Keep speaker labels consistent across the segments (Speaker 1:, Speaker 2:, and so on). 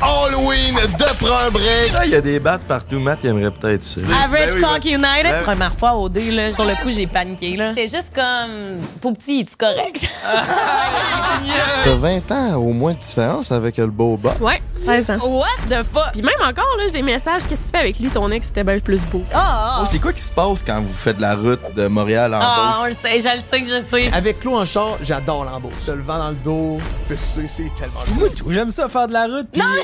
Speaker 1: Halloween de Prends Break.
Speaker 2: Ah, Il y a des battes partout. Matt, il aimerait peut-être ça.
Speaker 3: Average
Speaker 1: Ben oui,
Speaker 3: Cock United.
Speaker 2: Ben-
Speaker 3: Première fois au dé, là, sur le coup, j'ai paniqué. Là.
Speaker 4: C'est juste comme. Pour petit, tu correct.
Speaker 1: T'as 20 ans au moins de différence avec le beau bas.
Speaker 5: Ouais, 16 ans.
Speaker 4: What the fuck?
Speaker 5: Puis même encore, là, j'ai des messages. Qu'est-ce que tu fais avec lui? Ton ex était bien plus beau.
Speaker 6: Oh,
Speaker 4: Ah, ah.
Speaker 2: C'est quoi qui se passe quand vous faites la route de Montréal en
Speaker 3: Ah, on le
Speaker 2: Beauce?
Speaker 3: sait, je le sais que je sais.
Speaker 7: Avec Claude en char, j'adore l'embauche. T'as le vent dans le dos, tu peux sucer, c'est tellement le fun.
Speaker 8: J'aime ça faire de la route. Puis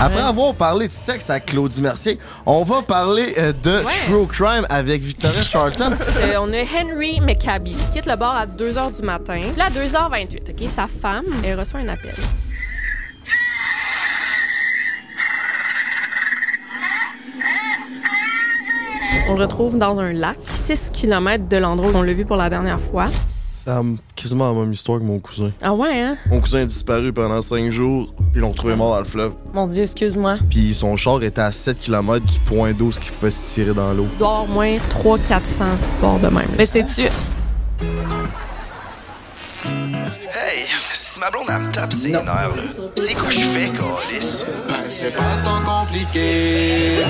Speaker 1: Après avoir parlé de sexe avec Claudie Mercier, on va parler euh, de True Crime avec Victoria Charlton.
Speaker 5: Euh, on a Henry McCabby qui quitte le bar à 2 h du matin. Là, à 2 h 28, OK? Sa femme, elle reçoit un appel. On le retrouve dans un lac, 6 km de l'endroit où on l'a vu pour la dernière fois.
Speaker 1: Ça me quasiment la même histoire que mon cousin.
Speaker 5: Ah ouais, hein?
Speaker 1: Mon cousin a disparu pendant 5 jours, puis l'ont retrouvé mort dans le fleuve.
Speaker 3: Mon Dieu, excuse-moi.
Speaker 1: Puis son char était à 7 km du point d'eau, ce qui pouvait se tirer dans l'eau.
Speaker 5: Il doit y avoir au moins 300-400 histoires de même.
Speaker 3: Mais c'est-tu.
Speaker 9: Hey, si ma blonde, elle me tape ses nerfs, là, c'est quoi je fais, Calis?
Speaker 1: C'est pas tant compliqué.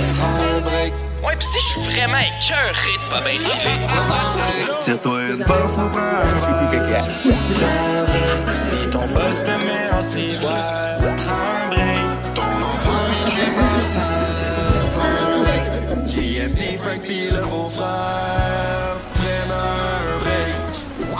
Speaker 9: Ouais, pis si je suis vraiment écœuré de pas bien filer. Tire-toi une bof ou Si ton boss te met en ciboire, tremblez. Ton enfant est JMD, Frank pis le beau frère prennent un break.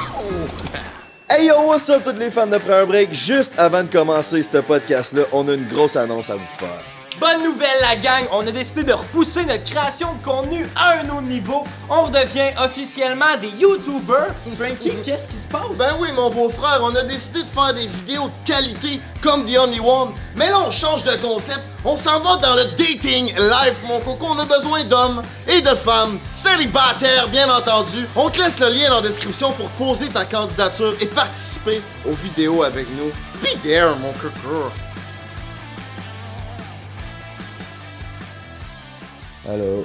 Speaker 2: Hey yo, what's up tous les fans de Prends un Break? Juste avant de commencer ce podcast-là, on a une grosse annonce à vous faire.
Speaker 8: Bonne nouvelle, la gang! On a décidé de repousser notre création de contenu à un autre niveau. On redevient officiellement des YouTubers. Frankie, qu'est-ce qui se passe?
Speaker 7: Ben oui, mon beau-frère, on a décidé de faire des vidéos de qualité comme The Only One. Mais là, on change de concept. On s'en va dans le dating life, mon coco. On a besoin d'hommes et de femmes, célibataires, bien entendu. On te laisse le lien en description pour poser ta candidature et participer aux vidéos avec nous. Be there, mon coco.
Speaker 2: Allô?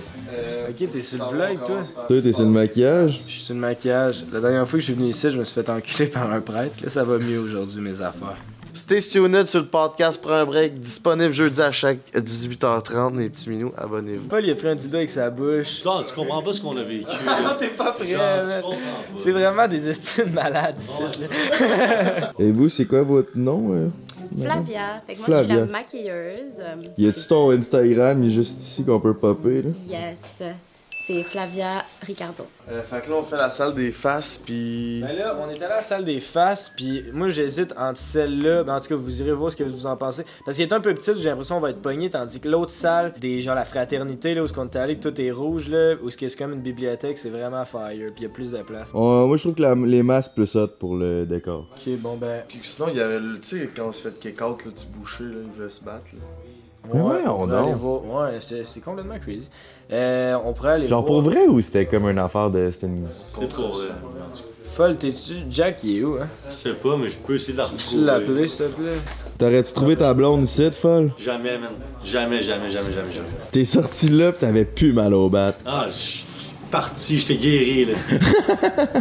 Speaker 6: Ok, t'es sur le vlog, toi?
Speaker 2: Toi, t'es sur le maquillage?
Speaker 6: Je suis sur le maquillage. La dernière fois que je suis venu ici, je me suis fait enculer par un prêtre. Là, ça va mieux aujourd'hui, mes affaires.
Speaker 7: Stay tuned sur le podcast Prends un break, disponible jeudi à chaque 18h30, mes petits minous. Abonnez-vous.
Speaker 6: Paul, il a pris un dildo avec sa bouche.
Speaker 10: Non, tu comprends pas ce qu'on a vécu.
Speaker 6: Ah, t'es pas prêt, man. C'est vraiment des estimes malades, ici. là.
Speaker 2: Et vous, c'est quoi votre nom? euh?
Speaker 4: Flavia. Fait que moi, je suis
Speaker 2: Flavia.
Speaker 4: la maquilleuse. Euh,
Speaker 2: Y a-tu ton Instagram juste ici qu'on peut popper? Là?
Speaker 4: Yes. C'est Flavia Ricardo.
Speaker 7: Euh, fait que là, on fait la salle des faces, puis...
Speaker 6: Ben là, on est allé à la salle des faces, puis moi j'hésite entre celle-là, ben en tout cas vous irez voir ce que vous en pensez. Parce qu'il est un peu petit, j'ai l'impression qu'on va être pogné, tandis que l'autre salle, des genre la fraternité, là où ce qu'on est allé, que tout est rouge, là, où ce que c'est comme une bibliothèque, c'est vraiment fire, puis il y a plus de place.
Speaker 2: Oh, moi, je trouve que la- les masses plus hot pour le décor.
Speaker 6: Ok, bon ben.
Speaker 7: Puis sinon, il y avait le. Tu sais, quand on se fait de kick out, là, du boucher, là, il veut se battre. Là.
Speaker 2: Mais voyons
Speaker 6: on pourrait
Speaker 2: donc.
Speaker 6: aller voir. Ouais, c'est c'est complètement crazy. Euh, on pourrait aller
Speaker 2: Genre
Speaker 6: voir.
Speaker 2: pour vrai ou c'était comme une affaire de. C'était une-
Speaker 10: C'est pas vrai.
Speaker 6: Folle, t'es-tu. Jack, il est où, hein?
Speaker 10: euh, Je sais pas, mais je peux essayer de la
Speaker 6: Tu
Speaker 10: retrouver.
Speaker 6: l'appeler, s'il te plaît?
Speaker 2: T'aurais-tu trouvé ta blonde ici, de folle?
Speaker 10: Jamais, man. Jamais, jamais, jamais, jamais, jamais.
Speaker 2: T'es sorti là pis t'avais plus mal au bat.
Speaker 10: Ah, je suis parti, je t'ai guéri, là.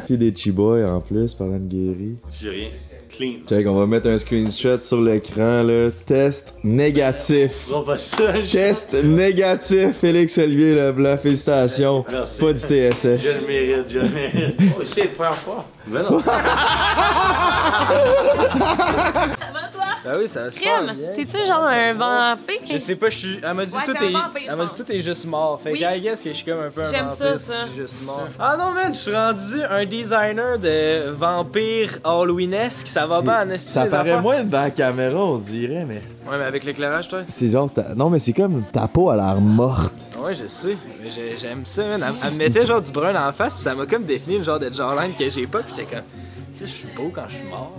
Speaker 2: Pis des chiboy en plus pendant de guérir.
Speaker 10: J'ai rien. Clean.
Speaker 2: Check, on va mettre un screenshot sur l'écran là. Test négatif.
Speaker 10: Prends pas ça, je
Speaker 2: Test négatif, Félix Olivier Leblanc, félicitations.
Speaker 10: Merci.
Speaker 2: Pas du
Speaker 10: je le
Speaker 2: TSS.
Speaker 10: mérite, je le mérite.
Speaker 6: Oh shit, frère fort!
Speaker 10: Mais non.
Speaker 4: Avant toi?
Speaker 6: Ben oui, ça se passe bien.
Speaker 3: Crème, t'es-tu genre un vampire?
Speaker 6: Je sais pas, je suis. Elle m'a dit
Speaker 4: Ouais,
Speaker 6: tout
Speaker 4: t'es un
Speaker 6: est.
Speaker 4: vampire, je
Speaker 6: elle m'a dit
Speaker 4: pense.
Speaker 6: tout est juste mort. Fait
Speaker 3: Oui.
Speaker 6: que I guess que je suis comme un peu un
Speaker 3: J'aime ça,
Speaker 6: vampire.
Speaker 3: ça.
Speaker 6: Je suis juste mort. Ah non, man, je suis rendu un designer de vampire Halloweenesque. Ça va bien en esti,
Speaker 2: Ça
Speaker 6: les
Speaker 2: paraît
Speaker 6: affaires.
Speaker 2: moins dans la caméra, on dirait, mais.
Speaker 6: Ouais, mais avec l'éclairage, toi.
Speaker 2: C'est genre. ta- Non, mais c'est comme ta peau a l'air morte.
Speaker 6: Ouais, je sais. Mais j'ai- j'aime ça, man. Elle, elle me mettait genre du brun en face, puis ça m'a comme défini le genre de jawline que j'ai pas, puis j'étais comme. Je suis beau quand je suis mort.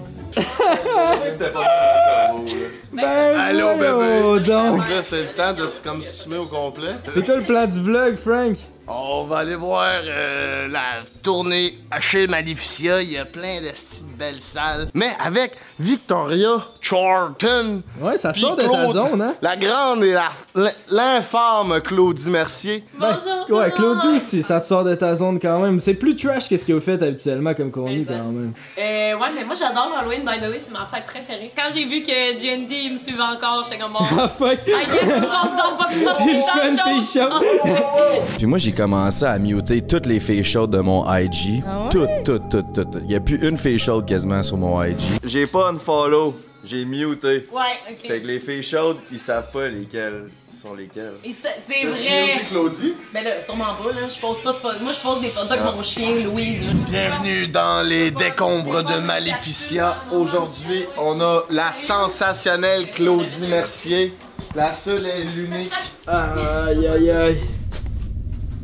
Speaker 2: Ben,
Speaker 7: Allô,
Speaker 2: voyons
Speaker 6: Oh,
Speaker 7: bébé.
Speaker 2: donc.
Speaker 7: Là, c'est le temps de se comme se tuer au complet.
Speaker 2: C'est quoi le plan du vlog, Frank?
Speaker 1: On va aller voir euh, la tournée chez Maleficia. Il y a plein de petites belles salles. Mais avec Victoria Charlton.
Speaker 6: Ouais, ça
Speaker 1: puis
Speaker 6: sort de ta
Speaker 1: Claude-
Speaker 6: zone, hein?
Speaker 1: La grande et la- l'in- l'infâme Claudie Mercier.
Speaker 6: Bonjour Ouais, Claudie aussi, ça te sort de ta zone quand même. C'est plus trash que ce que vous faites habituellement comme contenu quand même.
Speaker 3: Euh, ouais, mais moi j'adore l'Halloween, by the way, c'est ma fête préférée. Quand j'ai vu que GND il me suivait encore, j'étais comme bon.
Speaker 6: Ah fuck!
Speaker 3: I guess qu'on considère pas que notre
Speaker 6: J'ai juste fait une
Speaker 3: chose.
Speaker 9: Puis moi, j'ai commencé à muter toutes les facials de mon IG.
Speaker 3: Ah ouais?
Speaker 9: Toutes, toutes, toutes, toutes. toutes. Il n'y a plus une facial quasiment sur mon IG.
Speaker 11: J'ai pas un follow, j'ai muté.
Speaker 3: Ouais, ok.
Speaker 11: Fait que les filles chaudes, ils savent pas lesquelles sont lesquelles.
Speaker 3: Et ça- C'est
Speaker 11: T'as-tu
Speaker 3: vrai.
Speaker 11: noté Claudie?
Speaker 3: Ben là, sûrement pas, là. Je pose pas de photos. Moi, je pose des photos avec
Speaker 1: Ah.
Speaker 3: mon chien, Louise. là.
Speaker 1: Bienvenue dans les décombres de Maléficia. Aujourd'hui, on a la sensationnelle Claudie Mercier. La seule et l'unique.
Speaker 6: Aïe aïe aïe.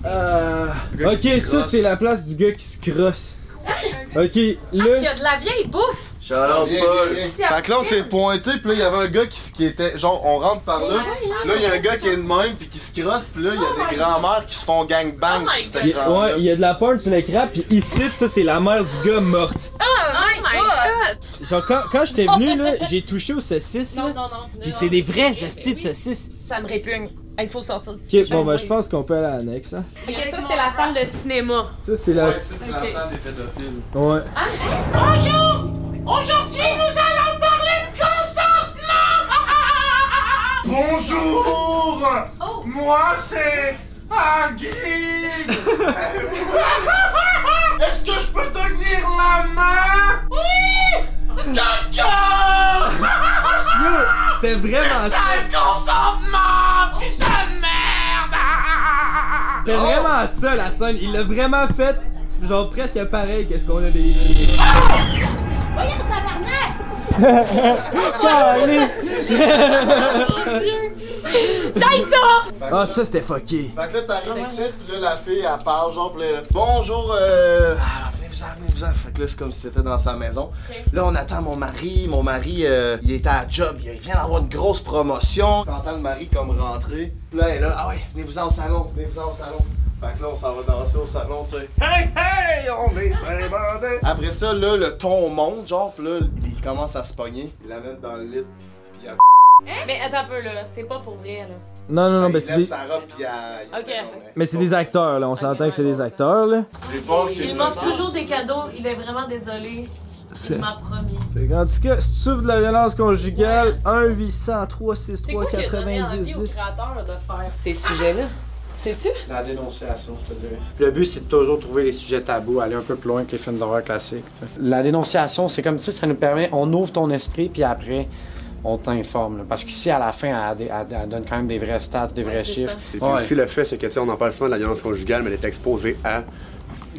Speaker 6: Ah.
Speaker 1: gars qui se
Speaker 6: Ok, ça
Speaker 1: crosse.
Speaker 6: c'est la place du gars qui se crosse. Ok, là.
Speaker 3: Il y a de la vieille bouffe.
Speaker 1: Bien, bien, bien. Fait que là, on s'est pointé, puis là, il y avait un gars qui, se- qui était. Genre, on rentre par là. Là, il y a un gars qui est le même, puis qui se crosse, puis là, il y a des grands-mères qui se font gangbang sur cette
Speaker 6: Il-
Speaker 1: écran.
Speaker 6: Ouais, il y a de la porte sur l'écran, pis ici, ça c'est la mère du gars morte.
Speaker 3: Oh, my god.
Speaker 6: Genre, quand, quand j'étais venu là, j'ai touché aux saucisses là.
Speaker 3: Non, non, non.
Speaker 6: Pis
Speaker 3: non,
Speaker 6: c'est
Speaker 3: non.
Speaker 6: des vrais
Speaker 3: Eh,
Speaker 6: hosties de
Speaker 3: oui.
Speaker 6: saucisses.
Speaker 3: Ça me répugne. Il faut sortir d'ici.
Speaker 6: Ok, bon, bah, je pense qu'on peut aller à l'annexe, hein.
Speaker 3: Ok, ça, c'est la salle de cinéma.
Speaker 6: Ça, c'est la.
Speaker 1: C'est la salle des pédophiles.
Speaker 6: Ouais.
Speaker 3: Ah, hein?
Speaker 12: Bonjour! Aujourd'hui, nous allons parler de consentement!
Speaker 13: Bonjour Moi, c'est Agri Est-ce que je peux te tenir la main Oui D'accord
Speaker 6: C'était vraiment
Speaker 13: C'est ça le consentement, putain de merde
Speaker 6: C'était vraiment ça la scène, il l'a vraiment fait genre presque pareil que ce qu'on a des.
Speaker 12: Voyons, tabarnak!
Speaker 3: J'aille ça!
Speaker 6: Ah ça c'était fucké.
Speaker 1: Fait que là, t'arrives ici, puis là, la fille, elle parle, genre, puis là, bonjour, euh. Ah, venez-vous-en, venez-vous-en. Fait que là, c'est comme si c'était dans sa maison. Là, on attend mon mari. Mon mari, euh, il était à la job, il vient d'avoir une grosse promotion. T'entends le mari comme rentrer. Puis là, elle est là, ah ouais, venez-vous-en au salon, venez-vous-en au salon. Fait que là, on s'en va danser au salon, tu sais. Hey, hey, on est bien bandés. Après ça, là, le ton monte, genre, puis là, il commence à se pogner. Il la met dans le lit, puis elle.
Speaker 3: Mais attends un peu, là. C'est pas pour vrai, là.
Speaker 6: Non non non mais c'est
Speaker 1: lève
Speaker 6: des.
Speaker 1: sa robe, puis elle.
Speaker 3: Ok.
Speaker 6: Mais c'est des acteurs là, on s'entend que c'est des acteurs là.
Speaker 3: Il m'offre toujours des cadeaux. Il est vraiment désolé.
Speaker 6: C'est-
Speaker 3: Il m'a promis.
Speaker 6: Fait qu'en tout cas, si tu souffres de la violence conjugale, 1 800
Speaker 3: C'est quoi
Speaker 6: 363
Speaker 3: qui a donné envie
Speaker 6: 90
Speaker 3: aux créateurs de faire Ah! ces sujets-là? Sais-tu?
Speaker 2: La dénonciation, je te dirais. Le but, c'est de toujours trouver les sujets tabous, aller un peu plus loin que les films d'horreur classiques. tu sais. La dénonciation, c'est comme ça, ça nous permet, on ouvre ton esprit, puis après, on t'informe. là. Parce qu'ici, à la fin, elle, dé- elle- elle donne quand même des vrais stats, des vrais chiffres.
Speaker 14: Et puis
Speaker 2: Ouais.
Speaker 14: aussi, le fait, c'est que, tu sais, on en parle souvent de la violence conjugale, mais d'être exposé à.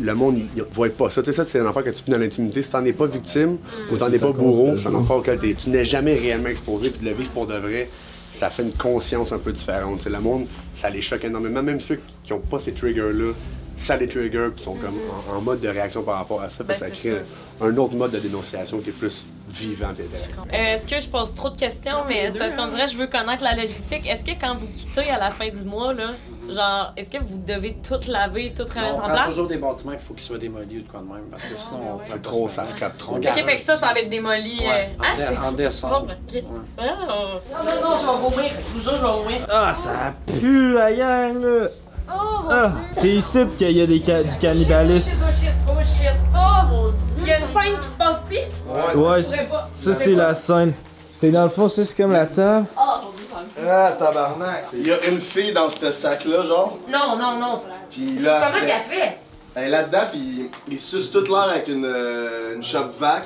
Speaker 14: Le monde, il ne voit pas ça. Tu sais, ça, c'est un enfant que tu vis dans l'intimité. Si t'en es pas victime ou t'en es pas bourreau, c'est un enfant auquel t'es- tu n'es jamais réellement exposé, puis de le vivre pour de vrai, ça fait une conscience un peu différente. Tu sais, le monde, ça les choque énormément. Même ceux qui n'ont pas ces triggers-là, ça les trigger, puis sont comme en, en mode de réaction par rapport à ça, puis
Speaker 3: Mm-hmm. Ben,
Speaker 14: ça
Speaker 3: c'est
Speaker 14: crée un, un autre mode de dénonciation qui est plus vivant et intéressant.
Speaker 3: Euh, Est-ce que je pose trop de questions, mais c'est parce qu'on dirait que je veux connaître la logistique. Est-ce que quand vous quittez à la fin du mois, là, genre, est-ce que vous devez tout laver, tout
Speaker 2: On
Speaker 3: remettre en
Speaker 2: prend
Speaker 3: place?
Speaker 2: toujours des bâtiments qu'il faut qu'ils soient démolis ou de quoi de même, parce que sinon, on peut pas
Speaker 14: trop,
Speaker 2: se
Speaker 14: ça
Speaker 2: permettre.
Speaker 14: se capte trop.
Speaker 2: On
Speaker 3: Ok,
Speaker 2: garde-
Speaker 3: fait que ça, ça va être démoli. euh,
Speaker 2: Ouais, en
Speaker 3: ah,
Speaker 2: dé-
Speaker 3: c'est-
Speaker 2: en décembre.
Speaker 3: Ok. Ah. Non, non, non, je vais vomir. Je vous jure, je vais vomir.
Speaker 6: Ah ça pue la gang là!
Speaker 3: Oh, mon
Speaker 6: Ah,
Speaker 3: Dieu.
Speaker 6: c'est ici qu'il y a des ca- du cannibalisme.
Speaker 3: Oh shit, oh shit, oh mon dieu! Il y a une scène qui se passe ici?
Speaker 6: Ouais,
Speaker 3: Je pourrais pas.
Speaker 6: ça c'est la scène. Fait que dans le fond, ça c'est comme la table.
Speaker 3: Oh mon dieu, pardon.
Speaker 1: Ah, tabarnak! Il y a une fille dans ce sac-là, genre,
Speaker 3: Non, non, non.
Speaker 1: puis là,
Speaker 3: Comment
Speaker 1: elle, se
Speaker 3: qu'elle
Speaker 1: fait-
Speaker 3: fait?
Speaker 1: elle est là-dedans, puis il suce toute l'air avec une, euh, une chope vac,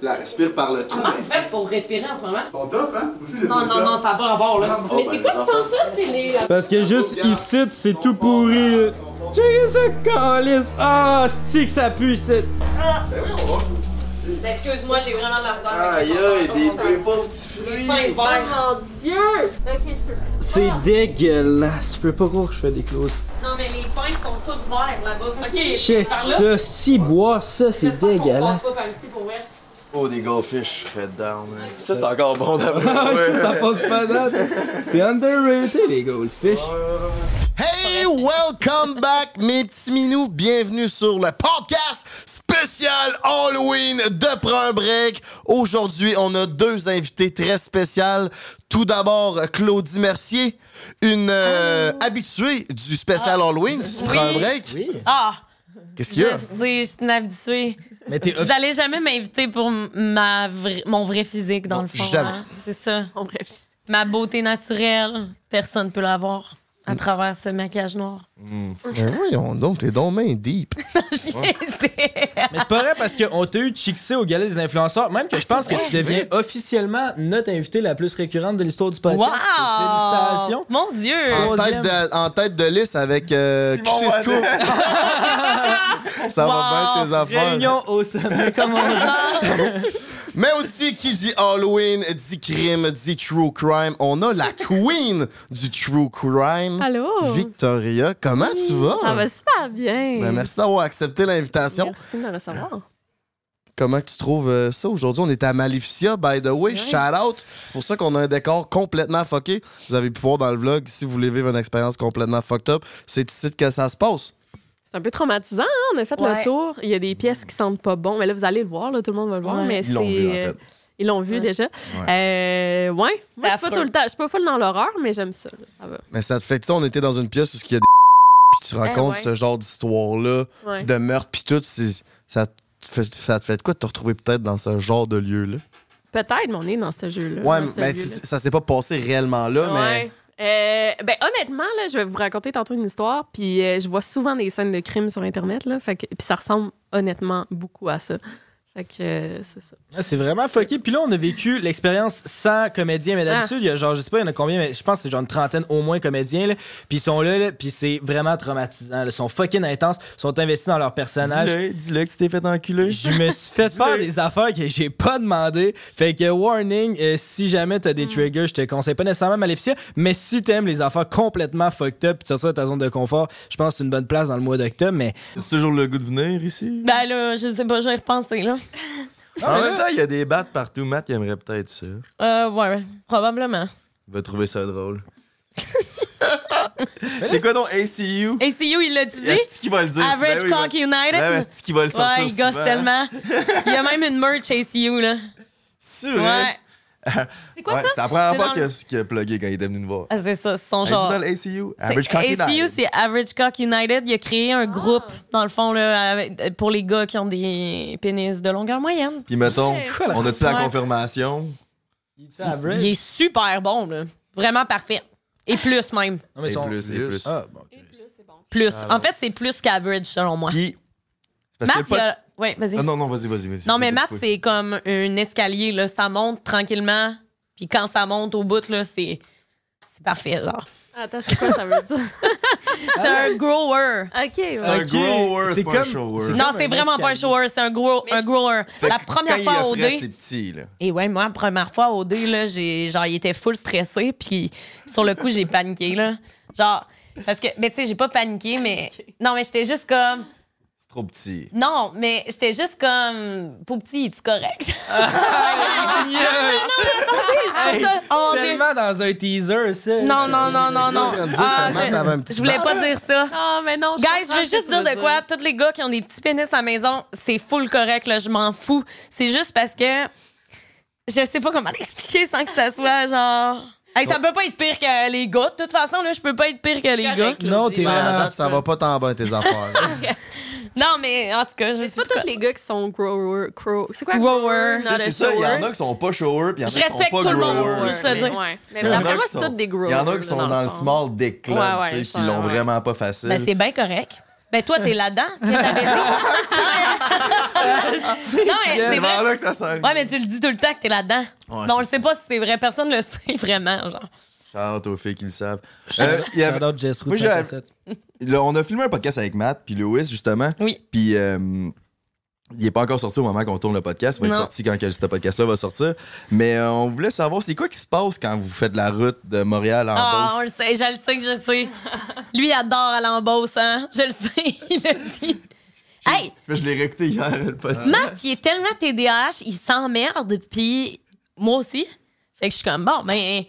Speaker 1: puis elle respire par le trou.
Speaker 3: Comment elle fait pour respirer en ce moment?
Speaker 1: Ton top, hein?
Speaker 3: Ah, Non, non, non, ça va avoir là.
Speaker 1: Oh,
Speaker 3: mais
Speaker 1: ben,
Speaker 3: c'est quoi
Speaker 1: les
Speaker 3: qui sent ça? C'est les.
Speaker 6: Parce que juste ici, c'est tout pourri. Check ça, calice! Ah, c'est que ça pue ici!
Speaker 3: Ah. Excuse-moi, j'ai vraiment de la misère.
Speaker 6: Aïe, aïe, des- des pauvres
Speaker 1: petits
Speaker 3: fruits. Oh mon dieu! Ok, je peux.
Speaker 6: C'est dégueulasse. Je peux pas croire que je fais des clauses.
Speaker 3: Non, mais les pains sont toutes verts là-bas. Ok,
Speaker 6: Check
Speaker 3: par là.
Speaker 6: ça, si bois, ça c'est
Speaker 3: On passe
Speaker 6: dégueulasse.
Speaker 3: pas par ici pour vrai.
Speaker 11: Oh, des goldfish, fait down, man. Ça, c'est encore bon d'après
Speaker 6: Ah,
Speaker 11: moi.
Speaker 6: ça, ça passe pas date. C'est underrated les goldfish.
Speaker 15: Hey!
Speaker 1: Et welcome back, mes petits minous. Bienvenue sur le podcast spécial Halloween de Prends un Break. Aujourd'hui, on a deux invités très spéciales. Tout d'abord, Claudie Mercier, une euh, habituée du spécial Halloween. Tu prends un break?
Speaker 3: Ah!
Speaker 1: Qu'est-ce qu'il y a?
Speaker 3: Je sais, je suis une habituée.
Speaker 1: Mais t'es
Speaker 3: Vous
Speaker 1: offic-
Speaker 3: n'allez jamais m'inviter pour m- ma vra- mon vrai physique, dans le fond.
Speaker 1: jamais.
Speaker 3: hein? C'est ça. Mon vrai physique. Ma beauté naturelle, personne ne peut l'avoir à travers ce maquillage noir.
Speaker 1: Ben voyons donc, t'es donc main deep.
Speaker 6: Mais c'est pas vrai parce qu'on t'a eu chixé au galet des influenceurs, même que je pense que tu
Speaker 3: vrai.
Speaker 6: deviens officiellement notre invitée la plus récurrente de l'histoire du podcast.
Speaker 3: Wow!
Speaker 6: Félicitations.
Speaker 3: Mon Dieu!
Speaker 6: Ah,
Speaker 1: En tête, de, en tête de liste avec euh, Cisco. Ça va bien tes affaires.
Speaker 6: Réunion au sommet, comme on
Speaker 1: Mais aussi, qui dit Halloween, dit crime, dit true crime. On a la queen du true crime.
Speaker 5: Allô?
Speaker 1: Victoria, comment tu vas?
Speaker 5: Ça va super bien.
Speaker 1: Ben, merci d'avoir accepté l'invitation.
Speaker 5: Merci de me recevoir.
Speaker 1: Comment tu trouves euh, ça aujourd'hui? On est à Maleficia, by the way. Shout out. C'est pour ça qu'on a un décor complètement fucké. Vous avez pu voir dans le vlog, si vous voulez vivre une expérience complètement fucked up, c'est ici que ça se passe.
Speaker 5: C'est un peu traumatisant, hein? on a fait
Speaker 3: Ouais.
Speaker 5: le tour. Il y a des pièces qui sentent pas bon, mais là vous allez le voir, là, tout le monde va le voir,
Speaker 3: Ouais.
Speaker 5: mais
Speaker 3: Ils l'ont
Speaker 5: c'est,
Speaker 3: vu, en fait.
Speaker 5: euh, Ils l'ont vu déjà. Euh, ouais. Moi, je suis pas
Speaker 3: affreux.
Speaker 5: tout le temps, je suis pas full dans l'horreur, mais j'aime ça. là, ça va.
Speaker 1: Mais ça te fait que ça, on était dans une pièce où il y a des puis
Speaker 3: Eh
Speaker 1: tu racontes
Speaker 5: ouais.
Speaker 1: ce genre d'histoire-là,
Speaker 5: Ouais.
Speaker 1: de meurtre, puis tout. c'est- Ça te, fait, ça te fait de quoi de te retrouver peut-être dans ce genre de lieu-là?
Speaker 5: Peut-être, mais on est dans ce jeu-là.
Speaker 1: Ouais,
Speaker 5: dans ce
Speaker 1: mais tu-
Speaker 5: lieu-là.
Speaker 1: ça s'est pas passé réellement là, mais.
Speaker 5: Ouais. Euh, ben honnêtement là, je vais vous raconter tantôt une histoire puis euh, je vois souvent des scènes de crimes sur internet là, fait que puis ça ressemble honnêtement beaucoup à ça. Fait que euh, c'est ça.
Speaker 6: Ah, c'est vraiment fucké. Puis là, on a vécu l'expérience sans comédiens. Mais d'habitude, il y a genre, je sais pas, il y en a combien, mais je pense que c'est genre une trentaine au moins de comédiens. là. Puis ils sont là, là, puis c'est vraiment traumatisant. là. Ils sont fucking intenses. Ils sont investis dans leur personnage.
Speaker 2: Dis-le, dis-le que tu t'es fait enculer.
Speaker 6: Je me suis fait faire des affaires que j'ai pas demandé. Fait que, warning, euh, si jamais t'as
Speaker 3: Hmm.
Speaker 6: des triggers, je te conseille pas nécessairement Maleficia, mais si t'aimes les affaires complètement fucked up, pis tu sors de ta zone de confort, je pense que c'est une bonne place dans le mois d'octobre, mais.
Speaker 2: C'est toujours le goût de venir ici?
Speaker 3: Ben là, je sais pas, je vais y repenser, là.
Speaker 2: Ah, En même temps, il y a des battes partout. Matt, il aimerait peut-être ça.
Speaker 3: Euh, ouais, probablement.
Speaker 2: Il va trouver ça drôle. c'est quoi ton ACU?
Speaker 3: ACU, il l'a dit.
Speaker 2: Est-ce qu'il va le dire?
Speaker 3: Average
Speaker 2: Ben oui, il va-
Speaker 3: Cock United.
Speaker 2: Ben, est-ce qu'il va le sortir
Speaker 3: Ouais, il gosse
Speaker 2: souvent?
Speaker 3: tellement. Il y a même une merch ACU, là.
Speaker 2: C'est
Speaker 3: vrai? Ouais.
Speaker 2: C'est
Speaker 3: quoi ça?
Speaker 2: C'est la première
Speaker 3: C'est
Speaker 2: fois
Speaker 3: dans
Speaker 2: que-
Speaker 3: le-
Speaker 2: qu'il a plugué quand il était venu nous voir.
Speaker 3: Ah, c'est ça, c'est son
Speaker 2: Êtes-vous
Speaker 3: genre.
Speaker 2: dans le ACU?
Speaker 3: C'est-
Speaker 2: Average Cock
Speaker 3: ACU,
Speaker 2: United.
Speaker 3: c'est Average Cock United. Il a créé un groupe, dans le fond, là, avec- pour les gars qui ont des pénis de longueur moyenne.
Speaker 2: Puis mettons,
Speaker 3: Quoi, là?
Speaker 2: on a-tu la
Speaker 3: Ouais.
Speaker 2: confirmation?
Speaker 3: Il est super bon, là. Vraiment parfait. Et plus, même.
Speaker 6: Non, mais
Speaker 2: Et
Speaker 6: ils sont-
Speaker 2: plus, et plus.
Speaker 6: Ah, bon, ok.
Speaker 3: Plus.
Speaker 2: Ah,
Speaker 3: En fait, c'est plus qu'average, selon moi.
Speaker 2: Puis, parce
Speaker 3: Matt,
Speaker 2: qu'il y a pas-
Speaker 3: il y a- Ouais, vas-y.
Speaker 2: Ah non, non, vas-y, vas-y. vas-y.
Speaker 3: Non, mais
Speaker 2: Je
Speaker 3: Matt,
Speaker 2: t'écoute.
Speaker 3: c'est comme un escalier, là. Ça monte tranquillement. Puis quand ça monte au bout, là, c'est. C'est parfait, genre.
Speaker 5: Attends, c'est quoi ça veut dire
Speaker 3: Ah, C'est un grower.
Speaker 5: OK, ouais.
Speaker 2: C'est un
Speaker 6: Ok,
Speaker 2: grower, c'est
Speaker 6: c'est
Speaker 2: pas un
Speaker 6: comme-
Speaker 2: shower.
Speaker 6: c'est
Speaker 3: Non,
Speaker 6: comme
Speaker 3: c'est
Speaker 6: un
Speaker 3: vraiment pas un
Speaker 6: escalier.
Speaker 3: shower, c'est un, grow, un grower. La
Speaker 2: Fait que
Speaker 3: première
Speaker 2: quand
Speaker 3: fois
Speaker 2: il
Speaker 3: au
Speaker 2: offrait,
Speaker 3: dé.
Speaker 2: c'est petit, là.
Speaker 3: Et ouais, moi, la première fois au dé, là, j'ai, genre, il était full stressé, puis sur le coup, j'ai paniqué, là. Genre, parce que, mais tu sais, j'ai pas paniqué, mais. Non, mais j'étais juste comme.
Speaker 2: C'est trop petit.
Speaker 3: Non, mais j'étais juste comme. Pour petit, tu correct?
Speaker 6: Hey,
Speaker 3: c'est ça. Oh,
Speaker 6: c'est
Speaker 3: Dieu.
Speaker 6: tellement dans un teaser, ça.
Speaker 3: Non, non, non, non,
Speaker 6: Tu es en
Speaker 3: non.
Speaker 6: train de dire
Speaker 3: Ah,
Speaker 6: comment t'avais un
Speaker 3: je,
Speaker 6: petit
Speaker 3: je voulais
Speaker 6: bar.
Speaker 3: pas dire ça.
Speaker 5: Ah, mais non, je
Speaker 3: Guys, je
Speaker 5: comprends
Speaker 3: veux
Speaker 5: ce que
Speaker 3: juste
Speaker 5: tu
Speaker 3: dire
Speaker 5: veux
Speaker 3: de
Speaker 5: dire.
Speaker 3: quoi. Tous les gars qui ont des petits pénis à la maison, c'est full correct, là. Je m'en fous. C'est juste parce que je sais pas comment l'expliquer sans que ça soit genre. Hey, ça peut pas être pire que les gars. De toute façon, là, je peux pas être pire que les gars.
Speaker 6: Non,
Speaker 1: Ben, à date, ça va pas tant bien tes affaires.
Speaker 3: Non, mais en tout cas, je
Speaker 5: C'est pas tous les gars qui sont grower, crow. C'est quoi
Speaker 3: Grower.
Speaker 5: grower?
Speaker 2: Tu sais, C'est ça, il y en a qui sont pas shower, puis il y en
Speaker 5: Je
Speaker 2: a qui sont
Speaker 5: respecte
Speaker 2: pas
Speaker 5: tout le monde,
Speaker 2: growers.
Speaker 5: juste le dire. Ouais. Mais
Speaker 2: Il y en a
Speaker 5: d'après moi,
Speaker 2: qui
Speaker 5: c'est
Speaker 2: sont-
Speaker 5: tous des
Speaker 2: Il y en a
Speaker 5: growers,
Speaker 2: qui sont
Speaker 5: là,
Speaker 2: dans,
Speaker 5: dans le
Speaker 2: le
Speaker 5: fond.
Speaker 2: small dick
Speaker 5: Ouais,
Speaker 2: club,
Speaker 5: ouais,
Speaker 2: tu sais,
Speaker 5: ça,
Speaker 2: qui l'ont
Speaker 5: ouais.
Speaker 2: vraiment pas facile.
Speaker 3: Ben, c'est bien correct. Ben, toi, t'es là-dedans. Qu'est-ce que t'avais dit? non, mais c'est
Speaker 2: vraiment
Speaker 3: vrai.
Speaker 2: là que ça sonne.
Speaker 3: Ouais, mais tu le dis tout le temps que t'es là-dedans.
Speaker 2: Ouais,
Speaker 3: non,
Speaker 2: c'est
Speaker 3: je sais pas si c'est vrai. Personne le sait vraiment, genre.
Speaker 2: Shout aux filles qui le savent.
Speaker 6: Euh,
Speaker 2: il y avait-
Speaker 6: Shout out Jess Root
Speaker 2: Moi, j'ai-
Speaker 6: 57.
Speaker 2: Là, on a filmé un podcast avec Matt puis Lewis, justement.
Speaker 3: Oui.
Speaker 2: Puis euh, il est pas encore sorti au moment qu'on tourne le podcast. Il va être
Speaker 3: Non.
Speaker 2: sorti quand que ce podcast-là va sortir. Mais euh, on voulait savoir, c'est quoi qui se passe quand vous faites la route de Montréal à
Speaker 3: Ah,
Speaker 2: Beauce?
Speaker 3: on le sait, je le sais que je le sais. Lui, il adore aller en Beauce, hein? Je le sais, il l'a dit. Hey,
Speaker 2: Je l'ai réécouté hier, le podcast.
Speaker 3: Matt, il est tellement TDAH, il s'emmerde, puis moi aussi. Fait que je suis comme, bon, ben,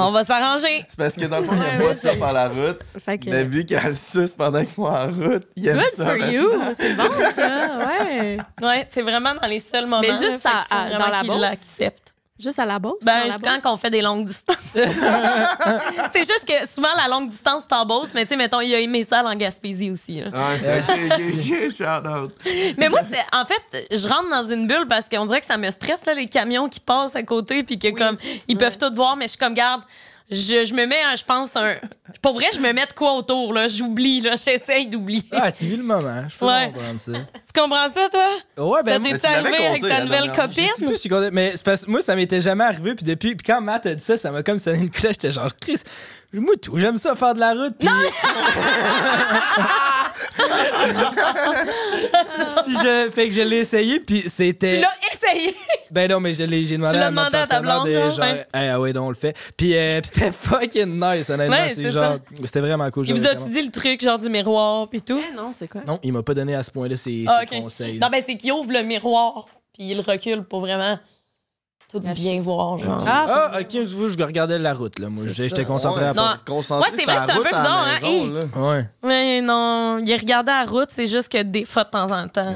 Speaker 3: On va s'arranger.
Speaker 2: C'est parce que dans le fond, il aime pas ça par la route.
Speaker 5: Fait que-
Speaker 2: Mais vu qu'il a le sus pendant qu'ils vont en route, il aime
Speaker 3: Good
Speaker 2: ça.
Speaker 3: for
Speaker 5: you. C'est bon, ça. Ouais.
Speaker 3: Ouais, c'est vraiment dans les seuls moments.
Speaker 5: Mais juste
Speaker 3: là, fait
Speaker 5: à-
Speaker 3: qu'il faut
Speaker 5: à-
Speaker 3: vraiment
Speaker 5: dans la
Speaker 3: qu'il
Speaker 5: Beauce?
Speaker 3: l'accepte.
Speaker 5: Juste à la bosse?
Speaker 3: Ben, quand on fait des longues distances. c'est juste que souvent, la longue distance, c'est en Beauce, mais tu sais, mettons, il a aimé ça en Gaspésie aussi. là.
Speaker 2: Ah, c'est ok, ok, ok, shout out.
Speaker 3: Mais moi, c'est, en fait, je rentre dans une bulle parce qu'on dirait que ça me stresse, là, les camions qui passent à côté, puis que, comme, ils peuvent tout voir, mais je suis comme, garde, je, je me mets, un- je pense, un. Pour vrai, je me mets de quoi autour, là. J'oublie, là. J'essaye d'oublier.
Speaker 6: Ah, tu vis le moment. Je peux
Speaker 3: Ouais.
Speaker 6: comprendre ça.
Speaker 3: Tu comprends ça, toi?
Speaker 6: Ouais, ben
Speaker 3: Ça
Speaker 6: moi-
Speaker 3: t'est arrivé avec ta nouvelle copine?
Speaker 6: Ah, Je sais plus, je suis content, mais c'est parce que moi, ça m'était jamais arrivé. Puis depuis, puis quand Matt a dit ça, ça m'a comme sonné une cloche. J'étais genre, Chris, moi, tout, j'aime ça faire de la route. Puis... Puis je- fait que je l'ai essayé, puis c'était.
Speaker 3: Tu l'as essayé!
Speaker 6: Ben non, mais je l'ai, j'ai demandé
Speaker 3: Tu l'as
Speaker 6: à ma
Speaker 3: demandé à ta
Speaker 6: partenaire
Speaker 3: blonde,
Speaker 6: de
Speaker 3: genre,
Speaker 6: genre,
Speaker 3: ben.
Speaker 6: hey, ah ouais, donc on le fait. Puis, euh, puis c'était fucking nice, honnêtement.
Speaker 3: Ouais,
Speaker 6: c'est
Speaker 3: c'est
Speaker 6: genre, c'était vraiment cool.
Speaker 3: Il vous
Speaker 6: j'avais
Speaker 3: a
Speaker 6: vraiment-
Speaker 3: dit le truc, genre du miroir, puis tout?
Speaker 5: non, c'est quoi?
Speaker 6: Non, il m'a pas donné à ce point-là ses,
Speaker 3: Ah,
Speaker 6: ses
Speaker 3: ok.
Speaker 6: conseils.
Speaker 3: Non, ben, c'est qu'il ouvre le miroir, puis il le recule pour vraiment tout bien voir, genre.
Speaker 6: Ah, ok, je vous- je regardais la route, là. Moi,
Speaker 2: C'est
Speaker 6: j'étais
Speaker 2: ça,
Speaker 6: concentré
Speaker 2: ouais.
Speaker 6: à
Speaker 3: Non.
Speaker 6: part.
Speaker 3: Concentré Ouais, c'est sur vrai la que c'est un route peu à la bizarre, hein, maison, hi.
Speaker 6: Ouais.
Speaker 3: Mais non, il regardait la route, c'est juste que des fois de temps en temps.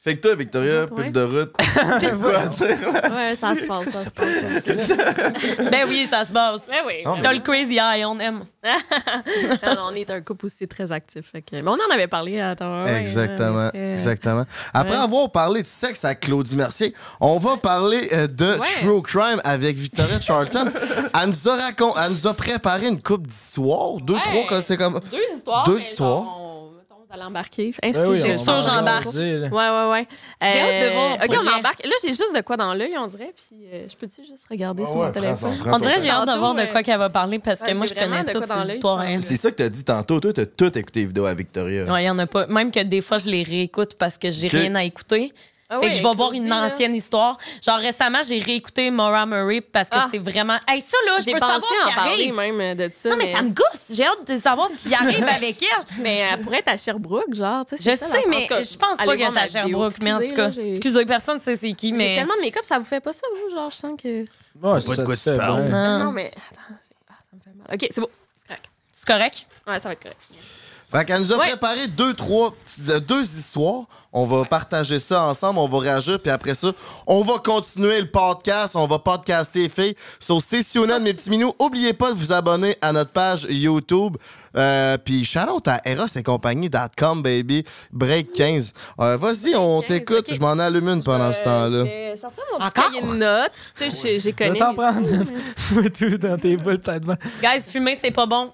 Speaker 2: Fait que toi, Victoria,
Speaker 3: Ouais.
Speaker 2: pile de route. Quoi dire
Speaker 5: Ah!
Speaker 2: là?
Speaker 3: Ouais, ça se passe, ça se
Speaker 6: Mm.
Speaker 3: passe. ben oui, ça se passe. Ben oui.
Speaker 2: Non, mais-
Speaker 3: T'as le crazy eye, on aime.
Speaker 5: Non, non, on est un couple aussi très actif. fait que- Mais on en avait parlé à ton.
Speaker 16: Exactement, exactement. Après
Speaker 5: ouais.
Speaker 16: avoir parlé de sexe à Claudie Mercier, on va parler euh, de True Crime avec Victoria Charlton. elle, nous a racon- elle nous a préparé une coupe d'histoires, deux, trois, quand c'est comme...
Speaker 5: Deux histoires.
Speaker 16: Deux
Speaker 5: mais
Speaker 16: histoires.
Speaker 5: genre, on- mettons, vous allez embarquer.
Speaker 16: Ben oui,
Speaker 5: Excusez-moi.
Speaker 16: on C'est sûr, va j'embarque. jaser,
Speaker 5: Ouais,
Speaker 16: là.
Speaker 5: ouais, ouais. Euh,
Speaker 3: J'ai hâte de voir,
Speaker 5: OK,
Speaker 3: pour
Speaker 5: on
Speaker 3: vrai.
Speaker 5: embarque. Là, j'ai juste de quoi dans l'œil, on dirait. Puis euh, je peux-tu juste regarder sur mon
Speaker 2: ouais, prends
Speaker 5: téléphone?
Speaker 2: ton- prends
Speaker 3: On dirait
Speaker 2: ton
Speaker 3: j'ai hâte de
Speaker 5: Tantôt,
Speaker 3: voir de
Speaker 5: euh,
Speaker 3: quoi qu'elle va parler parce que
Speaker 5: ouais,
Speaker 3: moi,
Speaker 5: j'ai
Speaker 3: je connais
Speaker 5: vraiment de
Speaker 3: toutes
Speaker 5: quoi dans
Speaker 3: ces
Speaker 5: l'œil,
Speaker 3: histoires. hein.
Speaker 2: C'est ça que t'as dit tantôt. Toi, t'as tout écouté les vidéos avec Victoria.
Speaker 3: Ouais, il y en a pas. Même que des fois, je les réécoute parce que j'ai
Speaker 2: Ok.
Speaker 3: rien à écouter.
Speaker 5: Ah
Speaker 3: fait
Speaker 5: ouais,
Speaker 3: que je vais voir
Speaker 5: Claudie,
Speaker 3: une
Speaker 5: là.
Speaker 3: ancienne histoire. Genre récemment, j'ai réécouté Maura Murray parce que
Speaker 5: Ah.
Speaker 3: c'est vraiment. Hey, ça là, je
Speaker 5: J'ai
Speaker 3: peux
Speaker 5: pensé
Speaker 3: savoir ce
Speaker 5: en
Speaker 3: qui
Speaker 5: parler
Speaker 3: arrive.
Speaker 5: même de ça.
Speaker 3: Non, mais ça me gosse. J'ai hâte de savoir ce qui arrive avec elle.
Speaker 5: Mais elle pourrait être à Sherbrooke, genre. tu
Speaker 3: Je
Speaker 5: c'est ça,
Speaker 3: sais,
Speaker 5: la- en
Speaker 3: mais
Speaker 5: tout cas,
Speaker 3: je pense
Speaker 5: allez
Speaker 3: pas
Speaker 5: voir
Speaker 3: qu'elle est
Speaker 5: ma
Speaker 3: à
Speaker 5: vidéo,
Speaker 3: Sherbrooke, mais en tout
Speaker 5: excusez,
Speaker 3: cas.
Speaker 5: là, j'ai-
Speaker 3: Excusez, personne ne sait c'est qui,
Speaker 5: J'ai
Speaker 3: mais.
Speaker 5: tellement de make-up, ça vous fait pas ça, vous? Genre, je sens que.
Speaker 6: Ouais,
Speaker 2: pas de quoi
Speaker 6: ça
Speaker 2: tu
Speaker 6: fait
Speaker 2: parles.
Speaker 6: bien.
Speaker 5: Non,
Speaker 3: Ah.
Speaker 5: non, mais. Attends, j'ai- ah, ça me fait mal. OK, c'est bon. C'est correct.
Speaker 3: C'est correct?
Speaker 5: Ouais, ça va être correct.
Speaker 16: Fait qu'elle nous a préparé deux, trois, petites- euh, deux histoires. On va partager ça ensemble, on va réagir, puis après ça, on va continuer le podcast, on va podcaster les filles. So, c'est Siona de mes petits minous. Oubliez pas de vous abonner à notre page YouTube. Euh, puis shout out à Eros et compagnie.com, baby. Break 15. Euh, Vas-y, on t'écoute. Je m'en allume une pendant ce temps-là.
Speaker 5: Euh, sortir mon petit cahier de notes. Tu sais, j'ai- j'ai
Speaker 6: Je vais
Speaker 5: connu.
Speaker 6: t'en prendre. Mets tout dans tes boules, peut-être. bien.
Speaker 3: Guys, fumer, c'est pas bon.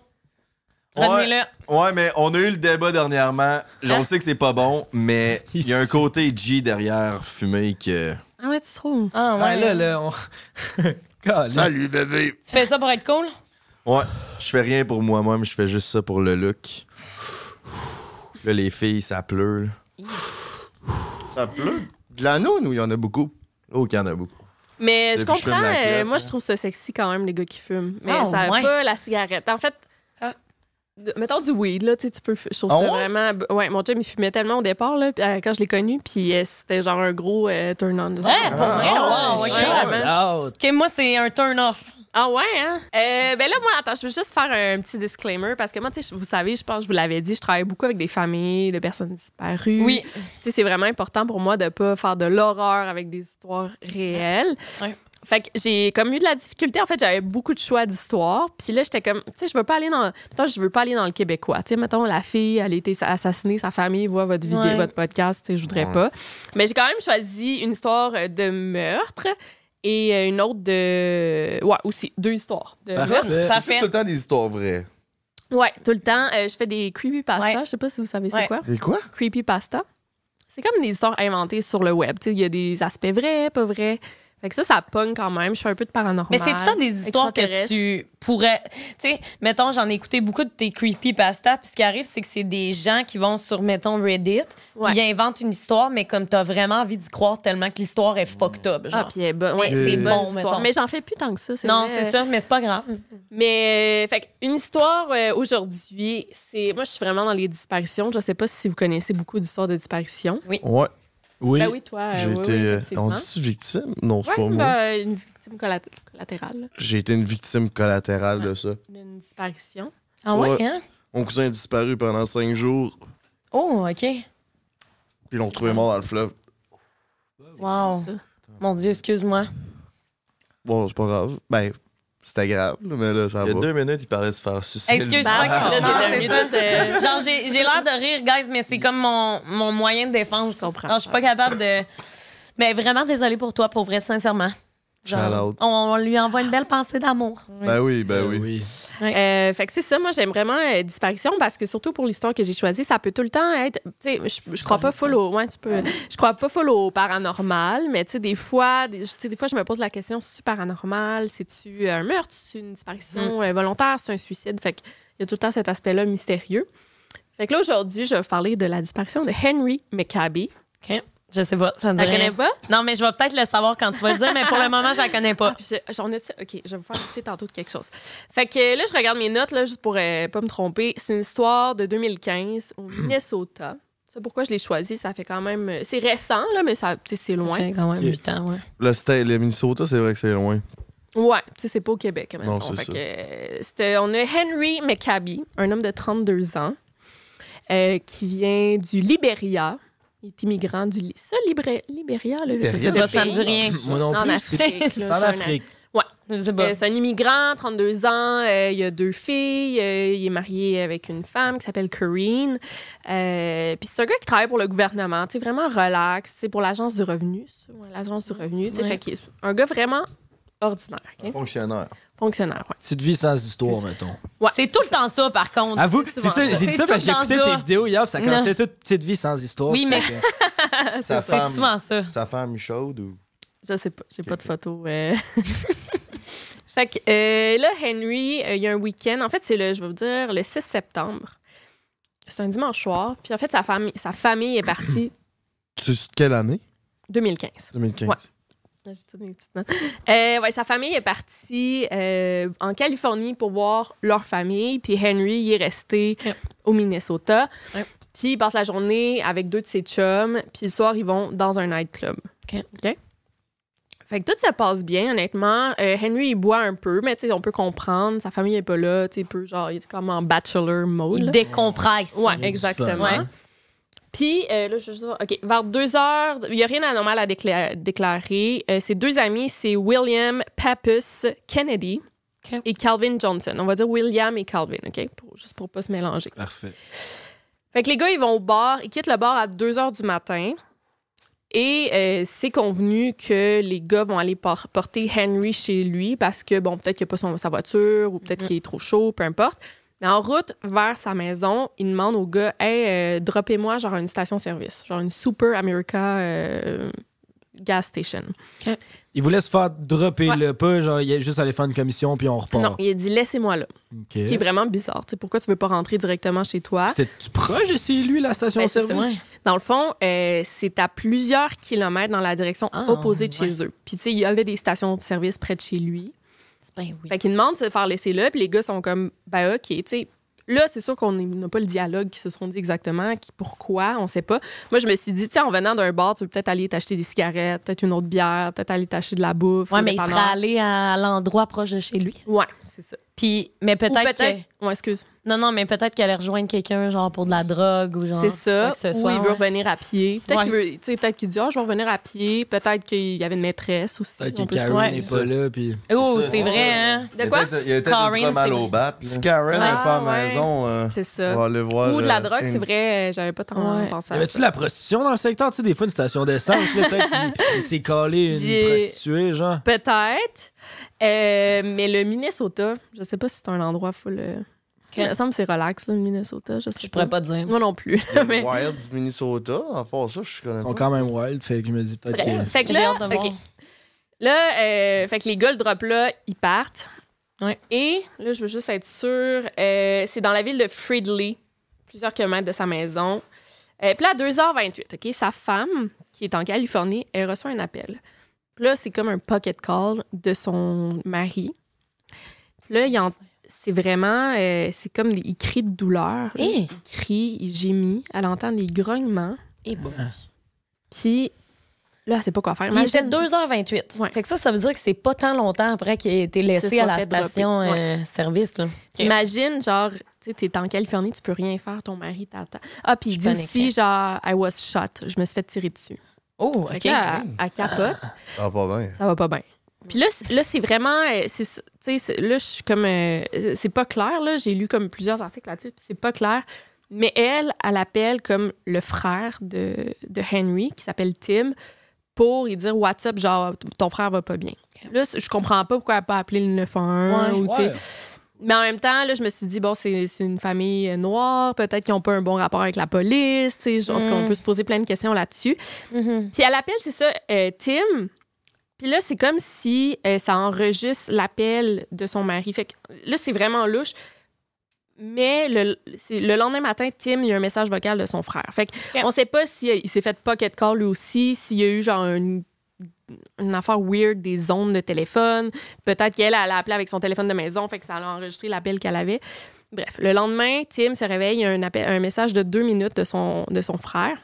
Speaker 2: Ouais.
Speaker 3: Retenez-le.
Speaker 2: Ouais, mais on a eu le débat dernièrement. Genre,
Speaker 5: Hein?
Speaker 2: on sait que c'est pas bon, mais il y a un côté G derrière fumé que.
Speaker 5: Ah ouais, tu trouves?
Speaker 3: Ah
Speaker 6: Ouais, là, là, on.
Speaker 2: Salut bébé!
Speaker 3: Tu fais ça pour être cool?
Speaker 2: Ouais, je fais rien pour moi-même, je fais juste ça pour le look. Là, les filles, ça pleut.
Speaker 16: Ça pleut? De l'anneau, nous, il y en a beaucoup.
Speaker 2: Oh, qu'il y en a beaucoup.
Speaker 5: Mais je
Speaker 2: Depuis que je fume
Speaker 5: comprends.
Speaker 2: la
Speaker 5: euh,
Speaker 2: clope,
Speaker 5: moi,
Speaker 2: hein.
Speaker 5: je trouve ça sexy quand même, les gars qui fument. Mais
Speaker 3: Ah,
Speaker 5: ça n'a
Speaker 3: ouais.
Speaker 5: pas la cigarette. En fait, de- mettons du weed, là, tu sais, tu peux. f- Je trouve
Speaker 3: Ah,
Speaker 5: ça
Speaker 3: ouais?
Speaker 5: vraiment. b- Ouais, mon chum, il fumait tellement au départ, là, puis, euh, quand je l'ai connu, puis euh, c'était genre un gros euh, turn-on. de ça.
Speaker 3: Ouais, pour vrai, wow, ok. Ok, moi, c'est un turn-off.
Speaker 5: Ah ouais, hein? Euh, ben là, moi, attends, je veux juste faire un petit disclaimer parce que moi, tu sais, je- vous savez, je pense, que je vous l'avais dit, je travaille beaucoup avec des familles de personnes disparues.
Speaker 3: Oui.
Speaker 5: Tu sais, c'est vraiment important pour moi de pas faire de l'horreur avec des histoires réelles. Fait que j'ai comme eu de la difficulté. En fait, j'avais beaucoup de choix d'histoires. Puis là, j'étais comme, tu sais, je veux pas aller dans. Mettons, je veux pas aller dans le québécois. Tu sais, mettons, la fille, elle a été assassinée, sa famille voit votre vidéo,
Speaker 3: Ouais.
Speaker 5: votre podcast. Tu sais, je voudrais
Speaker 3: Ouais.
Speaker 5: pas. Mais j'ai quand même choisi une histoire euh, de meurtre et euh, une autre de. Ouais, aussi, deux histoires de meurtre.
Speaker 2: C'est juste tout le temps des histoires vraies.
Speaker 5: Ouais, tout le temps. euh, je fais des creepypasta. Je sais pas si vous savez c'est
Speaker 2: Ouais.
Speaker 5: quoi.
Speaker 2: Des quoi?
Speaker 5: Creepypasta. C'est comme des histoires inventées sur le web. Tu sais, Il y a des aspects vrais, pas vrais. Fait que ça, ça pogne quand même. Je suis un peu de paranormal.
Speaker 3: Mais c'est tout le temps des histoires que tu pourrais. Tu sais, mettons, j'en ai écouté beaucoup de tes creepypasta. Puis ce qui arrive, c'est que c'est des gens qui vont sur, mettons, Reddit,
Speaker 5: Ouais.
Speaker 3: qui inventent une histoire, mais comme t'as vraiment envie d'y croire tellement que l'histoire est fucked up. Genre.
Speaker 5: Ah, puis elle est bonne. Ouais,
Speaker 3: Mais c'est
Speaker 5: bonne
Speaker 3: bon,
Speaker 5: histoire.
Speaker 3: mettons.
Speaker 5: Mais j'en fais plus tant que ça. c'est
Speaker 3: Non,
Speaker 5: vrai.
Speaker 3: c'est ça, mais c'est pas grave.
Speaker 5: Mais, euh, fait que une histoire euh, aujourd'hui, c'est. Moi, je suis vraiment dans les disparitions. Je sais pas si vous connaissez beaucoup d'histoires de disparitions.
Speaker 3: Oui.
Speaker 16: Ouais. Oui.
Speaker 5: Ben oui, toi. euh,
Speaker 16: J'ai
Speaker 5: oui,
Speaker 16: été.
Speaker 5: oui,
Speaker 16: euh,
Speaker 5: effectivement.
Speaker 16: on dit victime? Non, c'est
Speaker 5: Ouais,
Speaker 16: pas moi.
Speaker 5: ben, une victime collat- collatérale,
Speaker 16: J'ai été une victime collatérale de ça.
Speaker 5: une disparition.
Speaker 3: Ah ouais, hein?
Speaker 16: Mon cousin a disparu pendant cinq jours,
Speaker 3: Oh, OK.
Speaker 16: puis ils l'ont retrouvé mort dans le fleuve.
Speaker 3: Wow. Mon Dieu, excuse-moi.
Speaker 16: Bon, c'est pas grave. Ben, c'était grave, là, mais là, ça va.
Speaker 2: Il y a deux minutes, il parlait se faire sucer.
Speaker 3: Excuse-moi.
Speaker 2: le bras.
Speaker 3: Non,
Speaker 5: c'est
Speaker 3: c'est
Speaker 5: terminé,
Speaker 3: ça.
Speaker 5: tout, euh.
Speaker 3: Genre, j'ai j'ai l'air de rire, guys, mais c'est comme mon, mon moyen de défense. Je comprends. je suis pas capable de. Mais vraiment désolée pour toi, pour vrai, sincèrement.
Speaker 16: Shout
Speaker 3: Genre,
Speaker 16: out.
Speaker 3: on, on lui envoie une belle pensée d'amour.
Speaker 16: Ben oui, ben oui.
Speaker 5: Euh, fait que c'est ça, moi j'aime vraiment euh, disparition parce que surtout pour l'histoire que j'ai choisie, ça peut tout le temps être. Tu sais, je- je crois pas full au. Ouais, tu peux. Je crois pas full au paranormal, mais tu sais, des fois, des, tu sais, des fois, je me pose la question c'est-tu paranormal C'est-tu euh, un meurtre C'est-tu une disparition
Speaker 3: Mm.
Speaker 5: euh, volontaire C'est un suicide Fait qu'il y a tout le temps cet aspect-là mystérieux. Fait que là, aujourd'hui, je vais vous parler de la disparition de Henry McCabe.
Speaker 3: OK. Je sais pas, ça me
Speaker 5: T'en
Speaker 3: dit rien.
Speaker 5: connais pas?
Speaker 3: Non, mais je vais peut-être le savoir quand tu vas le dire, mais pour le moment, je la connais pas.
Speaker 5: Ah, J'en ai. OK, je vais vous faire écouter tantôt de quelque chose. Fait que euh, là, je regarde mes notes, là, juste pour euh, pas me tromper. C'est une histoire de 2015 au Minnesota. C'est pourquoi je l'ai choisi. Ça fait quand même. euh, C'est récent, là, mais ça, tu sais, c'est loin.
Speaker 3: fait quand même
Speaker 16: Ok.
Speaker 3: huit ans, ouais.
Speaker 16: Le, state- le Minnesota, c'est vrai que c'est loin.
Speaker 5: Ouais, tu sais, c'est pas au Québec,
Speaker 16: Non,
Speaker 5: maintenant.
Speaker 16: c'est
Speaker 5: Fait
Speaker 16: ça.
Speaker 5: que, euh, c'était- on a Henry McCabe, un homme de 32 ans, euh, qui vient du Libéria. Il est immigrant du Li- ça, Libré- Libéria, là,
Speaker 6: Libéria,
Speaker 5: je sais
Speaker 6: le
Speaker 5: pas,
Speaker 6: pays. Moi non
Speaker 5: En
Speaker 6: plus,
Speaker 5: Afrique.
Speaker 6: c'est-
Speaker 5: là,
Speaker 6: c'est en
Speaker 5: un-
Speaker 6: Afrique.
Speaker 5: Ouais.
Speaker 3: pas.
Speaker 5: Euh, c'est un immigrant, 32 ans, euh, il a deux filles, euh, il est marié avec une femme qui s'appelle Corinne. Euh, Puis c'est un gars qui travaille pour le gouvernement, tu sais, vraiment relax, c'est pour l'agence du revenu, ça, ouais, l'agence du revenu, tu sais,
Speaker 3: Ouais.
Speaker 5: fait qu'il est un gars vraiment ordinaire, ok?
Speaker 2: Fonctionnaire.
Speaker 5: fonctionnaire, ouais.
Speaker 6: Petite vie sans histoire, mettons.
Speaker 3: C'est tout le temps ça, par contre.
Speaker 6: Avoue,
Speaker 3: C'est
Speaker 6: c'est
Speaker 3: souvent
Speaker 6: ça, j'ai dit ça
Speaker 3: C'est
Speaker 6: parce
Speaker 3: tout
Speaker 6: que
Speaker 3: le temps
Speaker 6: j'écoutais
Speaker 3: ça.
Speaker 6: tes vidéos hier, puis ça
Speaker 3: Non.
Speaker 6: commençait toute petite vie sans histoire.
Speaker 3: Oui, mais.
Speaker 6: fait que-
Speaker 3: C'est c'est souvent ça.
Speaker 2: Sa femme est chaude ou.
Speaker 5: Je sais pas, j'ai pas de photo. euh. fait que euh, là, Henry, euh, il y a un week-end. En fait, c'est le, je vais vous dire, le 6 septembre. C'est un dimanche soir. Puis en fait, sa famille, sa famille est partie
Speaker 16: Tu sais de quelle année?
Speaker 5: 2015.
Speaker 16: 2015.
Speaker 5: Ouais. Là, j'ai toutes mes petites notes. Euh, ouais, sa famille est partie euh, en Californie pour voir leur famille. Puis Henry il est resté au Minnesota. Puis il passe la journée avec deux de ses chums. Puis le soir, ils vont dans un nightclub. OK? Fait que tout se passe bien, honnêtement. Euh, Henry, il boit un peu, mais tu sais, on peut comprendre. Sa famille est pas là. Tu sais, il peut, genre, il est comme en bachelor mode.
Speaker 3: Il
Speaker 5: là.
Speaker 3: décompresse.
Speaker 5: Ouais,
Speaker 3: Il y a du fun,
Speaker 5: exactement.
Speaker 3: ouais.
Speaker 5: Puis, euh, là, je sais pas, OK, vers deux heures, il n'y a rien d'anormal à décla- déclarer. Euh, ses deux amis, c'est William Papus Kennedy et Calvin Johnson. On va dire William et Calvin, OK? Pour- juste pour pas se mélanger.
Speaker 6: Parfait.
Speaker 5: Fait que les gars, ils vont au bar, ils quittent le bar à 2 h du matin. Et euh, c'est convenu que les gars vont aller por- porter Henry chez lui parce que, bon, peut-être qu'il n'a pas son- sa voiture ou peut-être qu'il est trop chaud, peu importe. Mais en route vers sa maison, il demande au gars Hey, euh, droppez-moi genre une station-service, genre une Super America euh, gas station.
Speaker 6: Il voulait se faire dropper le pas, genre, il est juste allé faire une commission, puis on repart.
Speaker 5: Non, il a dit Laissez-moi là.
Speaker 6: Ok.
Speaker 5: Ce qui est vraiment bizarre. tu sais, pourquoi tu veux pas rentrer directement chez toi?
Speaker 6: C'était-tu proche de chez lui, la
Speaker 5: Ben, c'est
Speaker 6: station-service?
Speaker 5: ça, ouais. Dans le fond, euh, c'est à plusieurs kilomètres dans la direction
Speaker 3: Ah,
Speaker 5: opposée de chez eux. Puis, tu sais, il y avait des stations de service près de chez lui. Fait qu'il demande de se faire laisser là, puis les gars sont comme, ben OK, tu sais. Là, c'est sûr qu'on n'a pas le dialogue qui se seront dit exactement, qui, pourquoi, on sait pas. Moi, je me suis dit, tu sais, en venant d'un bar, tu peux peut-être aller t'acheter des cigarettes, peut-être une autre bière, peut-être aller t'acheter de la bouffe.
Speaker 3: Ouais,
Speaker 5: au
Speaker 3: mais il
Speaker 5: dépanneur.
Speaker 3: serait allé à l'endroit proche de chez lui.
Speaker 5: Ouais, c'est ça.
Speaker 3: Puis, mais
Speaker 5: Ou
Speaker 3: peut-être.
Speaker 5: peut-être- Ouais, excuse.
Speaker 3: que- Non, non, mais peut-être qu'elle allait rejoindre quelqu'un, genre, pour de la drogue ou genre.
Speaker 5: C'est ça.
Speaker 3: quoi que ce
Speaker 5: Ou
Speaker 3: soit,
Speaker 5: il veut
Speaker 3: ouais.
Speaker 5: revenir à pied. Peut-être
Speaker 3: Ouais.
Speaker 5: qu'il veut- tu sais, peut-être qu'il dit, Ah, je vais revenir à pied. Peut-être qu'il y avait une maîtresse aussi.
Speaker 6: Peut-être
Speaker 5: On
Speaker 6: que
Speaker 5: peut se-
Speaker 6: Karen
Speaker 5: Ouais.
Speaker 6: n'est pas là, puis.
Speaker 5: Oh,
Speaker 2: ça,
Speaker 5: c'est
Speaker 2: ça.
Speaker 5: vrai, hein? De quoi?
Speaker 2: Il était, il était
Speaker 5: Scarring,
Speaker 2: ultra mal
Speaker 5: c'est
Speaker 2: au
Speaker 5: vrai.
Speaker 2: bat. là.
Speaker 16: Si Karen n'est pas à la
Speaker 5: Ah, ouais.
Speaker 16: maison, euh,
Speaker 5: C'est ça.
Speaker 16: on va aller voir.
Speaker 5: Ou de la
Speaker 16: euh,
Speaker 5: drogue, c'est
Speaker 16: une-
Speaker 5: vrai, euh, j'avais pas tant
Speaker 3: Ouais.
Speaker 5: pensé
Speaker 6: Y
Speaker 5: à ça.
Speaker 6: avait-tu de la prostitution dans le secteur? Tu sais, des fois, une station d'essence, là, peut-être qu'il il s'est collé
Speaker 5: J'ai-
Speaker 6: une prostituée, genre.
Speaker 5: Peut-être. Euh, mais le Minnesota, je sais pas si c'est un endroit full. euh, Il me semble que c'est relax, là, le Minnesota. Je, sais je
Speaker 3: pourrais pas dire.
Speaker 5: Moi non plus. mais-
Speaker 16: Wild du Minnesota, à part ça, je connais
Speaker 6: Ils
Speaker 16: pas.
Speaker 6: sont quand même wild, fait que je me dis peut-être
Speaker 5: Bref,
Speaker 6: que.
Speaker 5: fait que
Speaker 3: J'ai
Speaker 5: là,
Speaker 3: hâte de voir.
Speaker 5: ok. Là, euh, fait que les gars, le drop là, ils partent. Et là, je veux juste être sûre, euh, c'est dans la ville de Fridley, plusieurs kilomètres de sa maison. Euh, Puis là, à 2h28, OK, sa femme, qui est en Californie, elle reçoit un appel. Puis là, c'est comme un pocket call de son mari. Puis là, il en- c'est vraiment, euh, c'est comme des... il crie de douleur. là.
Speaker 3: Eh!
Speaker 5: Il crie, il gémit. Elle entend des grognements.
Speaker 3: Eh ben.
Speaker 5: Puis là, elle sait pas quoi faire.
Speaker 3: Il était 2h28. Fait que ça, ça veut dire que c'est pas tant longtemps après qu'il ait été laissé à la station euh, service. Là.
Speaker 5: Imagine, genre, tu sais, t'es en Californie, tu peux rien faire, ton mari t'attend. Ah, puis il dit
Speaker 3: paniquerais.
Speaker 5: aussi, genre, I was shot, je me suis fait tirer dessus.
Speaker 3: Oh,
Speaker 5: OK. À capote.
Speaker 16: Ah, pas bien.
Speaker 5: Ça va pas bien. Puis là, c'est- là c'est vraiment. euh, c'est- tu sais, c'est- là, je suis comme. euh, c'est pas clair, là. J'ai lu comme plusieurs articles là-dessus, puis c'est pas clair. Mais elle, elle appelle comme le frère de, de Henry, qui s'appelle Tim, pour lui dire What's up, genre, t- ton frère va pas bien. Là, c- je comprends pas pourquoi elle a pas appelé le 911.
Speaker 3: Ouais.
Speaker 5: ou, tu sais.
Speaker 3: Ouais.
Speaker 5: Mais en même temps, là, je me suis dit, bon, c'est c'est une famille euh, noire, peut-être qu'ils ont pas un bon rapport avec la police. tu sais, je- En tout cas, on
Speaker 3: Mm.
Speaker 5: peut se poser plein de questions là-dessus.
Speaker 3: Mhm.
Speaker 5: Puis à l'appel, c'est ça, euh, Tim. Puis là, c'est comme si euh, ça enregistre l'appel de son mari. Fait que là, c'est vraiment louche. Mais le, c'est- le lendemain matin, Tim, il y a un message vocal de son frère. Fait que on sait pas s'il s'est fait pocket call lui aussi, s'il y a eu genre une, une affaire weird des zones de téléphone. Peut-être qu'elle, elle a appelé avec son téléphone de maison, fait que ça a enregistré l'appel qu'elle avait. Bref, le lendemain, Tim se réveille, il y a un, appel, un message de deux minutes de son, de son frère.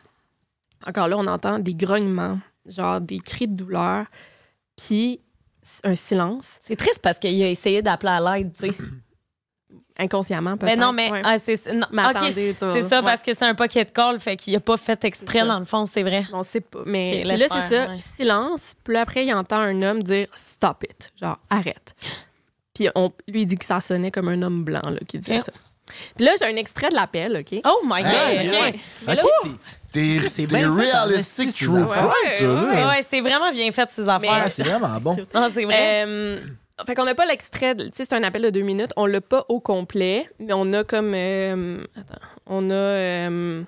Speaker 5: Encore là, on entend des grognements, genre des cris de douleur, puis un silence.
Speaker 3: C'est triste parce qu'il a essayé d'appeler à l'aide, tu sais.
Speaker 5: Inconsciemment, peut-être.
Speaker 3: Mais non, mais
Speaker 5: Ouais.
Speaker 3: ah, c'est non,
Speaker 5: Mais
Speaker 3: ok.
Speaker 5: attendez, tu vas-
Speaker 3: C'est ça,
Speaker 5: ouais.
Speaker 3: parce que c'est un pocket call, fait qu'il a pas fait exprès,
Speaker 5: C'est ça.
Speaker 3: dans le fond, c'est vrai.
Speaker 5: On sait pas, mais Puis là, c'est ça, silence. Puis là, après, il entend un homme dire Stop it, genre arrête. Puis on lui il dit que ça sonnait comme un homme blanc là, qui disait
Speaker 3: Ok.
Speaker 5: ça. Puis là, j'ai un extrait de l'appel, OK?
Speaker 3: Oh my God,
Speaker 5: Ouais,
Speaker 3: ok.
Speaker 5: ouais.
Speaker 3: Mais là,
Speaker 5: Ouh!
Speaker 16: T'es t'es
Speaker 6: c'est bien fait en
Speaker 16: realistic
Speaker 6: esti, ces
Speaker 16: true
Speaker 6: affaires.
Speaker 16: front, toi, là.
Speaker 3: Ouais, ouais, c'est vraiment bien fait, ces affaires.
Speaker 6: Ouais, c'est vraiment bon.
Speaker 3: Non, c'est vrai.
Speaker 5: Euh, fait qu'on n'a pas l'extrait. de- Tu sais, c'est un appel de deux minutes. On l'a pas au complet, mais on a comme. euh, attends. On a. euh,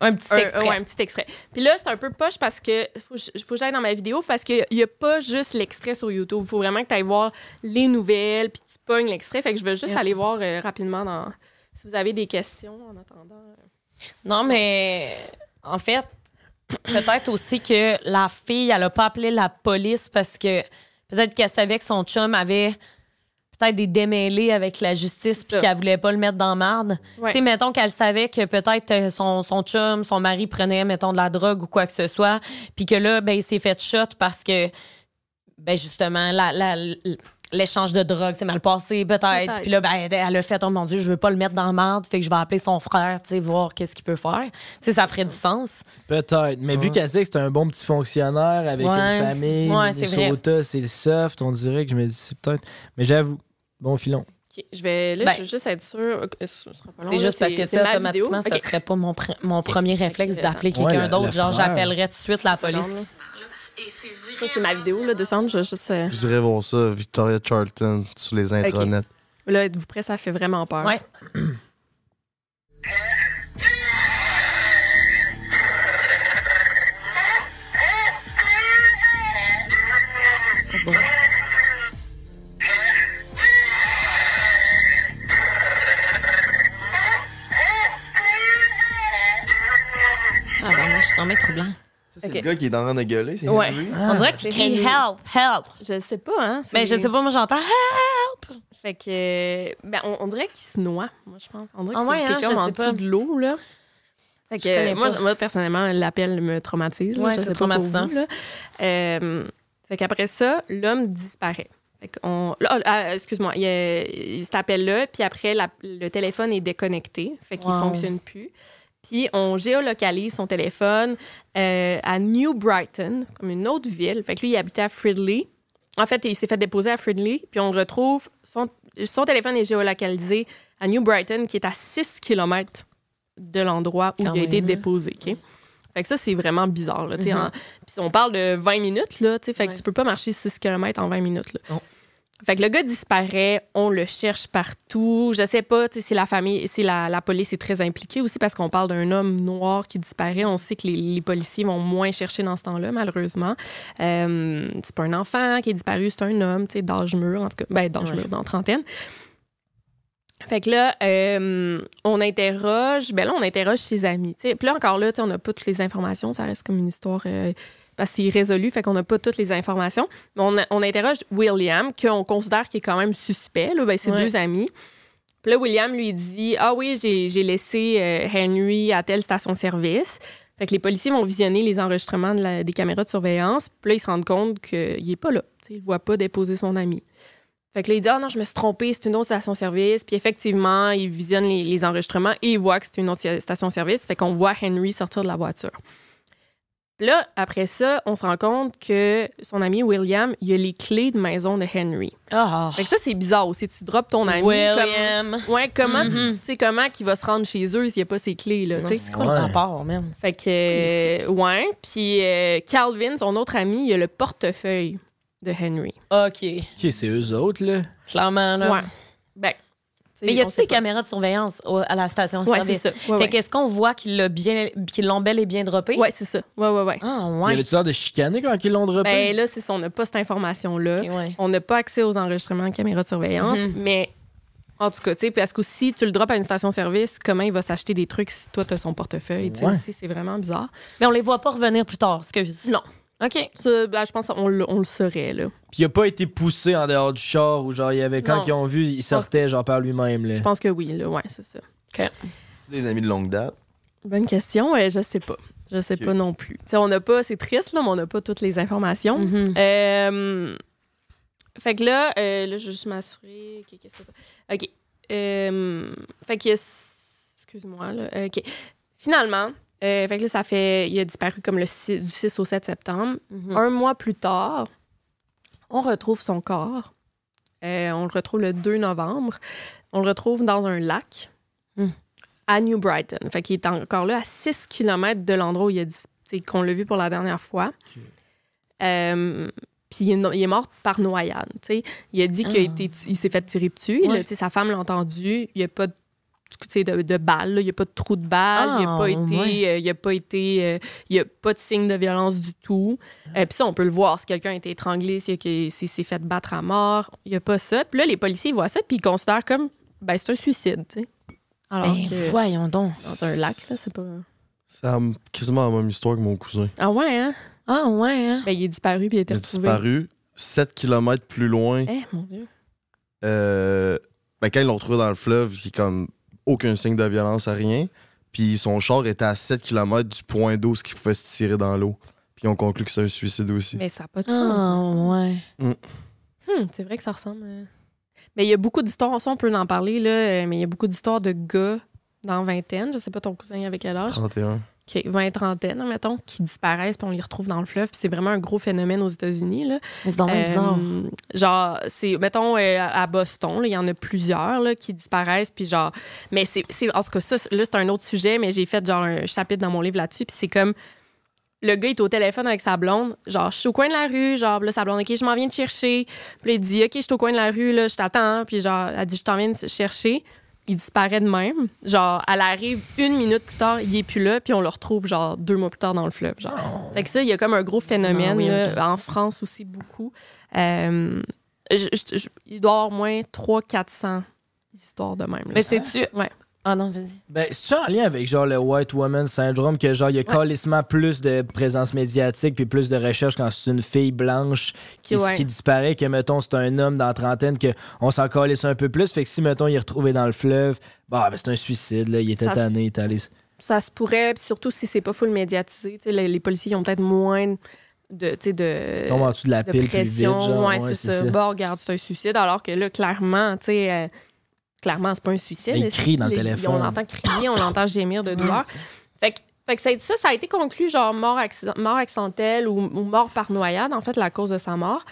Speaker 3: un petit extrait.
Speaker 5: ouais, un petit extrait. Puis là, c'est un peu poche parce que. Faut, que je- faut que j'aille dans ma vidéo parce qu'il n'y a pas juste l'extrait sur YouTube. Faut vraiment que tu ailles voir les nouvelles puis tu pognes l'extrait. Fait que je veux juste
Speaker 3: Yeah.
Speaker 5: aller voir euh, rapidement dans. Si vous avez des questions en attendant.
Speaker 3: Non, mais en fait, peut-être aussi que la fille, elle a pas appelé la police parce que peut-être qu'elle savait que son chum avait peut-être des démêlés avec la justice puis
Speaker 5: ça.
Speaker 3: qu'elle voulait pas le mettre dans marde.
Speaker 5: Ouais.
Speaker 3: Tu sais, mettons qu'elle savait que peut-être euh, son, son chum, son mari prenait, mettons, de la drogue ou quoi que ce soit, puis que là, ben, il s'est fait shot parce que, ben, justement, la- la- l'échange de drogue s'est mal passé, peut-être.
Speaker 5: Peut-être.
Speaker 3: Puis là, ben, elle a fait, oh mon Dieu, je veux pas le mettre dans la marde, fait que je vais appeler son frère, tu sais, voir qu'est-ce qu'il peut faire. Tu sais, ça ferait du sens.
Speaker 6: Peut-être, mais vu qu'elle dit que c'est un bon petit fonctionnaire avec
Speaker 3: Ouais.
Speaker 6: une famille,
Speaker 3: Ouais,
Speaker 6: c'est
Speaker 3: c'est vrai.
Speaker 6: Sauta, c'est soft, on dirait que je me dis c'est peut-être. Mais j'avoue, bon filon.
Speaker 5: OK, je vais. Là,
Speaker 3: Ben.
Speaker 5: je veux juste être sûre. que ce sera pas long,
Speaker 3: C'est
Speaker 5: là,
Speaker 3: juste parce que
Speaker 5: c'est
Speaker 3: ça,
Speaker 5: ma vidéo.
Speaker 3: automatiquement, ça
Speaker 5: OK.
Speaker 3: serait pas mon, pr- mon premier réflexe
Speaker 5: ok, euh,
Speaker 3: d'appeler
Speaker 5: attends.
Speaker 3: quelqu'un
Speaker 5: Ouais, le-
Speaker 3: d'autre.
Speaker 5: le
Speaker 3: Genre,
Speaker 5: frère.
Speaker 3: j'appellerais tout de suite la
Speaker 5: Seconde,
Speaker 3: police.
Speaker 5: là. Ça, c'est ma vidéo, là, 200. Je vais juste. euh,
Speaker 16: Je dirais voir ça, Victoria Charlton, sur les intranets.
Speaker 5: Là, êtes-vous prêts? Ça fait vraiment peur.
Speaker 3: Ouais.
Speaker 5: hein.
Speaker 3: Ah, ben moi, je suis tombée troublant.
Speaker 2: C'est le gars qui est en train de gueuler,
Speaker 5: Oh.
Speaker 2: c'est
Speaker 3: Ouais.
Speaker 2: Henry?
Speaker 5: Ah,
Speaker 3: On dirait qu'il crie help, help.
Speaker 5: Je sais pas, hein.
Speaker 3: Mais Ben, je sais pas, moi, j'entends help.
Speaker 5: Fait que. Ben, on, on dirait qu'il se noie, moi, je pense. On dirait que
Speaker 3: Ah ouais,
Speaker 5: c'est
Speaker 3: hein,
Speaker 5: quelqu'un
Speaker 3: je
Speaker 5: en
Speaker 3: sais
Speaker 5: dessous
Speaker 3: pas.
Speaker 5: de l'eau, là. Fait
Speaker 3: Je connais
Speaker 5: que, moi,
Speaker 3: pas.
Speaker 5: je- moi, personnellement, l'appel me traumatise. là.
Speaker 3: Ouais,
Speaker 5: je
Speaker 3: c'est
Speaker 5: sais pas pour
Speaker 3: traumatisant.
Speaker 5: vous, là. Euh, fait qu'après ça, l'homme disparaît. Fait qu'on- là, ah, excuse-moi, il, y a- il- cet appel-là, puis après, la- le téléphone est déconnecté. Fait qu'il
Speaker 3: Wow.
Speaker 5: fonctionne plus. Puis on géolocalise son téléphone euh, à New Brighton, comme une autre ville. Fait que lui, il habitait à Fridley. En fait, il s'est fait déposer à Fridley, puis on retrouve son, son téléphone est géolocalisé à New Brighton, qui est à 6 km de l'endroit où
Speaker 3: Quand
Speaker 5: il a été
Speaker 3: même. hein.
Speaker 5: déposé. OK? Fait que ça, c'est vraiment bizarre. là, tu sais,
Speaker 3: Mhm.
Speaker 5: en- Puis on parle de 20 minutes, là, tu sais, fait que tu peux pas marcher 6 km en 20 minutes. là. Fait que le gars disparaît, on le cherche partout. Je sais pas tu sais, si la famille, si la, la police est très impliquée aussi parce qu'on parle d'un homme noir qui disparaît. On sait que les, les policiers vont moins chercher dans ce temps-là, malheureusement. Euh, c'est pas un enfant qui est disparu, c'est un homme, tu sais, d'âge mûr, en tout cas, ben, d'âge mûr, dans trentaine. Fait que là, euh, on interroge, ben là, on interroge ses amis. tu sais. Puis là, encore là, tu sais, on n'a pas toutes les informations. Ça reste comme une histoire euh, parce qu'il est résolu, fait qu'on n'a pas toutes les informations. Mais on, on interroge William, qu'on considère qu'il est quand même suspect, là, ben, ses
Speaker 3: Ouais.
Speaker 5: deux amis. Puis là, William lui dit Ah oui, j'ai j'ai laissé euh, Henry à telle station-service. Fait que les policiers vont visionner les enregistrements de la- des caméras de surveillance. Puis là, ils se rendent compte qu'il n'est pas là. Tu sais, Il ne voit pas déposer son ami. Fait que là, il dit Ah non, je me suis trompé, c'est une autre station-service. Puis effectivement, il visionne les, les enregistrements et il voit que c'est une autre station-service. Fait qu'on voit Henry sortir de la voiture. Puis Là, après ça, on se rend compte que son ami William, il a les clés de maison de Henry.
Speaker 3: Ah!
Speaker 5: Fait que ça, c'est bizarre aussi. Tu drops ton ami.
Speaker 3: William.
Speaker 5: comme- ouais, comment tu-
Speaker 3: Mhm.
Speaker 5: tu sais, comment qu'il va se rendre chez eux s'il n'y a pas ses clés, là? tu sais?
Speaker 3: C'est quoi le rapport, même?
Speaker 5: Fait que, euh, ouais. Puis euh, Calvin, son autre ami, il a le portefeuille de Henry.
Speaker 3: OK.
Speaker 6: Ok, c'est eux autres, là.
Speaker 3: Clairement, là.
Speaker 5: Ouais. Ben,
Speaker 3: Mais y
Speaker 5: on
Speaker 3: a-tu
Speaker 5: sait
Speaker 3: des caméras de surveillance au- à la station
Speaker 5: Ouais,
Speaker 3: service?
Speaker 5: c'est ça. Ouais,
Speaker 3: fait
Speaker 5: ouais.
Speaker 3: qu'est-ce qu'on voit qu'ils l'ont bien, qu'ils l'ont bel et bien droppé?
Speaker 5: Ouais, c'est ça. Ouais, ouais, ouais.
Speaker 3: Ah,
Speaker 6: Il y
Speaker 3: ouais.
Speaker 6: avait-tu l'air de chicaner quand ils l'ont droppé?
Speaker 5: Ben là, c'est ça, on n'a pas cette information-là. On n'a pas accès aux enregistrements de caméras de surveillance,
Speaker 3: Mm-hmm.
Speaker 6: Mhm.
Speaker 5: mais en tout cas, tu sais, parce que si tu le droppes à une station-service, comment il va s'acheter des trucs si toi, tu as son portefeuille? Tu sais,
Speaker 3: Ouais.
Speaker 5: aussi, c'est vraiment bizarre.
Speaker 3: Mais on les voit pas revenir plus tard, excuse.
Speaker 5: Non.
Speaker 3: OK.
Speaker 5: Ça, ben, je pense qu'on le on le saurait, là.
Speaker 6: Puis il a pas été poussé en dehors du char ou genre, il y avait quand
Speaker 5: Non.
Speaker 6: ils ont vu, il
Speaker 5: pense-
Speaker 6: sortait genre par lui-même, là.
Speaker 3: Euh.
Speaker 5: Je pense que oui, là, ouais, c'est ça.
Speaker 2: C'est des amis de longue date.
Speaker 5: Bonne question. Euh, je sais pas. Je sais
Speaker 2: Ok.
Speaker 5: pas non plus. T'sais, on n'a pas, c'est triste, là, mais on n'a pas toutes les informations.
Speaker 3: Mm. Mm-hmm.
Speaker 5: Euh, fait que là, euh, là, je vais juste m'assurer. Ok. qu'est-ce que c'est? Ok. Euh, fait que. Excuse-moi, là. Euh, OK. Finalement, euh, fait que là, ça fait. Il a disparu comme le 6 du 6 au 7 septembre.
Speaker 3: Mhm. Mm-hmm.
Speaker 5: Un mois plus tard, on retrouve son corps. Euh, on le retrouve le 2 novembre. On le retrouve dans un lac
Speaker 3: Mhm.
Speaker 5: à New Brighton. Fait qu'il est encore là à 6 km de l'endroit où il a dis- t'sais, qu'on l'a vu pour la dernière fois. Euh, puis il est no- il est mort par noyade. t'sais. Il a dit qu'il a
Speaker 3: Ah.
Speaker 5: été tu- il s'est fait tirer dessus.
Speaker 3: Ouais.
Speaker 5: là, t'sais, sa femme l'a entendu. Il n'y a pas de, t'sais, de, de balle. là. Il n'y a pas de trou de balle. il n'a
Speaker 3: Ah,
Speaker 5: pas été,
Speaker 3: ouais.
Speaker 5: euh, il a pas été, euh, il y a pas de signe de violence du tout. Euh, Puis ça, on peut le voir. Si quelqu'un a été étranglé, s'il a que- s'il s'est fait battre à mort, il n'y a pas ça. Puis là, les policiers ils voient ça puis ils considèrent comme, ben, c'est un suicide. t'sais. Alors
Speaker 3: Ben,
Speaker 5: que-
Speaker 3: voyons donc.
Speaker 5: Dans un lac, là, c'est pas...
Speaker 16: Ça a quasiment la même histoire que mon cousin.
Speaker 5: Ah ouais, hein?
Speaker 3: Ah ouais, hein?
Speaker 5: Ben, il est disparu puis il a été
Speaker 16: Il a
Speaker 5: retrouvé.
Speaker 16: disparu 7 km plus loin.
Speaker 5: Eh, mon Dieu.
Speaker 16: Euh, ben, quand ils l'ont retrouvé dans le fleuve, il y a comme aucun signe de violence à rien. Puis son char était à 7 km du point d'eau, ce qui pouvait se tirer dans l'eau. Puis on conclut que c'est un suicide aussi.
Speaker 5: Mais ça n'a pas de sens.
Speaker 3: Ah ouais.
Speaker 16: Mm.
Speaker 5: Hum, c'est vrai que ça ressemble. euh. Mais il y a beaucoup d'histoires, ça on peut en parler, là, euh, mais il y a beaucoup d'histoires de gars dans vingtaine, je sais pas ton cousin avec quel âge,
Speaker 16: 31.
Speaker 5: qui 20 trentaine, mettons, qui disparaissent, puis on les retrouve dans le fleuve, puis c'est vraiment un gros phénomène aux États-Unis. là.
Speaker 3: Mais c'est donc bien
Speaker 5: Euh,
Speaker 3: bizarre.
Speaker 5: Genre, c'est, mettons, euh, à Boston, là, il y en a plusieurs là, qui disparaissent, puis genre, mais c'est, c'est- en tout cas, ça, là, c'est un autre sujet, mais j'ai fait genre un chapitre dans mon livre là-dessus, puis c'est comme le gars est au téléphone avec sa blonde. Genre, je suis au coin de la rue. Genre, là, sa blonde, OK, je m'en viens te chercher. Puis là, il dit, OK, je suis au coin de la rue, là, je t'attends. Puis genre, elle dit, je t'en viens te chercher. Il disparaît de même. Genre, elle arrive une minute plus tard, il est plus là, puis on le retrouve, genre, deux mois plus tard dans le fleuve. Genre. Fait que ça, il y a comme un gros phénomène,
Speaker 3: Ah,
Speaker 5: là,
Speaker 3: weird.
Speaker 5: en France aussi, beaucoup. Euh, je- je- je- il doit y avoir au moins 300-400 histoires de même. là.
Speaker 3: Mais c'est-tu.
Speaker 5: Ouais.
Speaker 3: Ah non, vas-y.
Speaker 6: Ben, c'est en lien avec genre le White Woman Syndrome que genre il y a calissement plus de présence médiatique puis plus de recherche quand c'est une fille blanche qui,
Speaker 5: Ouais.
Speaker 6: qui disparaît que mettons c'est un homme dans la trentaine que on s'en calisse un peu plus fait que si mettons il est retrouvé dans le fleuve bah ben, c'est un suicide là, il était
Speaker 5: Ça se-
Speaker 6: tanné, il était allé s-
Speaker 5: ça se pourrait, puis surtout si c'est pas full médiatisé. tu sais, Les, les policiers ils ont peut-être moins de, tu sais, Euh, de,
Speaker 6: Tombe en dessous de la pile plus vite, genre,
Speaker 5: ouais,
Speaker 6: ouais,
Speaker 5: c'est
Speaker 6: c'est
Speaker 5: ça.
Speaker 6: ça.
Speaker 5: Bon, regarde, c'est un suicide, alors que là, clairement, tu sais, euh, clairement, c'est pas un suicide.
Speaker 6: Il
Speaker 5: Et
Speaker 6: crie dans le
Speaker 5: les-
Speaker 6: téléphone.
Speaker 5: On l'entend crier, on l'entend gémir de douleur. Fait que, fait que ça, ça, ça a été conclu genre mort, accident- mort accidentelle ou, ou mort par noyade, en fait, la cause de sa mort.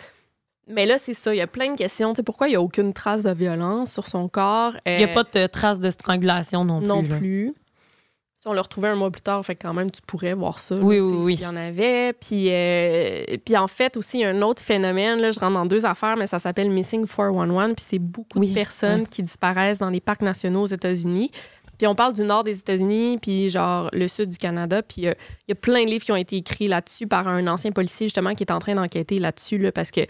Speaker 5: Mais là, c'est ça, il y a plein de questions. Tu sais, pourquoi il n'y a aucune trace de violence sur son corps?
Speaker 3: Il n'y a
Speaker 5: Euh,
Speaker 3: pas de traces de strangulation non plus.
Speaker 5: non
Speaker 3: là.
Speaker 5: plus. Si on le retrouvait un mois plus tard, fait que quand même, tu pourrais voir ça. là,
Speaker 3: Oui,
Speaker 5: tu
Speaker 3: oui,
Speaker 5: sais,
Speaker 3: oui.
Speaker 5: S'il y en avait. Puis, euh, puis en fait, aussi, il y a un autre phénomène. Là, je rentre dans deux affaires, mais ça s'appelle Missing 411. Puis c'est beaucoup de personnes
Speaker 3: ouais.
Speaker 5: qui disparaissent dans les parcs nationaux aux États-Unis. Puis on parle du nord des États-Unis, puis genre le sud du Canada. Puis euh, il y a plein de livres qui ont été écrits là-dessus par un ancien policier, justement, qui est en train d'enquêter là-dessus. là, parce que,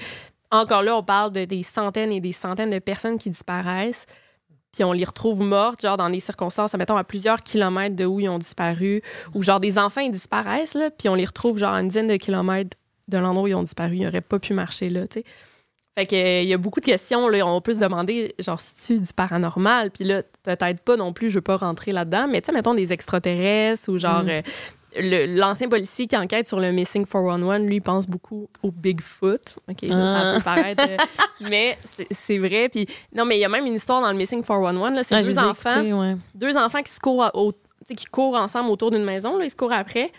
Speaker 5: encore là, on parle de des centaines et des centaines de personnes qui disparaissent puis on les retrouve mortes, genre dans des circonstances, mettons, à plusieurs kilomètres de où ils ont disparu, ou genre des enfants, ils disparaissent, là, puis on les retrouve genre à une dizaine de kilomètres de l'endroit où ils ont disparu. Ils n'auraient pas pu marcher là, tu sais. Fait que, euh, il y a beaucoup de questions, là, on peut se demander, genre, si tu du paranormal, puis là, peut-être pas non plus, je veux pas rentrer là-dedans, mais tu sais, mettons, des extraterrestres, ou genre,
Speaker 3: Mm.
Speaker 5: euh, le- l'ancien policier qui enquête sur le Missing 411, lui, il pense beaucoup au Bigfoot. OK, là, ça
Speaker 3: Ah.
Speaker 5: peut paraître... euh, mais c'est- c'est vrai. Puis, non, mais il y a même une histoire dans le Missing 411. Là, c'est
Speaker 3: Ah, je
Speaker 5: deux
Speaker 3: les ai
Speaker 5: enfants
Speaker 3: écoutés, ouais.
Speaker 5: deux enfants qui se courent, à- au- tu sais, qui courent ensemble autour d'une maison, là, ils se courent après.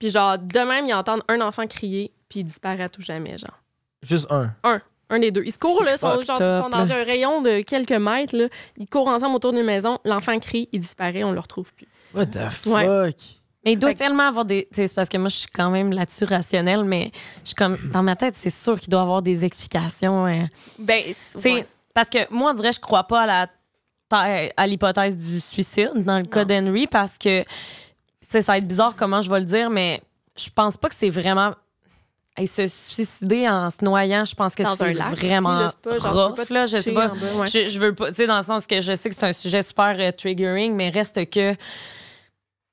Speaker 5: Puis genre, de même, ils entendent un enfant crier, puis il disparaît à tout jamais, genre.
Speaker 6: Juste un.
Speaker 5: Un. Un des deux. Ils se courent, là, ils sont,
Speaker 6: fucked
Speaker 5: genre, ils sont
Speaker 6: up,
Speaker 5: dans
Speaker 6: là.
Speaker 5: un rayon de quelques mètres, là. Ils courent ensemble autour d'une maison, l'enfant crie, il disparaît, on le retrouve plus.
Speaker 6: What the fuck?
Speaker 3: Ouais. Mais il doit tellement avoir des. tu sais, C'est parce que moi, je suis quand même là-dessus rationnelle, mais je suis comme. Dans ma tête, c'est sûr qu'il doit avoir des explications. euh.
Speaker 5: Ben,
Speaker 3: Tu sais, Parce que moi, on dirait que je crois pas à la thè- à l'hypothèse du suicide dans le cas d'Henry parce que. tu sais, ça va être bizarre comment je vais le dire, mais je pense pas que c'est vraiment. Hey, se suicider en se noyant, je pense que
Speaker 5: Dans
Speaker 3: c'est
Speaker 5: un lac
Speaker 3: vraiment
Speaker 5: aussi, là, c'est pas- genre, tu peux
Speaker 3: rough,
Speaker 5: pas te
Speaker 3: là, je sais
Speaker 5: pitcher
Speaker 3: pas.
Speaker 5: en bas, ouais.
Speaker 3: je, je veux pas, tu sais, dans le sens que je sais que c'est un sujet super euh, triggering, mais reste que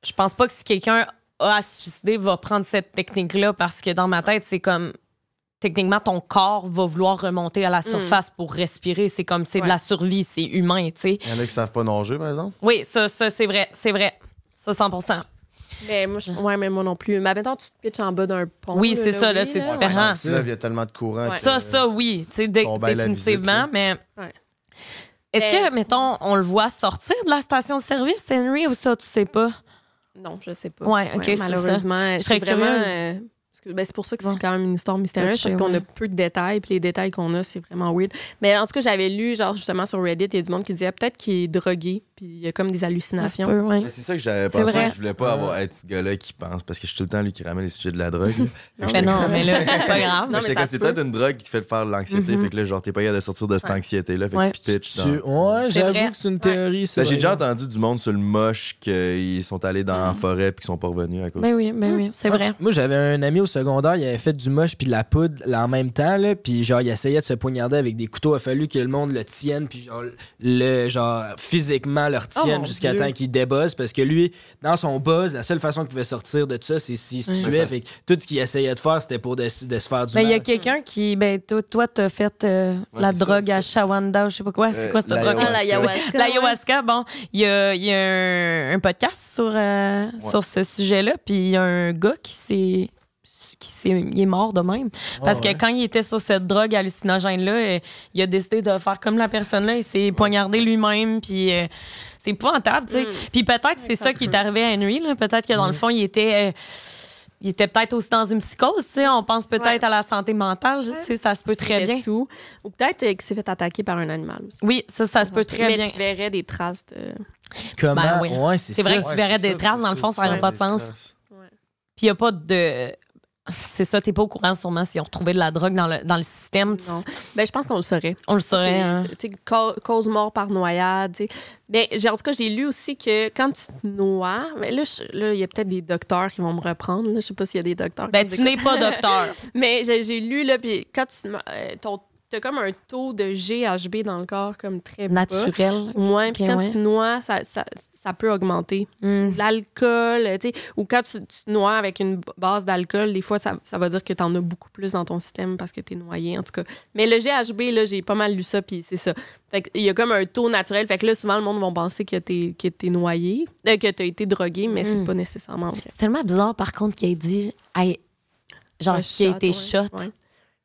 Speaker 3: je pense pas que si quelqu'un a à se suicider, va prendre cette technique-là parce que dans ma tête, c'est comme techniquement ton corps va vouloir remonter
Speaker 5: Mm.
Speaker 3: à la surface pour respirer. C'est comme c'est de la survie, c'est humain, tu sais.
Speaker 16: Il y en a qui savent pas nager, par exemple.
Speaker 3: Oui, ça, ça c'est vrai, c'est vrai. Ça, 100
Speaker 5: Mais Ben, moi, je- ouais, mais moi non plus. Mais mettons, tu te pitches en bas d'un pont.
Speaker 3: Oui, c'est ça, là,
Speaker 5: oui,
Speaker 3: c'est
Speaker 5: là.
Speaker 3: différent.
Speaker 16: Quand tu te lèves, Ah, il y a tellement de courant. que-
Speaker 3: Ça, ça, oui, tu sais, dé-
Speaker 16: Bon, ben, la
Speaker 3: définitivement, mais. Est-ce
Speaker 5: Euh,
Speaker 3: que, mettons, on le voit sortir de la station de service, Henry, ou ça, tu sais pas?
Speaker 5: Non, je sais pas.
Speaker 3: Ouais, ok, c'est ça.
Speaker 5: malheureusement,
Speaker 3: Je
Speaker 5: c'est
Speaker 3: serais
Speaker 5: vraiment.
Speaker 3: curieuse.
Speaker 5: euh, parce que- ben, c'est pour ça que c'est
Speaker 3: Ouais.
Speaker 5: quand même une histoire mystérieuse
Speaker 3: Ok,
Speaker 5: parce qu'on
Speaker 3: ouais.
Speaker 5: a peu de détails, puis les détails qu'on a, c'est vraiment weird. Mais en tout cas, j'avais lu, genre, justement, sur Reddit, il y a du monde qui disait Ah, peut-être qu'il est drogué, puis il y a comme des hallucinations.
Speaker 2: Mais c'est ça que j'avais
Speaker 5: C'est
Speaker 2: pensé.
Speaker 5: vrai. Ah.
Speaker 2: que Je voulais pas avoir être ce gars-là qui pense parce que je suis tout le temps lui qui ramène les sujets de la drogue.
Speaker 3: Non,
Speaker 2: là. Fait que
Speaker 3: mais
Speaker 2: j'étais
Speaker 3: non,
Speaker 2: comme-
Speaker 3: mais là, c'est pas grave.
Speaker 2: Mais
Speaker 3: Non,
Speaker 2: j'étais
Speaker 3: mais ça
Speaker 2: comme, c'est
Speaker 3: se peut.
Speaker 2: peut-être une drogue qui te fait le faire de l'anxiété.
Speaker 3: Mhm.
Speaker 2: Fait que là, genre, t'es pas capable de sortir de cette anxiété-là. Fait
Speaker 6: Ouais.
Speaker 2: que tu pitches. Ben,
Speaker 6: Tu- Ouais,
Speaker 3: C'est vrai.
Speaker 6: j'avoue que c'est une théorie, ça.
Speaker 2: J'ai déjà entendu du monde sur le moche qu'ils sont allés dans
Speaker 5: Mhm.
Speaker 2: la forêt puis qu'ils sont pas revenus à cause.
Speaker 3: Ben oui, ben oui, c'est
Speaker 6: Moi-
Speaker 3: vrai.
Speaker 6: Moi, j'avais un ami au secondaire, il avait fait du moche puis de la poudre là, en même temps, là, puis genre, il essayait de se poignarder avec des couteaux. Il a fallu que le monde le tienne, puis genre, le, genre physiquement le retienne
Speaker 3: Oh,
Speaker 2: mon
Speaker 6: jusqu'à
Speaker 2: Dieu.
Speaker 6: temps qu'il débuzz, parce que lui, dans son buzz, la seule façon qu'il pouvait sortir de ça, c'est s'il se
Speaker 3: Ouais.
Speaker 6: tuait.
Speaker 3: Ça se-
Speaker 6: Fait que tout ce qu'il essayait de faire, c'était pour de, de se faire du
Speaker 3: Mais Ben, il y a
Speaker 6: mal.
Speaker 3: quelqu'un qui. Ben, toi, toi, t'as fait euh,
Speaker 6: Ouais,
Speaker 3: la
Speaker 6: c'est ça,
Speaker 3: drogue à Shawanda, je sais pas quoi. C'est
Speaker 6: Euh,
Speaker 3: quoi cette drogue?
Speaker 6: l'ayahuasca. Ah, l'ayahuasca,
Speaker 3: L'ayahuasca, bon. Il y a, il y a un, un podcast sur, euh,
Speaker 2: Ouais.
Speaker 3: sur ce sujet-là, puis il y a un gars qui s'est. Qui s'est- il est mort de même. Parce
Speaker 2: Ah ouais.
Speaker 3: que quand il était sur cette drogue hallucinogène-là, euh, il a décidé de faire comme la personne-là. Il s'est poignardé lui-même, puis euh, c'est épouvantable,
Speaker 5: Mm.
Speaker 3: tu sais. Puis peut-être c'est ça, qui est arrivé à Henry, là. Peut-être que dans le
Speaker 2: Mm.
Speaker 3: fond, il était. euh, il était peut-être aussi dans une psychose, tu sais. On pense peut-être à la santé mentale, tu sais, ça se peut très
Speaker 5: C'était
Speaker 3: bien.
Speaker 5: sous. Ou peut-être euh, qu'il s'est fait attaquer par un animal aussi.
Speaker 3: Oui, ça, ça se peut très
Speaker 5: Mais
Speaker 3: bien.
Speaker 5: tu verrais des traces de.
Speaker 6: Comment?
Speaker 3: Ben oui.
Speaker 6: Ouais, c'est
Speaker 3: C'est vrai
Speaker 6: ça.
Speaker 3: que tu verrais des traces, dans le fond, ça n'aurait pas de sens. Puis il n'y a pas de. C'est ça, t'es pas au courant sûrement si on retrouvait de la drogue dans le, dans le système. tu-
Speaker 5: Non. Ben, je pense qu'on le saurait.
Speaker 3: On le saurait. hein.
Speaker 5: T'sais, t'sais, ca- cause mort par noyade. t'sais. Mais j'ai- en tout cas, j'ai lu aussi que quand tu te noies, mais là, je- là, il y a peut-être des docteurs qui vont me reprendre. là. Je sais pas s'il y a des docteurs.
Speaker 3: Ben,
Speaker 5: qui nous
Speaker 3: tu n'es
Speaker 5: écoutent.
Speaker 3: pas docteur.
Speaker 5: mais j'ai j'ai lu, là, puis quand tu as comme un taux de GHB dans le corps comme très bas.
Speaker 3: Naturel.
Speaker 5: Ouais, puis
Speaker 3: Ok,
Speaker 5: quand
Speaker 3: ouais.
Speaker 5: tu te noies, ça, ça, ça peut augmenter.
Speaker 3: Hmm. Mmh.
Speaker 5: De L'alcool, tu sais, ou quand tu, tu te noies avec une b- base d'alcool, des fois, ça, ça va dire que tu en as beaucoup plus dans ton système parce que tu es noyé, en tout cas. Mais le GHB, là, j'ai pas mal lu ça, puis c'est ça. Fait qu'il y a comme un taux naturel. Fait que là, souvent, le monde va penser que t'es que t'es noyé, euh, que t'as été drogué, mais c'est
Speaker 3: Mm.
Speaker 5: pas nécessairement vrai.
Speaker 3: C'est tellement bizarre, par contre, qu'il ait dit. hey, genre,
Speaker 5: Ouais,
Speaker 3: qu'il a
Speaker 5: shot,
Speaker 3: été
Speaker 5: ouais,
Speaker 3: shot.
Speaker 5: ouais.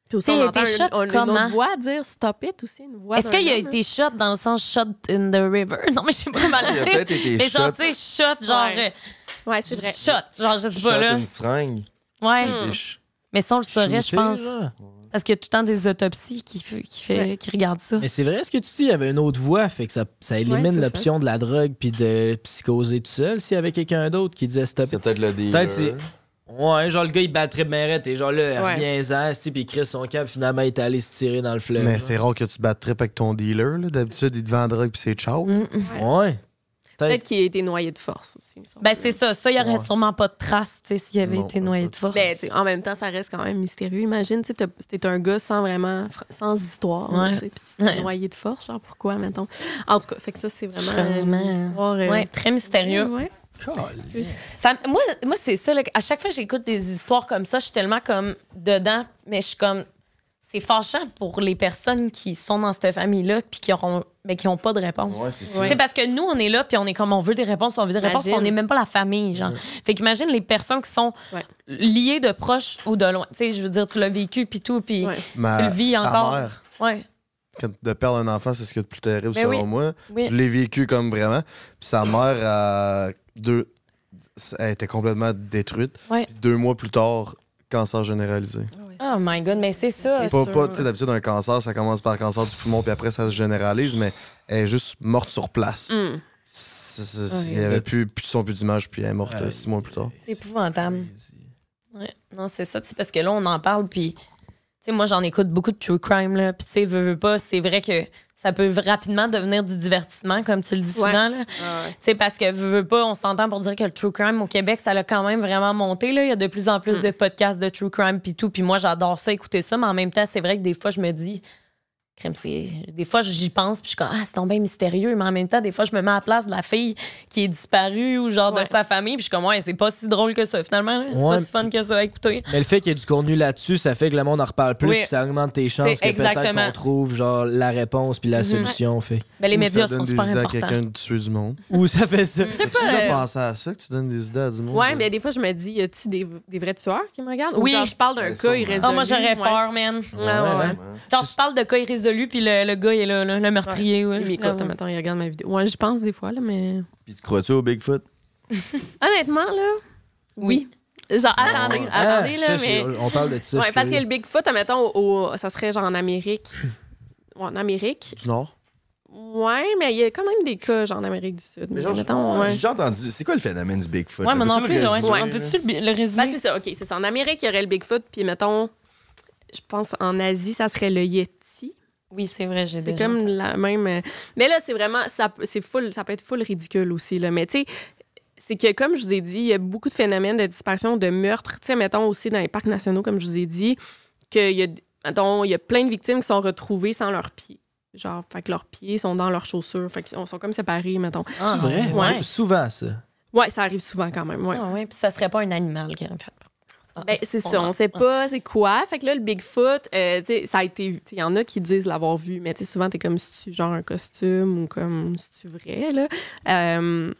Speaker 5: Puis aussi,
Speaker 3: Tu sais,
Speaker 5: on
Speaker 3: il a
Speaker 5: entend
Speaker 3: été
Speaker 5: une,
Speaker 3: shot
Speaker 5: on- une
Speaker 3: comment?
Speaker 5: autre voix dire stop it aussi, une voix.
Speaker 3: Est-ce
Speaker 5: d'un
Speaker 3: qu'il a
Speaker 5: homme,
Speaker 3: été shot dans le sens shot in the river? Non, mais je sais pas comment le
Speaker 2: Il
Speaker 3: dire.
Speaker 2: a peut-être été
Speaker 3: Mais genre,
Speaker 2: shot.
Speaker 3: tu sais, shot, genre.
Speaker 5: Ouais.
Speaker 3: euh,
Speaker 5: Ouais, c'est vrai.
Speaker 3: Shot, genre, je sais pas
Speaker 2: Shot
Speaker 3: là.
Speaker 2: une seringue.
Speaker 3: Ouais.
Speaker 2: Il était ch-
Speaker 3: Mais ça, on le saurait, je
Speaker 6: Shooté,
Speaker 3: pense.
Speaker 6: là.
Speaker 3: Parce qu'il y a tout le temps des autopsies qui, fait- qui, fait,
Speaker 6: Ouais.
Speaker 3: qui regardent ça.
Speaker 6: Mais c'est vrai ce que tu dis, il y avait une autre voie, fait que ça, ça élimine
Speaker 3: c'est ça.
Speaker 6: l'option de la drogue puis de psychoser tout seul s'il y avait quelqu'un d'autre qui disait
Speaker 5: Ah.
Speaker 6: stop.
Speaker 2: C'est peut-être le euh. dealer.
Speaker 6: Peut-être si- Ouais, genre le gars il battrait de mérite et genre là,
Speaker 5: Ouais.
Speaker 6: reviens-en, si puis il crée son camp, puis finalement il est allé se tirer dans le fleuve.
Speaker 16: Mais c'est rare que tu te battes trip avec ton dealer. là. D'habitude, il te vend la drogue puis c'est ciao.
Speaker 3: Mm.
Speaker 6: Ouais.
Speaker 5: Peut-être qu'il a été noyé de force aussi. il me semble.
Speaker 3: Ben, c'est ça. Ça, il n'y aurait
Speaker 5: Ouais.
Speaker 3: sûrement pas de traces, tu sais, s'il avait été noyé de force.
Speaker 5: Ben, tu sais, en même temps, ça reste quand même mystérieux. Imagine, tu sais, t'as- t'es un gars sans vraiment, fr- sans histoire,
Speaker 3: Ouais.
Speaker 5: tu sais, puis tu te
Speaker 3: Ouais.
Speaker 5: noyais de force, genre pourquoi, mettons. En tout cas, fait que ça, c'est vraiment,
Speaker 3: Vraiment.
Speaker 5: une histoire. euh,
Speaker 3: hein. Ouais, Mm. très mystérieux.
Speaker 5: Ouais.
Speaker 3: Ça- moi, moi c'est ça. là, à chaque fois que j'écoute des histoires comme ça, je suis tellement comme dedans, mais je suis comme. c'est fâchant pour les personnes qui sont dans cette famille-là puis qui auront ben, qui n'ont pas de réponse.
Speaker 2: Ouais, c'est ça.
Speaker 3: Tu sais, parce que nous, on est là, puis on est comme, on veut des réponses, on veut des réponses,
Speaker 2: Imagine.
Speaker 3: puis on n'est même pas la famille, genre. Fait qu'imagine les personnes qui sont liées de proche ou de loin. Tu sais, je veux dire, tu l'as vécu, puis tout, puis tu
Speaker 9: Ma-
Speaker 3: le vis
Speaker 9: sa
Speaker 3: encore.
Speaker 9: mère.
Speaker 3: Ouais.
Speaker 9: Quand de perdre un enfant, c'est ce qu'il y a de plus terrible
Speaker 3: Ben
Speaker 9: selon
Speaker 3: oui.
Speaker 9: moi.
Speaker 3: Oui.
Speaker 9: Je l'ai vécu comme vraiment. Puis sa mère, euh, deux, elle était complètement détruite.
Speaker 3: Ouais.
Speaker 9: Puis deux mois plus tard, cancer généralisé.
Speaker 3: Oh my God, mais c'est ça.
Speaker 9: Pas, pas, tu sais, d'habitude, un cancer, ça commence par cancer du poumon, puis après, ça se généralise, mais elle est juste morte sur place.
Speaker 5: Hmm.
Speaker 3: Mm.
Speaker 9: C'est- c'est- c'est-
Speaker 3: Ouais.
Speaker 9: Il y avait plus, plus son plus d'image, puis elle est morte euh, six mois plus tard.
Speaker 3: C'est épouvantable. Ouais. Non, c'est ça. tu sais, Parce que là, on en parle, puis... tu sais, moi, j'en écoute beaucoup de true crime, là. Puis, tu sais, veux, veux pas, c'est vrai que ça peut rapidement devenir du divertissement, comme tu le dis
Speaker 5: Ouais.
Speaker 3: souvent, là. Tu sais, parce que, veux, veux pas, on s'entend pour dire que le true crime au Québec, ça l'a quand même vraiment monté, là. Il y a de plus en plus de podcasts de true crime, puis tout. Puis moi, j'adore ça, écouter ça. Mais en même temps, c'est vrai que des fois, je me dis... Crème, c'est... Des fois, j'y pense, puis je suis comme, ah, c'est tombé mystérieux. Mais en même temps, des fois, je me mets à la place de la fille qui est disparue ou genre de sa famille, puis je suis comme, ouais, c'est pas si drôle que ça, finalement. là. C'est
Speaker 6: Ouais.
Speaker 3: pas si fun que ça à écouter.
Speaker 6: Mais le fait qu'il y ait du contenu là-dessus, ça fait que le monde en reparle plus,
Speaker 3: Oui.
Speaker 6: puis ça augmente tes
Speaker 3: C'est
Speaker 6: chances que peut-être
Speaker 3: exactement.
Speaker 6: qu'on trouve genre la réponse puis la
Speaker 3: Mhm.
Speaker 6: solution. Fait.
Speaker 3: Ben, les
Speaker 9: Ou
Speaker 3: médias
Speaker 9: ça donne
Speaker 3: sont
Speaker 9: des
Speaker 3: super
Speaker 9: idées à
Speaker 3: importants.
Speaker 9: quelqu'un de tuer du monde.
Speaker 6: Ou ça fait ça.
Speaker 3: Mm.
Speaker 5: Je sais
Speaker 9: Tu
Speaker 5: pas,
Speaker 9: déjà
Speaker 5: euh,
Speaker 9: pensé à ça, que tu donnes des idées à du monde? euh,
Speaker 5: Ouais, mais des fois, je me dis, y a-tu des, des vrais tueurs qui me regardent? Ou
Speaker 3: Oui.
Speaker 5: genre, je parle d'un
Speaker 3: Ouais,
Speaker 5: cas
Speaker 3: sûrement.
Speaker 5: irrésolu.
Speaker 3: Ah, moi, j'aurais
Speaker 5: ouais.
Speaker 3: peur, man.
Speaker 5: Ah, ouais.
Speaker 3: Genre, tu parles de cas irrésolus, puis le, le gars, il est là, là, le meurtrier. Ah, Ouais.
Speaker 5: Il m'écoute, mettons, il regarde ma vidéo. Ouais, j'y pense des fois, là, mais.
Speaker 2: Puis tu crois-tu au Bigfoot?
Speaker 5: Honnêtement, là. Oui. Genre, attendez,
Speaker 6: Ah,
Speaker 5: attendez,
Speaker 6: ça,
Speaker 5: là,
Speaker 6: c'est-
Speaker 5: mais.
Speaker 6: On parle de ça. je
Speaker 5: Ouais,
Speaker 6: suis
Speaker 5: parce que
Speaker 6: curieux.
Speaker 5: le Bigfoot, admettons, au, au- ça serait genre en Amérique. Ouais, en Amérique.
Speaker 9: Du Nord?
Speaker 5: Ouais, mais il y a quand même des cas, genre en Amérique du Sud.
Speaker 2: Mais genre,
Speaker 5: mettons, ouais.
Speaker 2: j'ai déjà entendu. C'est quoi le phénomène du Bigfoot?
Speaker 5: Ouais,
Speaker 2: là?
Speaker 5: mais non
Speaker 2: Peux-tu le
Speaker 5: plus, ouais.
Speaker 2: résumer,
Speaker 5: Ouais.
Speaker 2: là?
Speaker 5: On peut-tu
Speaker 3: le résumer?
Speaker 5: Ben, c'est ça, OK, c'est ça. En Amérique, il y aurait le Bigfoot, puis mettons, je pense en Asie, ça serait le Yeti.
Speaker 3: Oui, c'est vrai, j'ai
Speaker 5: C'est
Speaker 3: déjà
Speaker 5: comme
Speaker 3: entendu.
Speaker 5: la même. euh, Mais là, c'est vraiment. Ça, peut- c'est full, ça peut être full ridicule aussi, là. Mais tu sais, c'est que comme je vous ai dit, il y a beaucoup de phénomènes de disparition, de meurtres. Tu sais, mettons aussi dans les parcs nationaux, comme je vous ai dit, qu'il y a, mettons, il y a plein de victimes qui sont retrouvées sans leurs pieds. Genre, fait que leurs pieds sont dans leurs chaussures. Fait qu'ils sont comme séparés, mettons.
Speaker 6: C'est vrai?
Speaker 5: Ah, Ouais.
Speaker 6: Ouais, Souvent, ça.
Speaker 5: Ouais, ça arrive souvent quand même. Ouais.
Speaker 3: Ah ouais, puis ça serait pas un animal qui aurait fait.
Speaker 5: Ben, c'est
Speaker 3: Ah, on
Speaker 5: ça, on
Speaker 3: en-
Speaker 5: sait pas c'est quoi. Fait que là, le Bigfoot, euh, tu sais, ça a été. tu sais, Il y en a qui disent l'avoir vu, mais tu sais, souvent, t'es comme si tu genre un costume ou comme si tu vrai, là. Euh,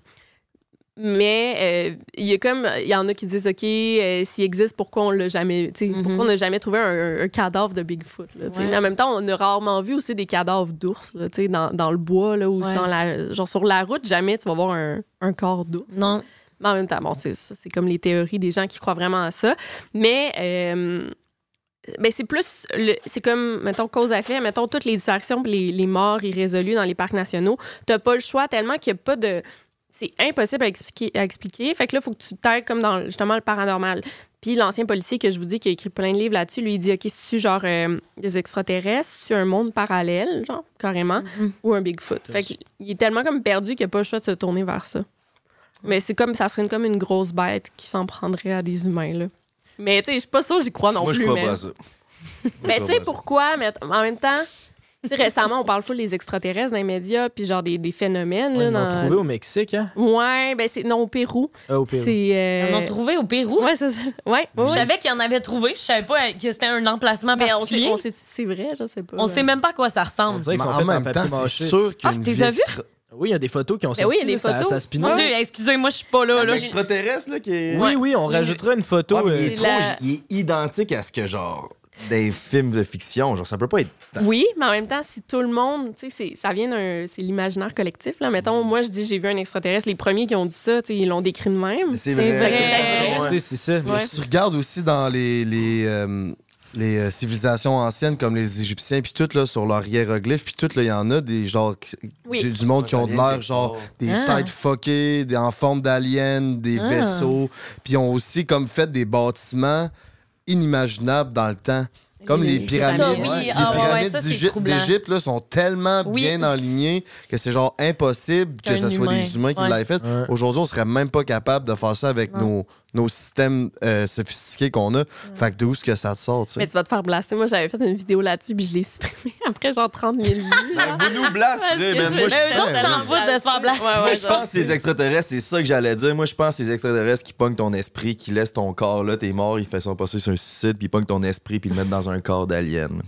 Speaker 5: mais euh, il y a comme il y en a qui disent ok euh, s'il existe pourquoi on l'a jamais tu sais, pourquoi on n'a jamais trouvé un, un cadavre de Bigfoot là,
Speaker 3: Mm-hmm.
Speaker 5: tu sais.
Speaker 3: Ouais.
Speaker 5: mais en même temps on a rarement vu aussi des cadavres d'ours là, tu sais, dans, dans le bois là ou
Speaker 3: Ouais.
Speaker 5: dans la genre sur la route jamais tu vas voir un, un corps d'ours
Speaker 3: non
Speaker 5: mais en même temps bon c'est ça, c'est comme les théories des gens qui croient vraiment à ça mais euh, ben, c'est plus le- c'est comme mettons cause à effet mettons toutes les distractions puis les, les morts irrésolues dans les parcs nationaux t'as pas le choix tellement qu'il y a pas de c'est impossible à expliquer, à expliquer. fait que là faut que tu t'ailles comme dans justement le paranormal puis l'ancien policier que je vous dis qui a écrit plein de livres là-dessus lui il dit ok si tu genre euh, des extraterrestres tu un monde parallèle genre carrément ou un Bigfoot fait qu'il est tellement comme perdu qu'il a pas le choix de se tourner vers ça mais c'est comme ça serait une- comme une grosse bête qui s'en prendrait à des humains là mais tu sais je suis pas sûre que j'y crois non
Speaker 2: Moi, je
Speaker 5: plus
Speaker 2: crois
Speaker 5: mais-
Speaker 2: pas à ça.
Speaker 5: mais
Speaker 2: Je
Speaker 5: Ben, tu
Speaker 2: comprends
Speaker 5: sais
Speaker 2: ça.
Speaker 5: pourquoi, mais t- en même temps, tu sais, récemment, on parle full des extraterrestres dans les médias, puis genre des, des phénomènes.
Speaker 6: Ouais,
Speaker 5: là,
Speaker 6: ils l'ont
Speaker 5: dans-
Speaker 6: trouvé au Mexique, hein?
Speaker 5: Ouais, ben c'est. Non, au Pérou.
Speaker 6: Ah, au Pérou.
Speaker 5: C'est. euh,
Speaker 3: Ils en ont trouvé au Pérou?
Speaker 5: Ouais, c'est ça. Ouais, ouais, ouais.
Speaker 3: Je savais qu'il y en avait trouvé, je savais pas que c'était un emplacement
Speaker 5: Mais on sait,
Speaker 3: particulier.
Speaker 5: on sait, c'est vrai, je sais pas.
Speaker 3: On sait même pas à quoi ça ressemble.
Speaker 6: dirait qu'ils sont faits en papier mâché.
Speaker 3: Ah, t'es déjà vu?
Speaker 6: Oui, il y a des photos qui ont
Speaker 3: Ben
Speaker 6: sorti.
Speaker 3: oui, il y a des
Speaker 6: là, ça-
Speaker 3: photos.
Speaker 6: Ça, spinait.
Speaker 3: Mon Dieu, excusez-moi, je suis pas là. là.
Speaker 2: extraterrestre, là, qui est.
Speaker 6: Oui, oui, on rajoutera une photo.
Speaker 2: Ouais, Ah, mais il,
Speaker 6: euh,
Speaker 2: est trop- il est identique à ce que, genre, des films de fiction. Genre, ça peut pas être.
Speaker 5: Oui, mais en même temps, si tout le monde, tu sais, c'est- ça vient d'un. C'est l'imaginaire collectif, là. Mettons, moi, je dis, j'ai vu un extraterrestre. Les premiers qui ont dit ça, tu sais, ils l'ont décrit de même.
Speaker 9: c'est
Speaker 5: Fait que
Speaker 9: vrai.
Speaker 5: peut-être-
Speaker 9: Ouais.
Speaker 6: C'est ça.
Speaker 9: Mais si tu regardes aussi dans les, les, euh, les, euh, civilisations anciennes, comme les Égyptiens, puis tout, là, sur leurs hiéroglyphes, puis tout, là, il y en a des genre, qui-
Speaker 5: Oui.
Speaker 9: du, du monde qui ont de l'air, genre, des
Speaker 5: Ah.
Speaker 9: têtes fuckées, des, en forme d'aliens, des
Speaker 5: Ah.
Speaker 9: vaisseaux, puis ils ont aussi, comme, fait des bâtiments inimaginables dans le temps. Comme
Speaker 5: Les-
Speaker 9: les,
Speaker 5: les
Speaker 9: pyramides,
Speaker 5: pyramides. Ça, oui.
Speaker 9: les
Speaker 5: Ah, ouais, ouais,
Speaker 9: pyramides
Speaker 5: ça, c'est
Speaker 9: d'Égypte-
Speaker 5: troublant.
Speaker 9: d'Égypte là, sont tellement
Speaker 5: Oui.
Speaker 9: bien enlignées que c'est genre impossible que
Speaker 5: Qu'un
Speaker 9: ce soit des
Speaker 5: humain.
Speaker 9: humains qui
Speaker 5: Ouais.
Speaker 9: l'aient fait. Aujourd'hui, on serait même pas capable de faire ça avec nos, nos systèmes euh, sophistiqués qu'on a. Fait que d'où ce que ça te sort, tu sais.
Speaker 5: Mais tu vas te faire blaster. Moi, j'avais fait une vidéo là-dessus, puis je l'ai supprimée après genre 30 000 vues. là.
Speaker 2: Vous nous blasterez,
Speaker 5: Parce que je-
Speaker 2: mais moi, je-
Speaker 5: Mais eux autres,
Speaker 2: Ouais,
Speaker 5: ils s'en
Speaker 2: ouais.
Speaker 5: foutent de se faire blaster.
Speaker 2: Moi, je pense que les extraterrestres, c'est ça que j'allais dire. Moi, je pense que les extraterrestres qui pognent ton esprit, qui laissent ton corps là, t'es mort, ils font son passer sur un suicide, puis ils pognent ton esprit, puis ils le mettent dans un corps d'alien.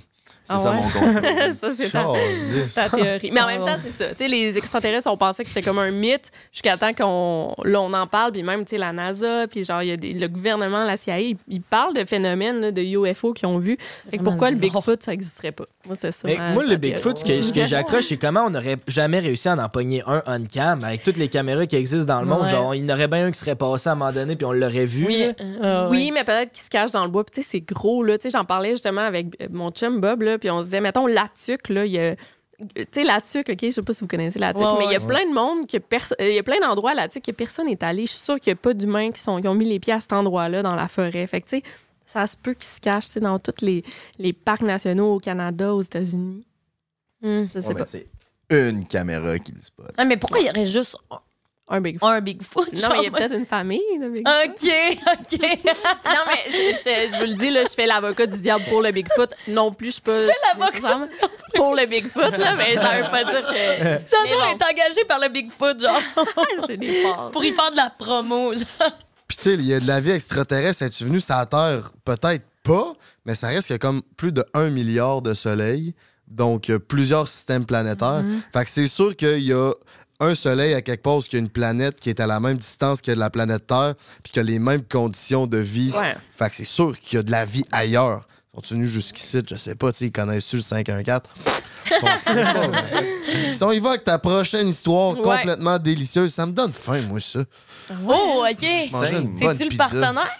Speaker 2: C'est ça mon compte.
Speaker 5: ça, Ah c'est ta,
Speaker 2: Calisse.
Speaker 5: ta théorie. Mais en même
Speaker 3: Ah.
Speaker 5: temps, c'est ça. Tu sais, les extraterrestres, on pensait que c'était comme un mythe jusqu'à temps qu'on là, on en parle. Puis même, tu sais, la NASA, puis genre, il y a des- le gouvernement, la CIA, ils, ils parlent de phénomènes là, de UFO qu'ils ont vus. Fait que
Speaker 3: vraiment
Speaker 5: pourquoi le
Speaker 3: bizarre.
Speaker 5: Bigfoot, ça n'existerait pas? Moi, c'est ça.
Speaker 6: Mais
Speaker 5: ma-
Speaker 6: moi,
Speaker 5: ma
Speaker 6: le
Speaker 5: théorie.
Speaker 6: Bigfoot, ce que, ce que j'accroche, c'est comment on n'aurait jamais réussi à en pogner un on cam avec toutes les caméras qui existent dans le monde.
Speaker 5: Ouais.
Speaker 6: Genre, il y en aurait bien un qui serait passé à un moment donné, puis on l'aurait vu.
Speaker 5: Oui,
Speaker 6: là.
Speaker 3: Ah
Speaker 5: euh, oui, mais peut-être qu'il se cache dans le bois. Puis, tu sais, c'est gros, là. Tu sais, j'en parlais justement avec euh, mon chum Bob, là. Puis, on se disait, mettons, la tuque, là, il y a. euh, Tu sais, la tuque, OK, je sais pas si vous connaissez la tuque,
Speaker 3: Ouais,
Speaker 5: mais il y a
Speaker 3: ouais.
Speaker 5: plein de monde, que perso- euh, il y a plein d'endroits là tuque que personne n'est allé. Je suis sûre qu'il n'y a pas d'humains qui, sont... qui ont mis les pieds à cet endroit-là dans la forêt. Fait que, tu sais, ça se peut qu'ils se cachent, tu sais, dans tous les... les parcs nationaux au Canada, aux États-Unis.
Speaker 3: Hmm.
Speaker 5: Je sais
Speaker 2: Ouais, mais
Speaker 5: pas.
Speaker 2: c'est une caméra qui le spot.
Speaker 3: Ah, mais pourquoi il y aurait juste
Speaker 5: un Bigfoot?
Speaker 3: Un Bigfoot.
Speaker 5: Non, mais il y a peut-être une famille. là, mais-
Speaker 3: OK, OK.
Speaker 5: non, mais je, je- je vous le dis, là, je fais l'avocat du diable pour le Bigfoot. Non plus, je suis pas.
Speaker 3: Tu fais
Speaker 5: je suis nécessairement pour le Bigfoot, là, mais ça veut pas dire que. Ah,
Speaker 3: J'adore être engagé par le Bigfoot, genre.
Speaker 5: J'ai des peurs.
Speaker 3: Pour y faire de la promo, genre.
Speaker 9: Puis tu sais, il y a de la vie extraterrestre. Es-tu venu sur la Terre? Peut-être pas, mais ça reste que comme plus de 1 milliard de soleils, donc euh, plusieurs systèmes planétaires.
Speaker 16: Mhm.
Speaker 9: Fait que c'est sûr qu'il y a un soleil à quelque part où il y a une planète qui est à la même distance que la planète Terre, puis qui a les mêmes conditions de vie.
Speaker 5: Ouais.
Speaker 9: Fait que c'est sûr qu'il y a de la vie ailleurs. Continue jusqu'ici, je sais pas, tu sais, ils connaissent-tu le 514? Si on y va avec ta prochaine histoire
Speaker 3: Ouais.
Speaker 9: complètement délicieuse, ça me donne faim, moi, ça.
Speaker 5: Ah
Speaker 3: Oh, OK.
Speaker 9: Je mangerais une bonne
Speaker 3: C'est-tu le
Speaker 9: pizza.
Speaker 3: partenaire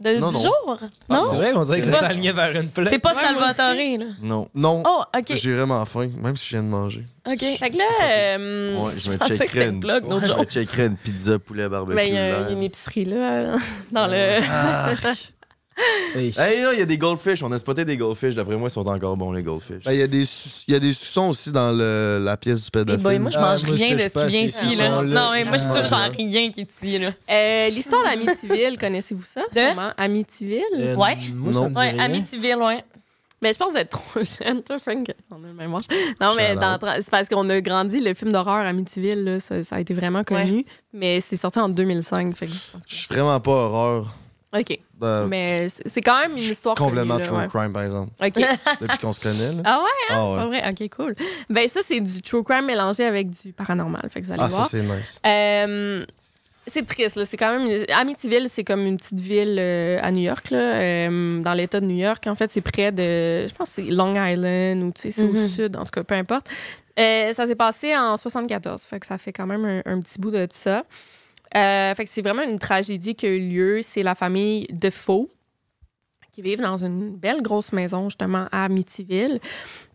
Speaker 3: de,
Speaker 9: Non,
Speaker 3: du
Speaker 9: non.
Speaker 3: jour?
Speaker 5: Oh.
Speaker 3: Non?
Speaker 9: C'est vrai, on dirait que
Speaker 3: C'est
Speaker 9: ça
Speaker 3: pas-
Speaker 9: s'alignait vers une plaie.
Speaker 3: C'est pas
Speaker 9: Ouais,
Speaker 3: Salvatore,
Speaker 9: moi
Speaker 3: là.
Speaker 9: Non. Non.
Speaker 3: Oh, ok.
Speaker 9: J'ai vraiment faim, même si je viens de manger.
Speaker 3: OK.
Speaker 5: Fait que là, euh,
Speaker 2: Ouais, je me
Speaker 5: pensais que c'était
Speaker 2: checkerais
Speaker 5: une
Speaker 2: une,
Speaker 5: blague,
Speaker 2: ouais,
Speaker 5: non,
Speaker 2: je
Speaker 5: genre.
Speaker 2: me checkerais une pizza poulet barbecue.
Speaker 5: Ben, il y a
Speaker 2: là.
Speaker 5: un- une épicerie, là, euh, dans le.
Speaker 2: Ah. Hey, non, il y a des goldfish. On a spoté des goldfish. D'après moi, ils sont encore bons, les goldfish.
Speaker 9: Ben, Il y a des sus- il y a des suçons aussi dans le- la pièce du pédophile.
Speaker 3: Eh boy, moi, je mange rien de ce qui vient ici, là. Non, mais moi, je touche
Speaker 9: genre
Speaker 3: genre rien qui est ici, là.
Speaker 5: Euh, L'histoire d'Amityville, connaissez-vous ça? Sûrement. Amityville?
Speaker 3: Euh, Ouais. moi, ça me dit Ouais, rien. Amityville, ouais.
Speaker 5: Mais je pense être trop jeune, toi, Frank. On a le même âge. Non, mais
Speaker 3: Shout
Speaker 5: dans
Speaker 3: out.
Speaker 5: tra- c'est parce qu'on a grandi, le film d'horreur Amityville, là, ça, ça a été vraiment connu. Mais c'est sorti en 2005. Fait que-
Speaker 9: Je suis vraiment pas horreur.
Speaker 5: OK.
Speaker 9: Ben,
Speaker 5: mais c'est c'est quand même une histoire
Speaker 9: Complètement
Speaker 5: connue, là,
Speaker 9: true
Speaker 5: ouais.
Speaker 9: crime, par exemple.
Speaker 5: OK.
Speaker 9: Depuis qu'on se connaît, là.
Speaker 5: Ah ouais, hein?
Speaker 9: Ah ouais.
Speaker 5: Pas vrai? OK, cool. Ben ça, c'est du true crime mélangé avec du paranormal. Fait que vous allez
Speaker 9: Ah, ça,
Speaker 5: voir.
Speaker 9: c'est nice.
Speaker 5: Euh, c'est triste, là. C'est quand même... Amityville, c'est comme une petite ville euh, à New York, là, euh, dans l'État de New York. En fait, c'est près de... Je pense que c'est Long Island ou, tu sais, c'est
Speaker 3: Mhm.
Speaker 5: au sud. En tout cas, peu importe. Euh, ça s'est passé en 74. Fait que ça fait quand même un, un petit bout de tout ça. Euh, fait que c'est vraiment une tragédie qui a eu lieu. C'est la famille Defoe qui vivent dans une belle grosse maison, justement, à Amityville.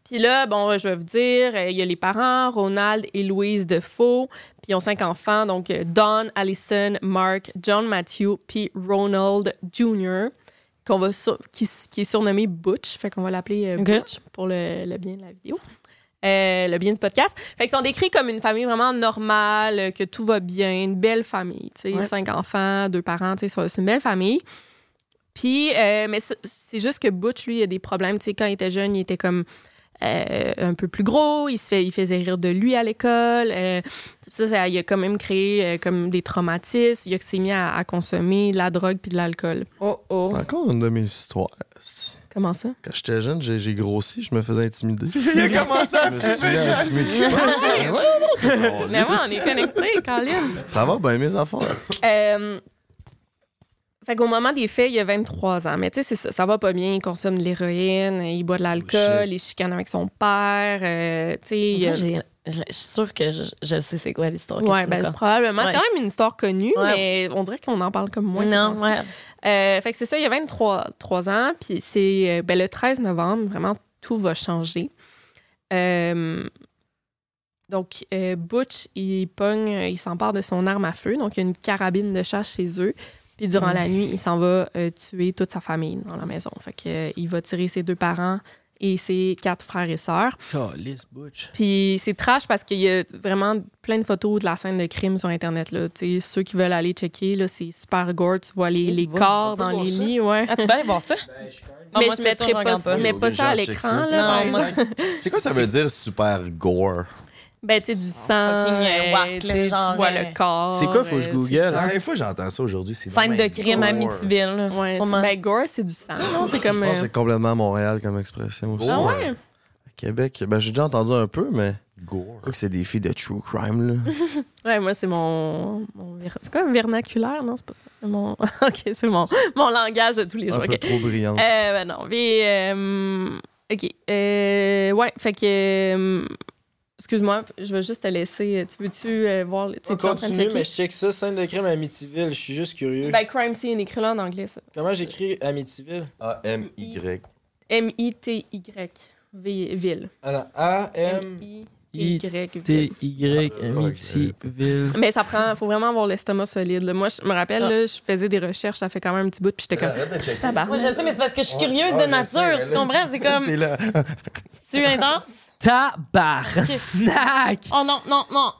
Speaker 5: Puis là, bon, je vais vous dire, euh, il y a les parents, Ronald et Louise Defoe, puis ils ont cinq enfants, donc euh, Don, Allison, Mark, John Matthew, puis Ronald Jr., qu'on va sur- qui, s- qui est surnommé Butch, fait qu'on va l'appeler euh,
Speaker 3: Ok.
Speaker 5: Butch pour le, le bien de la vidéo. Euh, le bien du podcast. Fait qu'ils sont décrits comme une famille vraiment normale, euh, que tout va bien, une belle famille. tu sais,
Speaker 3: Ouais.
Speaker 5: Cinq enfants, deux parents, tu sais, c'est c'est une belle famille. Puis, euh, mais c'est- c'est juste que Butch, lui, il a des problèmes. Tu sais, quand il était jeune, il était comme euh, un peu plus gros. Il se fait, il faisait rire de lui à l'école. Euh, ça, ça, il a quand même créé euh, comme des traumatismes. Il a- s'est mis à, à consommer de la drogue puis de l'alcool. Oh, oh.
Speaker 9: C'est encore une de mes histoires.
Speaker 5: Comment ça?
Speaker 9: Quand j'étais jeune, j'ai j'ai grossi, je me faisais intimider.
Speaker 5: Il a commencé à
Speaker 9: Je me
Speaker 5: fumer.
Speaker 9: souviens à fumer du pot.
Speaker 5: Ouais.
Speaker 9: Ben ouais, non, c'est drôle.
Speaker 5: Mais ouais, on est connectés, Colin.
Speaker 9: Ça va bien, mes enfants.
Speaker 5: Euh, fait qu'au moment des faits, il y a 23 ans. Mais tu sais, c'est ça, ça va pas bien. Il consomme de l'héroïne, il boit de l'alcool, il chicane avec son père. euh, tu
Speaker 3: En
Speaker 5: sais,
Speaker 3: fait,
Speaker 5: il y a-
Speaker 3: j'ai- Je je suis sûre que je, je sais c'est quoi l'histoire.
Speaker 5: Ouais,
Speaker 3: Catherine
Speaker 5: ben,
Speaker 3: Cotte.
Speaker 5: probablement.
Speaker 3: Ouais.
Speaker 5: C'est quand même une histoire connue,
Speaker 3: Ouais.
Speaker 5: mais on dirait qu'on en parle comme moins.
Speaker 3: Non,
Speaker 5: ces temps-ci.
Speaker 3: ouais.
Speaker 5: Euh, fait que c'est ça, il y a 23 trois ans. Puis c'est euh, ben, le 13 novembre, vraiment, tout va changer. Euh, donc, euh, Butch, il pogne, euh, il s'empare de son arme à feu. Donc, il y a une carabine de chasse chez eux. Puis durant
Speaker 3: Mm.
Speaker 5: la nuit, il s'en va euh, tuer toute sa famille dans la maison. Fait que, euh, il va tirer ses deux parents et ses quatre frères et sœurs.
Speaker 6: Calisse, Butch.
Speaker 5: Puis c'est trash parce qu'il y a vraiment plein de photos de la scène de crime sur Internet. Là. Tu sais, Ceux qui veulent aller checker, là, c'est super gore. Tu vois
Speaker 3: Oh,
Speaker 5: les, les corps dans les lits. Ouais.
Speaker 3: Ah, tu vas aller voir ça? Ah, moi,
Speaker 5: Mais Ben, je
Speaker 3: c'est
Speaker 5: mettrai
Speaker 3: sûr,
Speaker 5: pas,
Speaker 3: regarde
Speaker 5: ça- mais pas ça à
Speaker 2: Obligé de
Speaker 5: l'écran.
Speaker 2: checker ça.
Speaker 5: là, par
Speaker 3: Non, moi-
Speaker 5: exemple.
Speaker 2: C'est quoi ça veut dire super gore?
Speaker 5: Ben, tu sais, du sang, euh,
Speaker 3: whack,
Speaker 5: tu
Speaker 3: là,
Speaker 5: sais,
Speaker 3: genre,
Speaker 5: tu vois
Speaker 3: euh,
Speaker 5: le corps.
Speaker 2: C'est quoi, faut que je
Speaker 5: euh,
Speaker 2: google?
Speaker 5: c'est
Speaker 2: C'est une fois que j'entends ça aujourd'hui. c'est
Speaker 5: Scène
Speaker 2: vraiment
Speaker 5: de crime
Speaker 2: gore.
Speaker 5: à Amityville.
Speaker 3: Ville, là,
Speaker 5: Ouais, ben,
Speaker 3: sûrement.
Speaker 5: c'est- ben, gore, c'est du sang, non? C'est
Speaker 9: Je
Speaker 5: comme...
Speaker 9: pense que
Speaker 5: euh,
Speaker 9: c'est complètement Montréal comme expression aussi.
Speaker 5: Ah ouais?
Speaker 16: Québec. Ben, j'ai déjà entendu un peu, mais. Gore. que c'est des filles de true crime, là.
Speaker 5: ouais, moi, c'est mon. mon ver- C'est quoi, vernaculaire? Non, c'est pas ça. C'est mon. OK, c'est mon, mon langage de tous les
Speaker 16: Un
Speaker 5: jours.
Speaker 16: peu
Speaker 5: ok.
Speaker 16: trop brillante.
Speaker 5: Euh, ben non, mais. euh, OK. Euh, ouais, fait que. euh, Excuse-moi, je vais juste te laisser. Tu veux-tu euh, voir. Tu
Speaker 17: On
Speaker 5: es-tu en train de
Speaker 17: continue,
Speaker 5: checker?
Speaker 17: mais je check ça. Scène de crime à Amityville. Je suis juste curieux.
Speaker 5: Ben, crime scene, écris-le en anglais, ça.
Speaker 17: Comment j'écris Amityville
Speaker 2: A-M-Y.
Speaker 5: M-I-T-Y. V- Ville.
Speaker 17: Alors, Ah, A, M.
Speaker 5: Y.
Speaker 6: Y, Amityville.
Speaker 5: Mais ça prend, faut vraiment avoir l'estomac solide. là. Moi, je me rappelle,
Speaker 3: Ah.
Speaker 5: là, je faisais des recherches, ça fait quand même un petit bout, puis j'étais comme.
Speaker 3: Arrête de checker.
Speaker 5: Tabarnak.
Speaker 3: Moi, je sais, mais c'est parce que je suis
Speaker 5: Ah,
Speaker 3: curieuse
Speaker 5: ah,
Speaker 3: de
Speaker 5: je sais,
Speaker 3: nature,
Speaker 5: mais
Speaker 3: tu
Speaker 5: là-
Speaker 3: comprends? C'est comme.
Speaker 5: T'es là.
Speaker 3: Tu intense?
Speaker 6: Tabarnak!
Speaker 3: Oh non, non, non.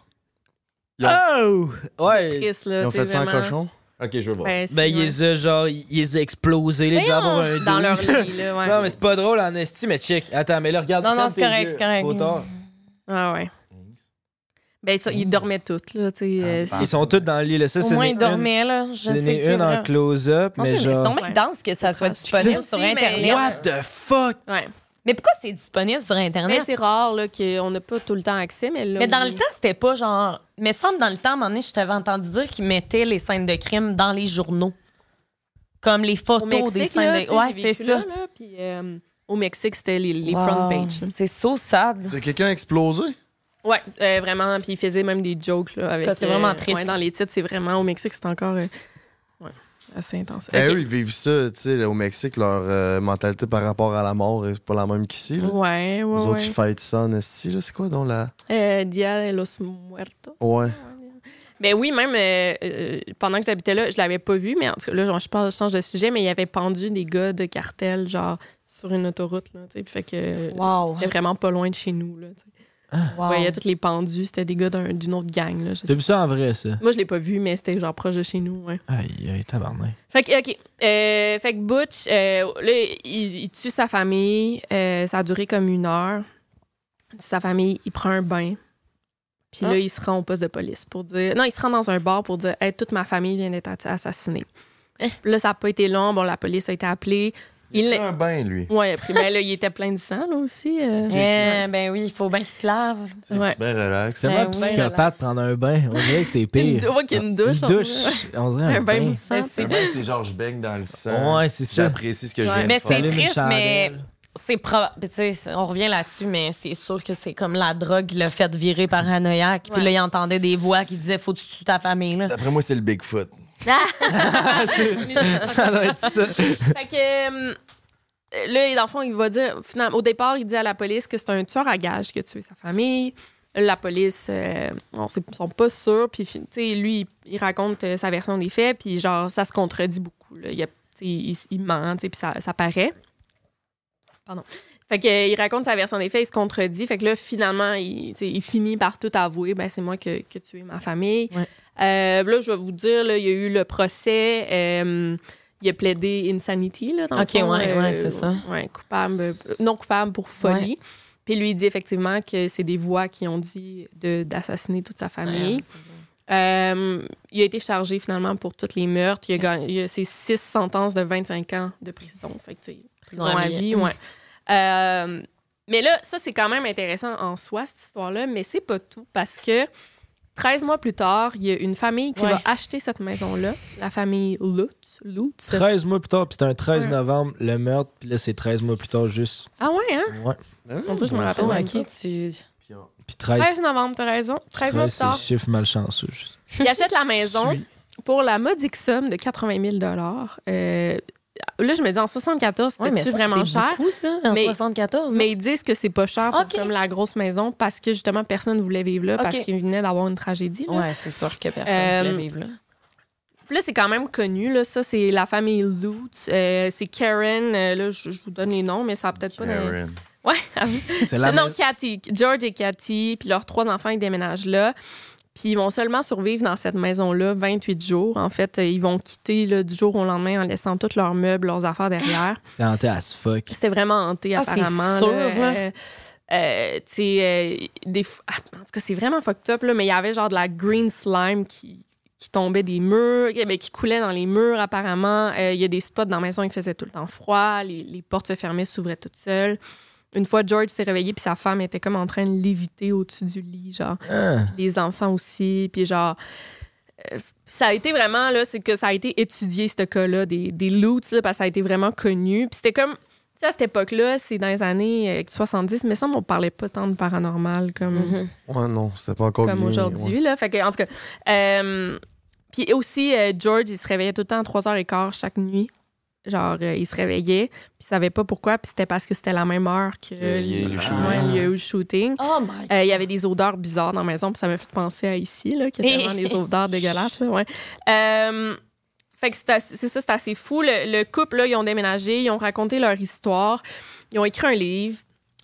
Speaker 6: Oh! Ouais.
Speaker 3: C'est triste,
Speaker 5: là, Ils ont tu fait sais, ça en vraiment. cochon?
Speaker 2: Ok, je veux voir.
Speaker 5: Ben, si,
Speaker 6: Ben, ils
Speaker 5: ouais.
Speaker 6: les ont genre, ils ils les ont explosés, les
Speaker 5: Voyons,
Speaker 6: doivent avoir un
Speaker 5: dans leur
Speaker 6: 12.
Speaker 5: lit, là, ouais.
Speaker 6: Non, mais c'est pas drôle en esti, mais check. Attends, mais là, regarde.
Speaker 5: Non, non,
Speaker 6: ferme
Speaker 5: c'est
Speaker 6: tes
Speaker 5: correct,
Speaker 6: yeux.
Speaker 5: c'est correct.
Speaker 6: Trop tard.
Speaker 5: Ah ouais. Ben, ça, ils dormaient toutes, là, tu sais. euh,
Speaker 6: Ils sont tous dans le lit, là. Ça,
Speaker 5: Au
Speaker 6: c'est
Speaker 5: moins,
Speaker 6: né
Speaker 5: ils
Speaker 6: une-
Speaker 5: dormaient, là. Je
Speaker 6: C'est
Speaker 5: sais que c'est
Speaker 6: né une en
Speaker 5: vrai.
Speaker 6: close-up,
Speaker 3: Mon Dieu,
Speaker 6: mais
Speaker 3: mais c'est
Speaker 6: genre.
Speaker 3: tombé dense que ça soit disponible sur
Speaker 5: aussi, mais-
Speaker 3: Internet.
Speaker 5: What
Speaker 6: the fuck?
Speaker 5: Ouais.
Speaker 3: Mais pourquoi c'est disponible sur
Speaker 5: Mais
Speaker 3: Internet?
Speaker 5: c'est rare, là, qu'on n'a pas tout le temps accès, mais là.
Speaker 3: Ah Mais dans
Speaker 5: oui.
Speaker 3: le temps, c'était pas genre. Mais semble dans le temps, à un moment donné, je t'avais entendu dire qu'ils mettaient les scènes de crime dans les journaux. Comme les
Speaker 5: Au
Speaker 3: photos
Speaker 5: Mexique,
Speaker 3: des scènes
Speaker 5: là, tu
Speaker 3: de.
Speaker 5: sais,
Speaker 3: Ouais,
Speaker 5: j'ai
Speaker 3: c'est
Speaker 5: vécu
Speaker 3: ça.
Speaker 5: là, là, puis, euh, au Mexique, c'était les, les
Speaker 3: Wow.
Speaker 5: front pages.
Speaker 3: C'est so sad.
Speaker 16: De quelqu'un explosé?
Speaker 5: Ouais, euh, vraiment. Puis il faisait même des jokes là, avec.
Speaker 3: cas, c'est vraiment
Speaker 5: euh,
Speaker 3: triste.
Speaker 5: ouais, dans les titres, c'est vraiment au Mexique, c'est encore euh, ouais, assez intense.
Speaker 9: Eh
Speaker 16: Ben,
Speaker 5: Ok.
Speaker 16: eux, ils vivent ça, tu sais, là, au Mexique, leur euh, mentalité par rapport à la mort, c'est pas la même qu'ici. là. Les
Speaker 5: Ouais, ouais,
Speaker 16: autres,
Speaker 5: ouais.
Speaker 16: ils fêtent ça en esti, là. C'est quoi, donc, la.
Speaker 5: Euh, Dia de los Muertos.
Speaker 16: Ouais.
Speaker 5: Ben oui, même euh, euh, pendant que j'habitais là, je l'avais pas vu, mais en tout cas, là, genre, je, parle- je change de sujet, mais il y avait pendu des gars de cartel, genre, sur une autoroute, là, tu sais. puis Fait que
Speaker 3: Wow.
Speaker 5: c'était vraiment pas loin de chez nous, là, tu sais. Tu
Speaker 3: Wow.
Speaker 5: voyais tous les pendus, c'était des gars d'un- d'une autre gang, là. je sais
Speaker 6: T'as vu ça en vrai, ça?
Speaker 5: pas. Moi, je l'ai pas vu, mais c'était genre proche de chez nous, ouais.
Speaker 6: Aïe, aïe, tabarnak.
Speaker 5: Fait que, OK. Euh, fait que Butch, euh, là, il, il tue sa famille. Euh, ça a duré comme une heure. Il tue sa famille, il prend un bain. Puis là,
Speaker 3: Ah.
Speaker 5: il se rend au poste de police pour dire. Non, il se rend dans un bar pour dire Hey, toute ma famille vient d'être atti- assassinée. Puis là, ça n'a pas été long. Bon, la police a été appelée. Il,
Speaker 2: Un bain, lui.
Speaker 5: Ouais, il a pris- ben là, il était plein de sang, là aussi. euh.
Speaker 3: Eh, ben oui, il faut bien qu'il se lave.
Speaker 5: Ouais.
Speaker 2: Ben, relax.
Speaker 6: C'est vraiment
Speaker 5: Ben oui,
Speaker 6: psychopathe prendre un bain. On dirait que c'est
Speaker 5: Une,
Speaker 6: pire.
Speaker 5: dou- ouais, qu'il y a une douche.
Speaker 6: Une
Speaker 5: on
Speaker 6: douche.
Speaker 5: dirait.
Speaker 6: On dirait un
Speaker 5: bain
Speaker 6: bain.
Speaker 5: moussant.
Speaker 2: Un bain, c'est genre, je baigne dans le sang.
Speaker 6: Ouais, c'est ça.
Speaker 2: J'apprécie ce que je
Speaker 3: Ouais,
Speaker 2: viens
Speaker 3: mais
Speaker 2: de faire.
Speaker 3: Ben, c'est triste, mais c'est pro- puis tu sais, c'est- on revient là-dessus, mais c'est sûr que c'est comme la drogue qui l'a fait virer paranoïaque. Puis là, il entendait des voix qui disaient Faut que tu tues ta famille. Là.
Speaker 2: D'après moi, c'est le Bigfoot.
Speaker 6: ça doit être ça.
Speaker 5: Fait que euh, là, dans le fond, il va dire. finalement, au départ, il dit à la police que c'est un tueur à gages qui a tué sa famille. La police, euh, on sait- sont pas sûrs. Puis, tu sais, lui, il, il raconte euh, sa version des faits. Puis, genre, ça se contredit beaucoup. là. Il, y a- tu sais, il, il ment, tu sais, puis ça, ça paraît. Pardon. Fait que, euh, il raconte sa version des faits, il se contredit. Fait que là, finalement, il, tu sais, il finit par tout avouer. Ben, c'est moi que, que tué ma famille. Euh, là, je vais vous dire, là, il y a eu le procès. euh, il a plaidé insanity, là, dans
Speaker 3: Ok,
Speaker 5: le fond,
Speaker 3: ouais,
Speaker 5: euh,
Speaker 3: ouais, c'est ça.
Speaker 5: ouais, coupable, euh, non coupable pour folie.
Speaker 3: Ouais.
Speaker 5: Puis lui, il dit effectivement que c'est des voix qui ont dit de- d'assassiner toute sa famille. Euh, il a été chargé finalement pour tous les meurtres. Il a, gagné, il a ses six sentences de 25 ans de prison. Fait que, tu sais, prison à vie, ouais. Euh, mais là, ça, c'est quand même intéressant en soi, cette histoire-là, mais c'est pas tout parce que 13 mois plus tard, il y a une famille qui
Speaker 6: Ouais.
Speaker 5: va acheter cette maison-là, la famille Lutz. Lutz.
Speaker 6: 13 mois plus tard, puis c'était un 13
Speaker 5: Ouais.
Speaker 6: novembre, le meurtre, puis là, c'est 13 mois plus tard, juste.
Speaker 5: Ah ouais, hein?
Speaker 6: Ouais.
Speaker 5: Mon Dieu, je me rappelle même pas.
Speaker 3: Ah, tu.
Speaker 6: Puis 13,
Speaker 5: 13 novembre, t'as raison. 13 mois plus
Speaker 6: 13, c'est le
Speaker 5: tard,
Speaker 6: chiffre malchanceux, juste.
Speaker 5: il achète la maison
Speaker 6: Suis.
Speaker 5: pour la modique somme de 80 000 Euh, Là, je me dis, en 74,
Speaker 3: Ouais, mais
Speaker 5: c'était-tu
Speaker 3: ça,
Speaker 5: vraiment
Speaker 3: c'est
Speaker 5: cher?
Speaker 3: beaucoup, ça, en 74.
Speaker 5: Mais ils disent que c'est pas cher pour comme la grosse maison parce que justement, personne ne voulait vivre là parce
Speaker 3: Ok.
Speaker 5: qu'il venait d'avoir une tragédie. là.
Speaker 3: Ouais, c'est sûr que personne
Speaker 5: Euh,
Speaker 3: ne voulait vivre là.
Speaker 5: Puis là, c'est quand même connu. Là. Ça, c'est la famille Lutz. Euh, c'est Karen. euh, là, je, je vous donne les noms, mais ça a peut-être pas... dans-
Speaker 2: Karen.
Speaker 5: Ouais.
Speaker 2: C'est
Speaker 5: c'est
Speaker 2: la
Speaker 5: non,
Speaker 2: même-
Speaker 5: Cathy. George et Cathy, puis leurs trois enfants, ils déménagent là. Puis ils vont seulement survivre dans cette maison-là 28 jours. En fait, euh, ils vont quitter là, du jour au lendemain en laissant tous leurs meubles, leurs affaires derrière.
Speaker 6: C'était hanté as fuck.
Speaker 5: C'était vraiment hanté,
Speaker 3: Ah, c'est
Speaker 5: apparemment.
Speaker 3: sûr,
Speaker 5: là.
Speaker 3: là.
Speaker 5: Euh, euh, tu sais, euh, des fois- ah, en tout cas, c'est vraiment fucked up, là, mais il y avait genre de la green slime qui, qui tombait des murs, eh ben, qui coulait dans les murs, apparemment. Euh, Il y a des spots dans la maison qui faisaient tout le temps froid, les, les portes se fermaient, s'ouvraient toutes seules. Une fois, George s'est réveillé, puis sa femme était comme en train de léviter au-dessus du lit, genre.
Speaker 3: Ah.
Speaker 6: Hein?
Speaker 5: Puis Les enfants aussi, puis genre. euh, ça a été vraiment, là, c'est que ça a été étudié, ce cas-là, des, des loots, là, parce que ça a été vraiment connu. Puis c'était comme. Tu sais, à cette époque-là, c'est dans les années euh, 70, mais ça, on parlait pas tant de paranormal comme
Speaker 2: Mhm.
Speaker 9: Ouais, non, c'était pas encore
Speaker 5: comme
Speaker 9: bien,
Speaker 5: aujourd'hui.
Speaker 9: ouais.
Speaker 5: là. Fait que, en tout cas. euh, puis aussi, euh, George, il se réveillait tout le temps à 3h15 chaque nuit. Genre, euh, il se réveillait, puis il savait pas pourquoi, puis c'était parce que c'était la même heure que
Speaker 2: Euh, il y a eu le
Speaker 5: Ouais,
Speaker 2: shooting.
Speaker 5: il y a eu le shooting.
Speaker 3: Oh my
Speaker 5: Euh, il y avait des odeurs bizarres dans la maison, puis ça m'a fait penser à ici, là, qu'il y a tellement des odeurs dégueulasses. là, ouais. Euh, fait que c'est assez- c'est ça, c'est assez fou. Le, le couple, là, ils ont déménagé, ils ont raconté leur histoire, ils ont écrit un livre.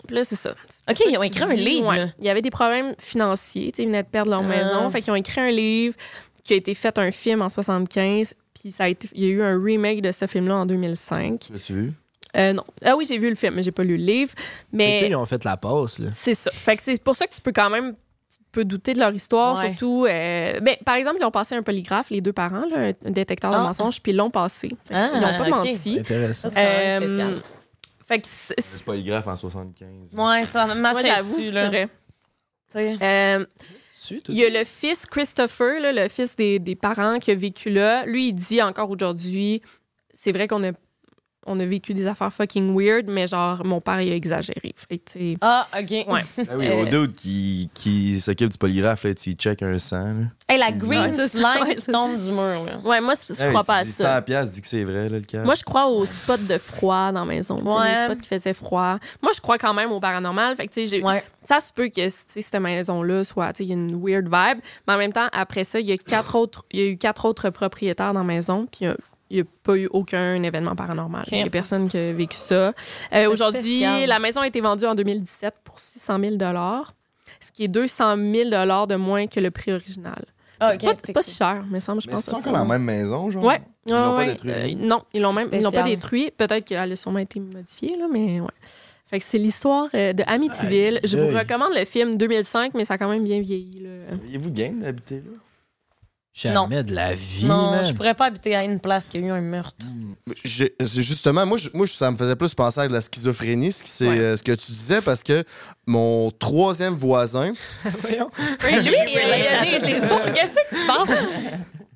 Speaker 5: Puis là, c'est ça.
Speaker 3: OK, ils ont écrit un livre, là.
Speaker 5: Il y avait des problèmes financiers, tu sais, ils venaient de perdre leur
Speaker 3: Ah.
Speaker 5: maison. Fait qu'ils ont écrit un livre qui a été fait un film en 75, puis ça a été, il y a eu un remake de ce film-là en 2005.
Speaker 2: L'as-tu vu?
Speaker 5: Euh, non. Ah oui, j'ai vu le film, mais j'ai pas lu le livre. Mais...
Speaker 6: Les filles ont fait la passe, là.
Speaker 5: C'est ça. Fait que c'est pour ça que tu peux quand même tu peux douter de leur histoire,
Speaker 3: Ouais.
Speaker 5: surtout. euh, ben, par exemple, ils ont passé un polygraphe, les deux parents, là, un- un détecteur
Speaker 3: Ah.
Speaker 5: de mensonges, puis ils l'ont passé. Fait que
Speaker 3: Ah,
Speaker 5: ils n'ont pas
Speaker 3: ok.
Speaker 5: menti.
Speaker 3: Ça,
Speaker 2: Intéressant.
Speaker 3: c'est quand même
Speaker 5: Euh,
Speaker 3: spécial.
Speaker 5: fait que c'est-
Speaker 2: C'est pas grave en 75.
Speaker 3: Ouais, ça marche
Speaker 5: Moi, Ah, j'avoue,
Speaker 3: là-dessus, là.
Speaker 5: c'est
Speaker 3: Tu sais.
Speaker 5: Euh, il y a le fils Christopher, là, le fils des, des parents qui a vécu là. Lui, il dit encore aujourd'hui, c'est vrai qu'on a, on a vécu des affaires fucking weird, mais genre, mon père, il a exagéré. Fait que, tu sais,
Speaker 3: Ah, OK.
Speaker 5: Ouais.
Speaker 2: Ah oui,
Speaker 5: Euh,
Speaker 2: au dude qui, qui s'occupe du polygraphe, là, tu y check un sang. Là.
Speaker 3: Hey, la
Speaker 2: Il dit-
Speaker 3: green
Speaker 5: Ouais, c'est ça,
Speaker 3: slime
Speaker 5: ouais,
Speaker 3: qui
Speaker 5: c'est
Speaker 3: tombe du mur, là.
Speaker 5: ouais, moi, je, je
Speaker 2: Hey,
Speaker 5: crois
Speaker 2: tu
Speaker 5: pas à
Speaker 2: dis
Speaker 5: ça.
Speaker 2: 100 piastres, dis que c'est vrai, là, le cas.
Speaker 5: Moi, je crois aux spots de froid dans la maison. tu sais,
Speaker 3: Euh. Ouais.
Speaker 5: Les spots qui faisaient froid. Moi, je crois quand même au paranormal. Fait que, tu sais, j'ai- Ça se peut que tu sais, cette maison-là soit. tu sais, Il y a une weird vibe. Mais en même temps, après ça, il y a, quatre autres, il y a eu quatre autres propriétaires dans la maison. Puis il y a- il n'y a, pas eu aucun événement paranormal.
Speaker 3: Ok.
Speaker 5: Il n'y a personne qui a vécu ça. Euh,
Speaker 3: C'est
Speaker 5: Aujourd'hui,
Speaker 3: spécial.
Speaker 5: la maison a été vendue en 2017 pour 600 000 ce qui est 200 000 de moins que le prix original.
Speaker 3: Ah, ok,
Speaker 5: c'est pas, c'est pas si cher, me semble, je
Speaker 2: Mais
Speaker 5: pense.
Speaker 2: c'est
Speaker 5: que
Speaker 2: encore
Speaker 5: ça-
Speaker 2: la même maison, genre?
Speaker 5: Ouais.
Speaker 2: Ils l'ont
Speaker 5: ouais,
Speaker 2: pas
Speaker 5: ouais.
Speaker 2: détruit.
Speaker 5: Euh, non, ils l'ont même ils l'ont pas
Speaker 3: Spécial.
Speaker 5: détruit. Peut-être qu'elle a sûrement été modifiée, là, mais ouais. Fait que c'est l'histoire euh, de Amityville. Je vous
Speaker 2: aïe.
Speaker 5: recommande le film 2005, mais ça a quand même bien vieilli. là.
Speaker 2: Seriez-vous game d'habiter là?
Speaker 6: Jamais de la vie,
Speaker 3: non,
Speaker 6: man.
Speaker 3: je pourrais pas habiter à une place qui a eu un meurtre.
Speaker 9: J'ai- c'est Justement, moi, je- moi, je- ça me faisait plus penser à de la schizophrénie, ce, qui c'est, euh, ce que tu disais, parce que mon troisième voisin,
Speaker 3: Lui, il a des des histoires. Qu'est-ce que tu penses?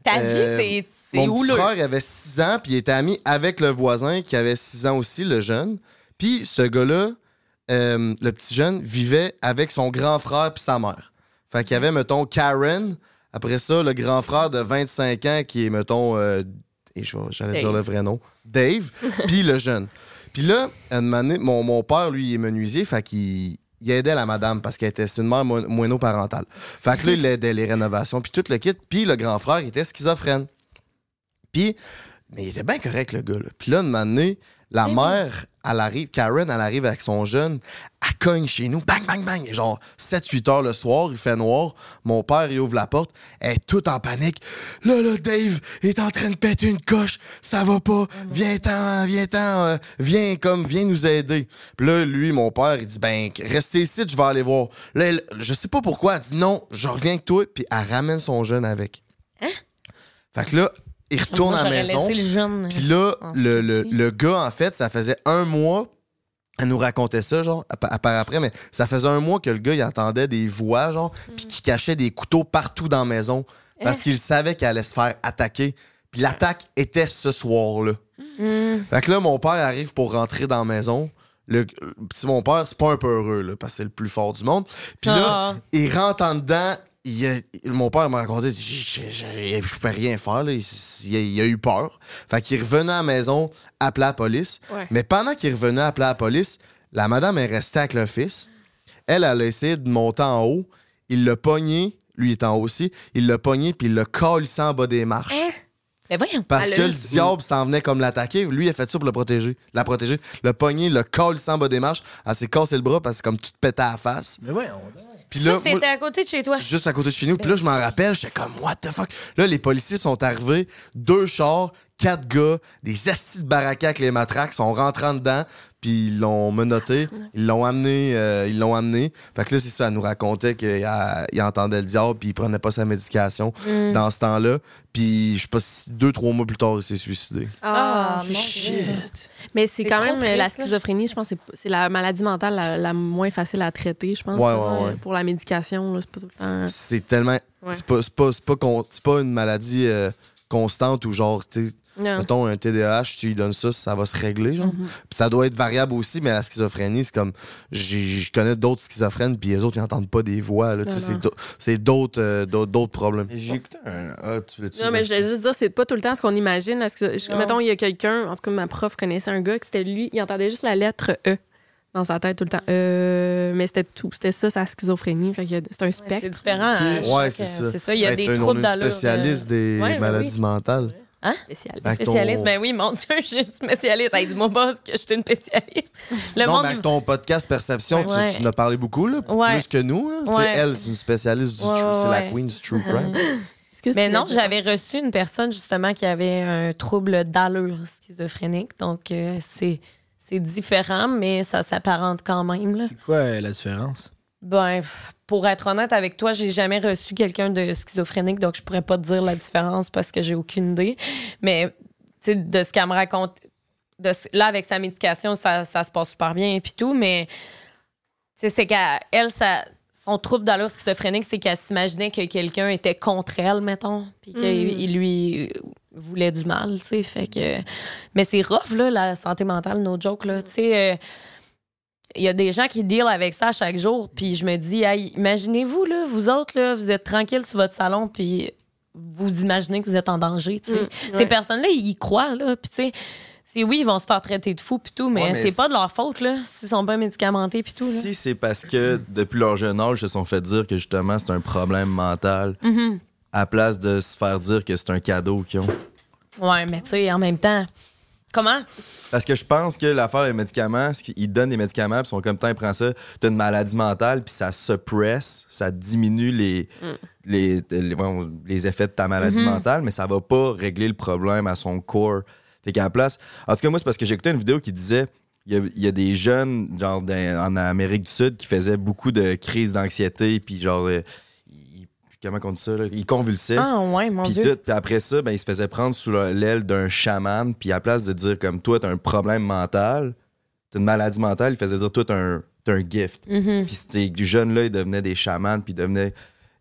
Speaker 3: Ta
Speaker 9: Euh,
Speaker 3: vie, c'est- c'est
Speaker 9: mon petit
Speaker 3: houleux.
Speaker 9: frère il avait 6 ans, puis il était ami avec le voisin qui avait 6 ans aussi, le jeune. Puis ce gars-là, euh, le petit jeune, vivait avec son grand frère puis sa mère. Fait qu'il y avait, mettons, Karen. Après ça, le grand frère de 25 ans qui est, mettons, euh, et je vais- j'allais dire
Speaker 1: Dave.
Speaker 9: le vrai nom, Dave, puis le jeune. Puis là, à un moment donné, mon, mon père, lui, il est menuisier, fait qu'il il aidait la madame parce qu'elle était c'est une mère mo- moynoparentale. Fait que là, il aidait les rénovations, puis tout le kit. Puis le grand frère, il était schizophrène. Puis, mais il était bien correct, le gars. là. Puis là, de m'amener, la mère, elle arrive, Karen, elle arrive avec son jeune, elle cogne chez nous, bang, bang, bang. Et Genre 7-8 heures le soir, il fait noir. Mon père, il ouvre la porte, elle est toute en panique. Là, là, Dave est en train de péter une coche, ça va
Speaker 3: Oh
Speaker 9: pas, viens-t'en, viens-t'en, euh, viens comme, viens nous aider. Puis là, lui, mon père, il dit, ben, restez ici, je vais aller voir. Là, elle- je sais pas pourquoi, elle dit, non, je reviens avec toi, puis elle ramène son jeune avec. Fait que là, il retourne
Speaker 3: Hein? Moi,
Speaker 9: à la
Speaker 3: j'aurais
Speaker 9: maison.
Speaker 3: laissé le jeune,
Speaker 9: Puis là,
Speaker 3: en
Speaker 9: le, le- le gars, en fait, ça faisait un mois. Elle nous racontait ça, genre, à pa- à part après, mais ça faisait un mois que le gars, il entendait des voix, genre, puis qu'il cachait des couteaux partout dans la maison parce
Speaker 3: Hein?
Speaker 9: qu'il savait qu'il allait se faire attaquer. Puis l'attaque était ce soir-là. Fait que là, mon père arrive pour rentrer dans la maison. Le, euh, si mon père, c'est pas un peu heureux, là, parce que c'est le plus fort du monde. Puis là,
Speaker 1: Ah.
Speaker 9: il rentre en dedans. il a- il- mon père m'a raconté, il dit, je, je, je pouvais rien faire, là. Il, s- il a, il a eu peur. Fait qu'il revenait à la maison, appelait la police.
Speaker 1: Ouais.
Speaker 9: Mais pendant qu'il revenait, appeler la police, la madame est restée avec le fils. Elle, elle a essayé de monter en haut. Il l'a pogné, lui il est en haut aussi, il l'a pogné, puis il l'a collissé en bas des marches.
Speaker 3: Mais Ben voyons.
Speaker 9: Parce
Speaker 3: Hein? Elle a
Speaker 9: que
Speaker 3: eu-
Speaker 9: le diable s'en venait comme l'attaquer. Lui, il a fait ça pour le protéger. La protéger. Le pogner, le col sans bas des marches. Elle s'est cassé le bras parce que comme tout pétait à la face.
Speaker 6: Mais ouais, on...
Speaker 9: Puis
Speaker 3: Ça,
Speaker 9: là, moi,
Speaker 3: c'était à côté de chez toi.
Speaker 9: juste à côté de chez nous. Puis là, je m'en rappelle, j'étais comme, what the fuck? Là, les policiers sont arrivés. Deux chars, quatre gars, des assis de baraka avec les matraques sont rentrant dedans. puis ils l'ont menotté, ils l'ont amené, euh, ils l'ont amené. Fait que là, c'est ça, elle nous racontait qu'il a- il entendait le diable, puis il prenait pas sa médication
Speaker 3: Mm.
Speaker 9: dans ce temps-là. Puis je sais pas, si deux, trois mois plus tard, il s'est suicidé.
Speaker 5: Ah,
Speaker 3: mon Dieu.
Speaker 5: shit. Mais c'est
Speaker 3: C'est
Speaker 5: quand
Speaker 3: trop
Speaker 5: même euh, la
Speaker 3: triste, là.
Speaker 5: schizophrénie, je pense, c'est- c'est la maladie mentale la, la moins facile à traiter, je pense.
Speaker 9: Ouais,
Speaker 5: parce
Speaker 9: ouais,
Speaker 5: que
Speaker 9: ouais.
Speaker 5: Pour la médication, là, c'est pas tout le temps.
Speaker 9: C'est tellement.
Speaker 5: Ouais.
Speaker 9: C'est pas, c'est pas, c'est pas, con- c'est pas une maladie euh, constante ou genre, tu sais,
Speaker 3: Hein?
Speaker 5: Non.
Speaker 9: mettons un TDAH, tu lui donnes ça, ça va se régler, genre.
Speaker 3: Mhm.
Speaker 9: Puis ça doit être variable aussi, mais la schizophrénie, c'est comme. j'ai- Je connais d'autres schizophrènes, puis les autres, ils n'entendent pas des voix, là. Tu sais,
Speaker 5: Non,
Speaker 9: c'est
Speaker 5: non.
Speaker 9: d'au- c'est d'autres euh, d'autres d'autres problèmes.
Speaker 2: J'ai écouté un. Ah, tu l'as-tu
Speaker 5: Non, mais je voulais juste dire, c'est pas tout le temps ce qu'on imagine. Parce que, je-
Speaker 2: Non.
Speaker 5: mettons, il y a quelqu'un, en tout cas, ma prof connaissait un gars, que c'était lui, il entendait juste la lettre E dans sa tête tout le
Speaker 3: Mm.
Speaker 5: temps. Euh, mais c'était tout. C'était ça, sa schizophrénie. Fait que c'est un spectre.
Speaker 3: c'est différent, hein,
Speaker 9: Ouais,
Speaker 3: chaque-
Speaker 9: c'est ça.
Speaker 3: c'est ça, il y a
Speaker 9: Hey,
Speaker 3: des
Speaker 9: t'es un-
Speaker 3: troubles
Speaker 9: on est une
Speaker 3: d'allure, euh,
Speaker 9: spécialiste des
Speaker 3: ouais, ben
Speaker 9: maladies
Speaker 3: oui.
Speaker 9: mentales.
Speaker 3: Hein?
Speaker 5: Spécialiste.
Speaker 9: Avec ton-
Speaker 3: Spécialiste, ben oui, mon Dieu, je suis spécialiste. Hey, Dis-moi pas que je suis une spécialiste. Le
Speaker 9: non,
Speaker 3: monde.
Speaker 9: mais avec ton podcast Perception, tu-
Speaker 3: Ouais.
Speaker 9: tu, en as parlé beaucoup, là,
Speaker 3: Ouais.
Speaker 9: plus que nous. là. Tu sais,
Speaker 3: Ouais.
Speaker 9: Elle, c'est une spécialiste du
Speaker 3: Ouais,
Speaker 9: true,
Speaker 3: ouais,
Speaker 9: c'est la
Speaker 3: ouais.
Speaker 9: queen du true crime.
Speaker 3: Mais
Speaker 5: tu
Speaker 3: non,
Speaker 5: voulais dire?
Speaker 3: j'avais reçu une personne justement qui avait un trouble d'allure schizophrénique. Donc, euh, c'est c'est différent, mais ça s'apparente quand même. là.
Speaker 6: Quoi euh, la différence?
Speaker 3: Ben, pff, pour être honnête avec toi, j'ai jamais reçu quelqu'un de schizophrénique, donc je pourrais pas te dire la différence parce que j'ai aucune idée. Mais tu sais, de ce qu'elle me raconte, de ce- là avec sa médication, ça, ça se passe super bien et puis tout, mais tu sais, c'est qu'elle, ça, son trouble d'allure schizophrénique, c'est qu'elle s'imaginait que quelqu'un était contre elle, mettons, puis qu'il
Speaker 5: Mm.
Speaker 3: il lui voulait du mal, tu sais, fait que... Mais c'est rough, là, la santé mentale, no joke, là, tu sais... euh, il y a des gens qui deal avec ça chaque jour, puis je me dis, hey, imaginez-vous, là, vous autres, là, vous êtes tranquille sur votre salon, puis vous imaginez que vous êtes en danger, tu sais.
Speaker 5: Mm, ouais.
Speaker 3: Ces personnes-là, ils y croient, là, puis tu sais, c'est oui, ils vont se faire traiter de fous, puis tout, mais,
Speaker 2: Ouais, mais
Speaker 3: c'est
Speaker 2: si-
Speaker 3: pas de leur faute, là, s'ils sont pas médicamentés, puis tout, là.
Speaker 2: Si c'est parce que depuis leur jeune âge, ils se sont fait dire que justement c'est un problème mental,
Speaker 5: Mm-hmm.
Speaker 3: Mhm.
Speaker 2: à place de se faire dire que c'est un cadeau qu'ils ont.
Speaker 3: Ouais, mais tu sais, en même temps, comment?
Speaker 2: Parce que je pense que l'affaire des médicaments, c'est qu'ils donnent des médicaments, puis ils sont comme, tiens, prends ça, t'as une maladie mentale, puis ça suppresse, ça diminue les, les, les- bon, les effets de ta maladie
Speaker 9: Mhm.
Speaker 2: mentale, mais ça va pas régler le problème à son corps. Fait qu'à la place. En tout cas, moi, c'est parce que j'écoutais une vidéo qui disait. Il y, a, il y a des jeunes, genre, dans- en Amérique du Sud, qui faisaient beaucoup de crises d'anxiété, puis genre, euh, ils- comment on dit ça, là? ils convulsaient.
Speaker 3: Ah, ouais, mon
Speaker 2: Puis
Speaker 3: Dieu.
Speaker 2: tout. Puis après ça, ben, il se faisait prendre sous la- l'aile d'un chaman. Puis à place de dire comme toi, t'as un problème mental, t'as une maladie mentale, il faisait dire toi, t'as un, t'as un gift.
Speaker 5: Mm.
Speaker 3: Mhm.
Speaker 2: Puis ces jeunes-là, ils devenaient des chamans, puis ils devenaient,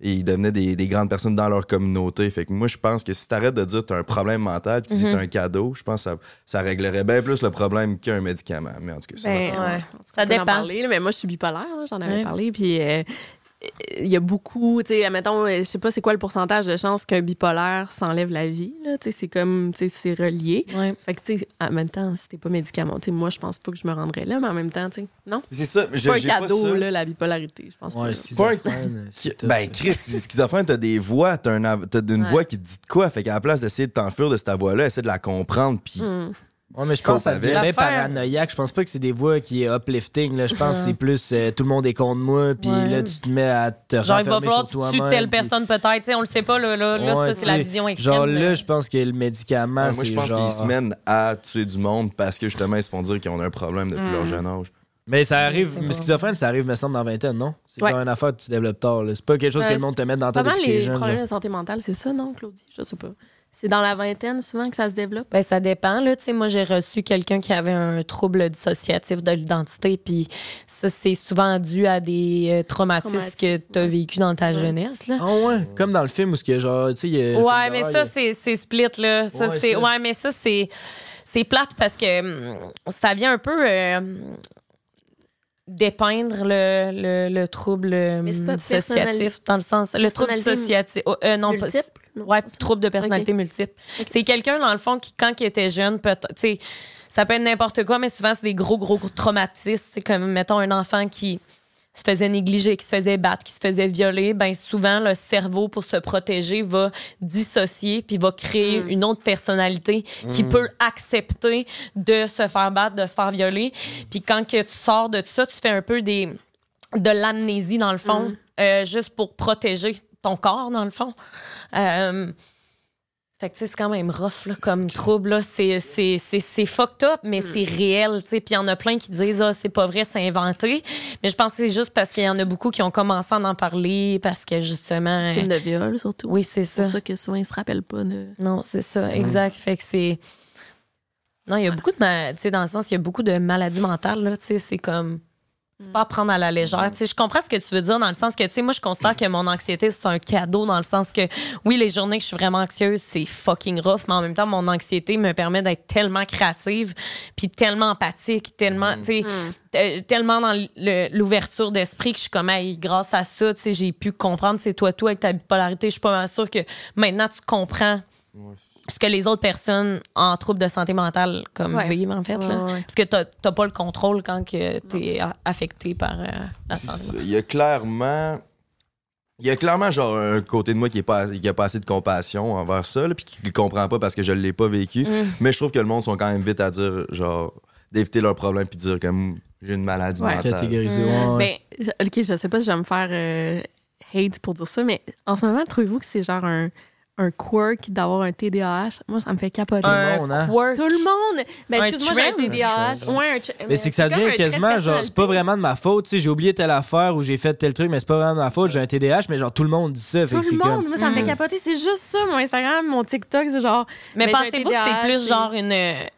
Speaker 2: ils devenaient des, des grandes personnes dans leur communauté. Fait que moi, je pense que si t'arrêtes de dire t'as un problème mental, puis si
Speaker 5: Mm-hmm.
Speaker 3: Mhm.
Speaker 2: t'as un cadeau, je pense que ça, ça réglerait bien plus le problème qu'un médicament. Mais en tout cas, ça
Speaker 5: Ben,
Speaker 2: va.
Speaker 5: ouais.
Speaker 3: Ça
Speaker 5: On peut en
Speaker 3: dépend.
Speaker 5: parler, là, mais moi, je suis bipolaire. hein, J'en avais
Speaker 3: Ouais.
Speaker 5: parlé. Puis euh, euh, il y a beaucoup, tu sais, admettons, euh, je sais pas c'est quoi le pourcentage de chances qu'un bipolaire s'enlève la vie. là, tu sais, C'est comme, tu sais, c'est relié. Fait que, tu sais, en même temps, si t'es pas médicamenté, moi, je pense pas que je me rendrais là, mais en même temps, tu sais, non.
Speaker 2: C'est ça,
Speaker 5: C'est
Speaker 2: j'ai-
Speaker 5: pas un
Speaker 2: j'ai pas
Speaker 5: cadeau,
Speaker 2: ça.
Speaker 5: là, la bipolarité, je pense pas.
Speaker 2: c'est pas un- Qui- Ben, Chris, les schizophrènes, t'as des voix, t'as un av- t'as une
Speaker 5: Ouais.
Speaker 2: voix qui te dit de quoi. Fait qu'à la place d'essayer de t'enfuir de cette voix-là, essaie de la comprendre. Puis
Speaker 5: Hmm.
Speaker 6: Ouais, mais je pense que ça
Speaker 2: Cope
Speaker 6: devient bien
Speaker 2: avec.
Speaker 6: paranoïaque. Je pense pas que c'est des voix qui est uplifting. Là. Je pense que
Speaker 3: Ouais.
Speaker 6: c'est plus euh, tout le monde est contre moi, puis
Speaker 3: Ouais.
Speaker 6: là, tu te mets à te
Speaker 3: Genre, il va
Speaker 6: renfermer
Speaker 3: falloir
Speaker 6: sur
Speaker 3: que tu tues
Speaker 6: toi-même.
Speaker 3: telle
Speaker 6: puis-
Speaker 3: personne, peut-être, tu sais, on le sait pas, là, là, là,
Speaker 6: Ouais,
Speaker 3: ça, c'est la
Speaker 6: tu sais,
Speaker 3: vision extrême.
Speaker 6: Genre
Speaker 3: là.
Speaker 6: là, je pense que le médicament,
Speaker 2: moi, je
Speaker 6: Ben, c'est
Speaker 2: pense
Speaker 6: genre...
Speaker 2: qu'ils se mènent à tuer du monde parce que justement, ils se font dire qu'ils ont un problème depuis
Speaker 6: Mm.
Speaker 2: leur jeune âge.
Speaker 6: Mais ça
Speaker 2: Je
Speaker 6: arrive,
Speaker 2: sais
Speaker 6: mais
Speaker 2: pas.
Speaker 6: schizophrène, ça arrive, me semble, dans la vingtaine, non? C'est
Speaker 5: Ouais.
Speaker 6: genre une affaire que tu développes tard. là. C'est pas quelque chose que
Speaker 5: Euh,
Speaker 6: le monde te met dans ta
Speaker 5: Pas mal
Speaker 6: tête.
Speaker 5: les problèmes de santé mentale, c'est ça, non, Claudie? Je sais pas. C'est dans la vingtaine, souvent, que ça se développe.
Speaker 3: Ben, ça dépend. Là. Tu sais, Moi, j'ai reçu quelqu'un qui avait un trouble dissociatif de l'identité, puis ça, c'est souvent dû à des euh, traumatismes
Speaker 6: Traumatismes,
Speaker 3: que tu as vécu dans ta jeunesse. Là.
Speaker 6: Ah ouais, comme dans le film où ce que genre, tu sais, il y a- le
Speaker 3: Ouais,
Speaker 6: film
Speaker 3: mais
Speaker 6: d'horreur,
Speaker 3: ça,
Speaker 6: il y a-
Speaker 3: c'est c'est split, là. Ça,
Speaker 6: Ouais,
Speaker 3: c'est-
Speaker 6: ça.
Speaker 3: ouais, mais ça, c'est c'est plate parce que hum, ça vient un peu euh, dépeindre le, le, le trouble hum,
Speaker 5: c'est pas personnali-
Speaker 3: dissociatif, dans le sens. Le trouble
Speaker 5: Personnalité
Speaker 3: dissociatif. oh, euh, non, pas-
Speaker 5: multiple,
Speaker 3: ouais, trouble de personnalité multiple. C'est quelqu'un, dans le fond, qui, quand il était jeune, peut tu sais, ça peut être n'importe quoi, mais souvent, c'est des gros, gros traumatismes. C'est comme, mettons, un enfant qui se faisait négliger, qui se faisait battre, qui se faisait violer, ben souvent le cerveau pour se protéger va dissocier puis va créer une autre personnalité qui
Speaker 5: Mm.
Speaker 3: peut accepter de se faire battre, de se faire violer. Puis quand que tu sors de ça, tu fais un peu des de l'amnésie dans le fond, euh, juste pour protéger ton corps dans le fond. Euh, Fait que, tu sais, c'est quand même rough, là, comme trouble, là. C'est, c'est, c'est, c'est fucked up, mais c'est réel, tu sais. Puis il y en a plein qui disent, ah, c'est pas vrai, c'est inventé. Mais je pense que c'est juste parce qu'il y en a beaucoup qui ont commencé à en parler, parce que justement.
Speaker 5: Film de viol, surtout.
Speaker 3: Oui, c'est ça.
Speaker 5: C'est pour ça que souvent, ils se rappellent pas de.
Speaker 3: Non, c'est ça, exact. Fait que c'est. Non, il y a beaucoup de. ma- Tu sais, dans le sens, il y a beaucoup de maladies mentales, là. Tu sais, c'est comme. C'est pas à prendre à la
Speaker 5: Mm-hmm.
Speaker 3: légère. Tu sais, je comprends ce que tu veux dire dans le sens que, tu sais, moi, je considère que mon anxiété, c'est un cadeau dans le sens que, oui, les journées que je suis vraiment anxieuse, c'est fucking rough, mais en même temps, mon anxiété me permet d'être tellement créative, puis tellement empathique,
Speaker 5: Mm-hmm.
Speaker 3: tellement, tu sais,
Speaker 5: Mm.
Speaker 3: euh, tellement dans l- le- l'ouverture d'esprit que je suis comme, hey, grâce à ça, tu sais, j'ai pu comprendre, c'est toi, toi, avec ta bipolarité, je suis pas mal sûre que maintenant, tu comprends ce que les autres personnes en trouble de santé mentale comme
Speaker 5: Ouais.
Speaker 3: vivent en fait
Speaker 5: Ouais,
Speaker 3: là.
Speaker 5: ouais, ouais.
Speaker 3: parce que t'as t'as pas le contrôle quand que t'es a- affecté par euh, la
Speaker 2: C'est
Speaker 3: santé
Speaker 2: ça. Il y a clairement. Il y a clairement genre un côté de moi qui est pas qui a pas assez de compassion envers ça là, puis qui le comprend pas parce que je l'ai pas vécu.
Speaker 3: Mm.
Speaker 2: Mais je trouve que le monde sont quand même vite à dire genre d'éviter leurs problèmes puis dire comme j'ai une maladie
Speaker 5: Ouais.
Speaker 2: mentale.
Speaker 6: Catégoriser,
Speaker 5: Ben, OK, je sais pas si je vais me faire euh, hate pour dire ça, mais en ce moment, trouvez-vous que c'est genre un, un quirk d'avoir un TDAH? Moi, ça me fait capoter.
Speaker 6: Un Tout le monde, hein?
Speaker 5: quirk. Tout le monde. Ben,
Speaker 3: Un
Speaker 5: excuse-moi, j'ai un
Speaker 3: trend.
Speaker 5: TDAH. Ouais, un tr-
Speaker 6: Mais c'est que ça
Speaker 5: comme un
Speaker 6: devient
Speaker 5: trait de
Speaker 6: quasiment genre, c'est pas vraiment de ma faute. tu sais, J'ai oublié telle affaire ou j'ai fait tel truc, mais c'est pas vraiment de ma faute. J'ai un TDAH, mais genre tout le monde dit ça. fait
Speaker 5: Tout
Speaker 6: que c'est
Speaker 5: le monde,
Speaker 6: comme-
Speaker 5: moi, ça
Speaker 3: Mm.
Speaker 5: me fait capoter. C'est juste ça, mon Instagram, mon TikTok, c'est genre.
Speaker 3: Mais,
Speaker 5: j'ai un
Speaker 3: pensez-vous que
Speaker 5: TDAH,
Speaker 3: c'est plus genre une,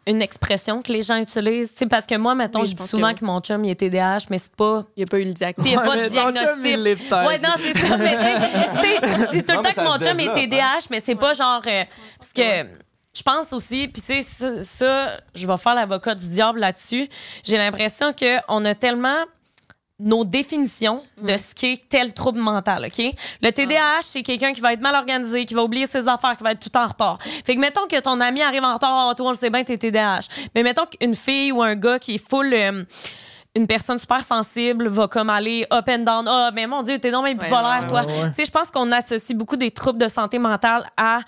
Speaker 3: une expression que les gens utilisent? Tu sais, parce que moi, mettons,
Speaker 5: Oui,
Speaker 3: je
Speaker 5: je
Speaker 3: dis
Speaker 5: pense
Speaker 3: souvent
Speaker 5: que
Speaker 3: que, mon chum, il est TDAH, mais c'est pas.
Speaker 5: Il n'y a pas eu le diagnostic.
Speaker 3: C'est
Speaker 5: Ouais,
Speaker 3: pas
Speaker 5: mais
Speaker 3: de
Speaker 5: ton
Speaker 3: diagnostic.
Speaker 5: chum, il l'est peut-être.
Speaker 3: ouais, non, c'est ça. Mais tu sais, tu sais, c'est tout
Speaker 5: Non,
Speaker 3: le
Speaker 5: mais
Speaker 3: temps
Speaker 5: ça
Speaker 3: que mon
Speaker 5: se
Speaker 3: chum est
Speaker 5: développe,
Speaker 3: TDAH, mais
Speaker 5: hein.
Speaker 3: c'est pas genre. euh, parce que je pense aussi, puis c'est ça, ça, je vais faire l'avocat du diable là-dessus. J'ai l'impression qu'on a tellement nos définitions
Speaker 5: Mm.
Speaker 3: de ce qu'est tel trouble mental, OK? Le TDAH, c'est quelqu'un qui va être mal organisé, qui va oublier ses affaires, qui va être tout en retard. Fait que mettons que ton ami arrive en retard, oh, toi, on le sait bien, t'es TDAH. Mais mettons qu'une fille ou un gars qui est full... euh, une personne super sensible va comme aller up and down. Ah, mais mon Dieu, t'es non même bipolaire,
Speaker 5: ouais,
Speaker 3: toi.
Speaker 5: ouais, ouais.
Speaker 3: Tu sais, je pense qu'on associe beaucoup des troubles de santé mentale à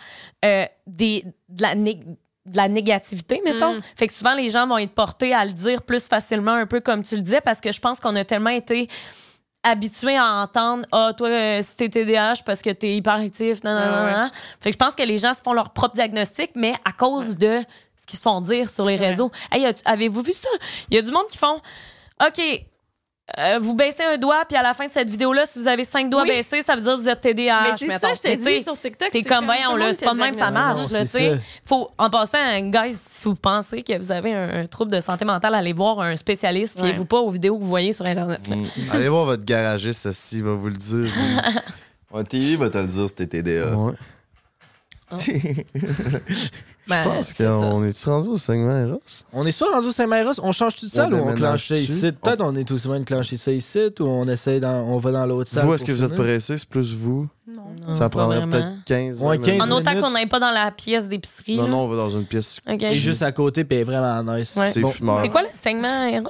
Speaker 3: euh, des, de la nég- de la négativité, mettons.
Speaker 5: Mm.
Speaker 3: Fait que souvent, les gens vont être portés à le dire plus facilement, un peu comme tu le disais, parce que je pense qu'on a tellement été habitués à entendre ah toi euh, si t'es TDAH parce que t'es hyperactif non non
Speaker 5: Ah ouais.
Speaker 3: non non fait que je pense que les gens se font leur propre diagnostic mais à cause de ce qu'ils se font dire sur les réseaux hey as- avez-vous vu ça il y a du monde qui font ok euh, vous baissez un doigt, puis à la fin de cette vidéo-là, si vous avez cinq doigts
Speaker 5: Oui.
Speaker 3: baissés, ça veut dire que vous êtes TDAH.
Speaker 5: Mais c'est ça,
Speaker 3: mettons.
Speaker 5: je te
Speaker 3: Mais
Speaker 5: dis,
Speaker 3: t'sais,
Speaker 5: sur TikTok,
Speaker 3: T'es
Speaker 5: c'est
Speaker 3: comme,
Speaker 5: comme tout
Speaker 3: voyons,
Speaker 5: le
Speaker 3: là,
Speaker 5: monde
Speaker 3: c'est pas de
Speaker 5: se
Speaker 3: même, ça
Speaker 5: diagnose.
Speaker 3: marche.
Speaker 5: Non,
Speaker 3: là,
Speaker 5: c'est
Speaker 3: t'sais.
Speaker 5: ça.
Speaker 3: Faut, en passant, guys, si vous pensez que vous avez un, un trouble de santé mentale, allez voir un spécialiste. Fiez-vous pas aux vidéos que vous voyez sur Internet. là.
Speaker 9: Allez voir votre garagiste, ceci va vous le dire.
Speaker 2: Ouais, TI va te le dire si t'es TDA.
Speaker 3: Ben,
Speaker 9: Je pense qu'on est-tu rendu au segment Eros?
Speaker 6: On est soit rendu au Saint-Myros, on change tout ça
Speaker 9: On
Speaker 6: ou on
Speaker 9: déménage
Speaker 6: clenche ça
Speaker 9: dessus.
Speaker 6: ici? Peut-être on est tout souvent de clencher ça ici ou on essaye dans, on va dans l'autre salle.
Speaker 9: Vous, est-ce
Speaker 6: pour
Speaker 9: que vous êtes
Speaker 6: finir?
Speaker 9: pressé? C'est plus vous?
Speaker 3: Non.
Speaker 9: Ça
Speaker 3: pas
Speaker 9: prendrait
Speaker 3: vraiment.
Speaker 9: peut-être 15
Speaker 6: Ouais,
Speaker 9: 15
Speaker 3: En autant qu'on n'aille pas dans la pièce d'épicerie.
Speaker 9: Non,
Speaker 3: là.
Speaker 9: non, on va dans une pièce.
Speaker 3: Ok.
Speaker 6: Et juste à côté, puis elle est vraiment nice.
Speaker 3: Ouais.
Speaker 9: C'est fumeur.
Speaker 3: C'est quoi le segment Eros?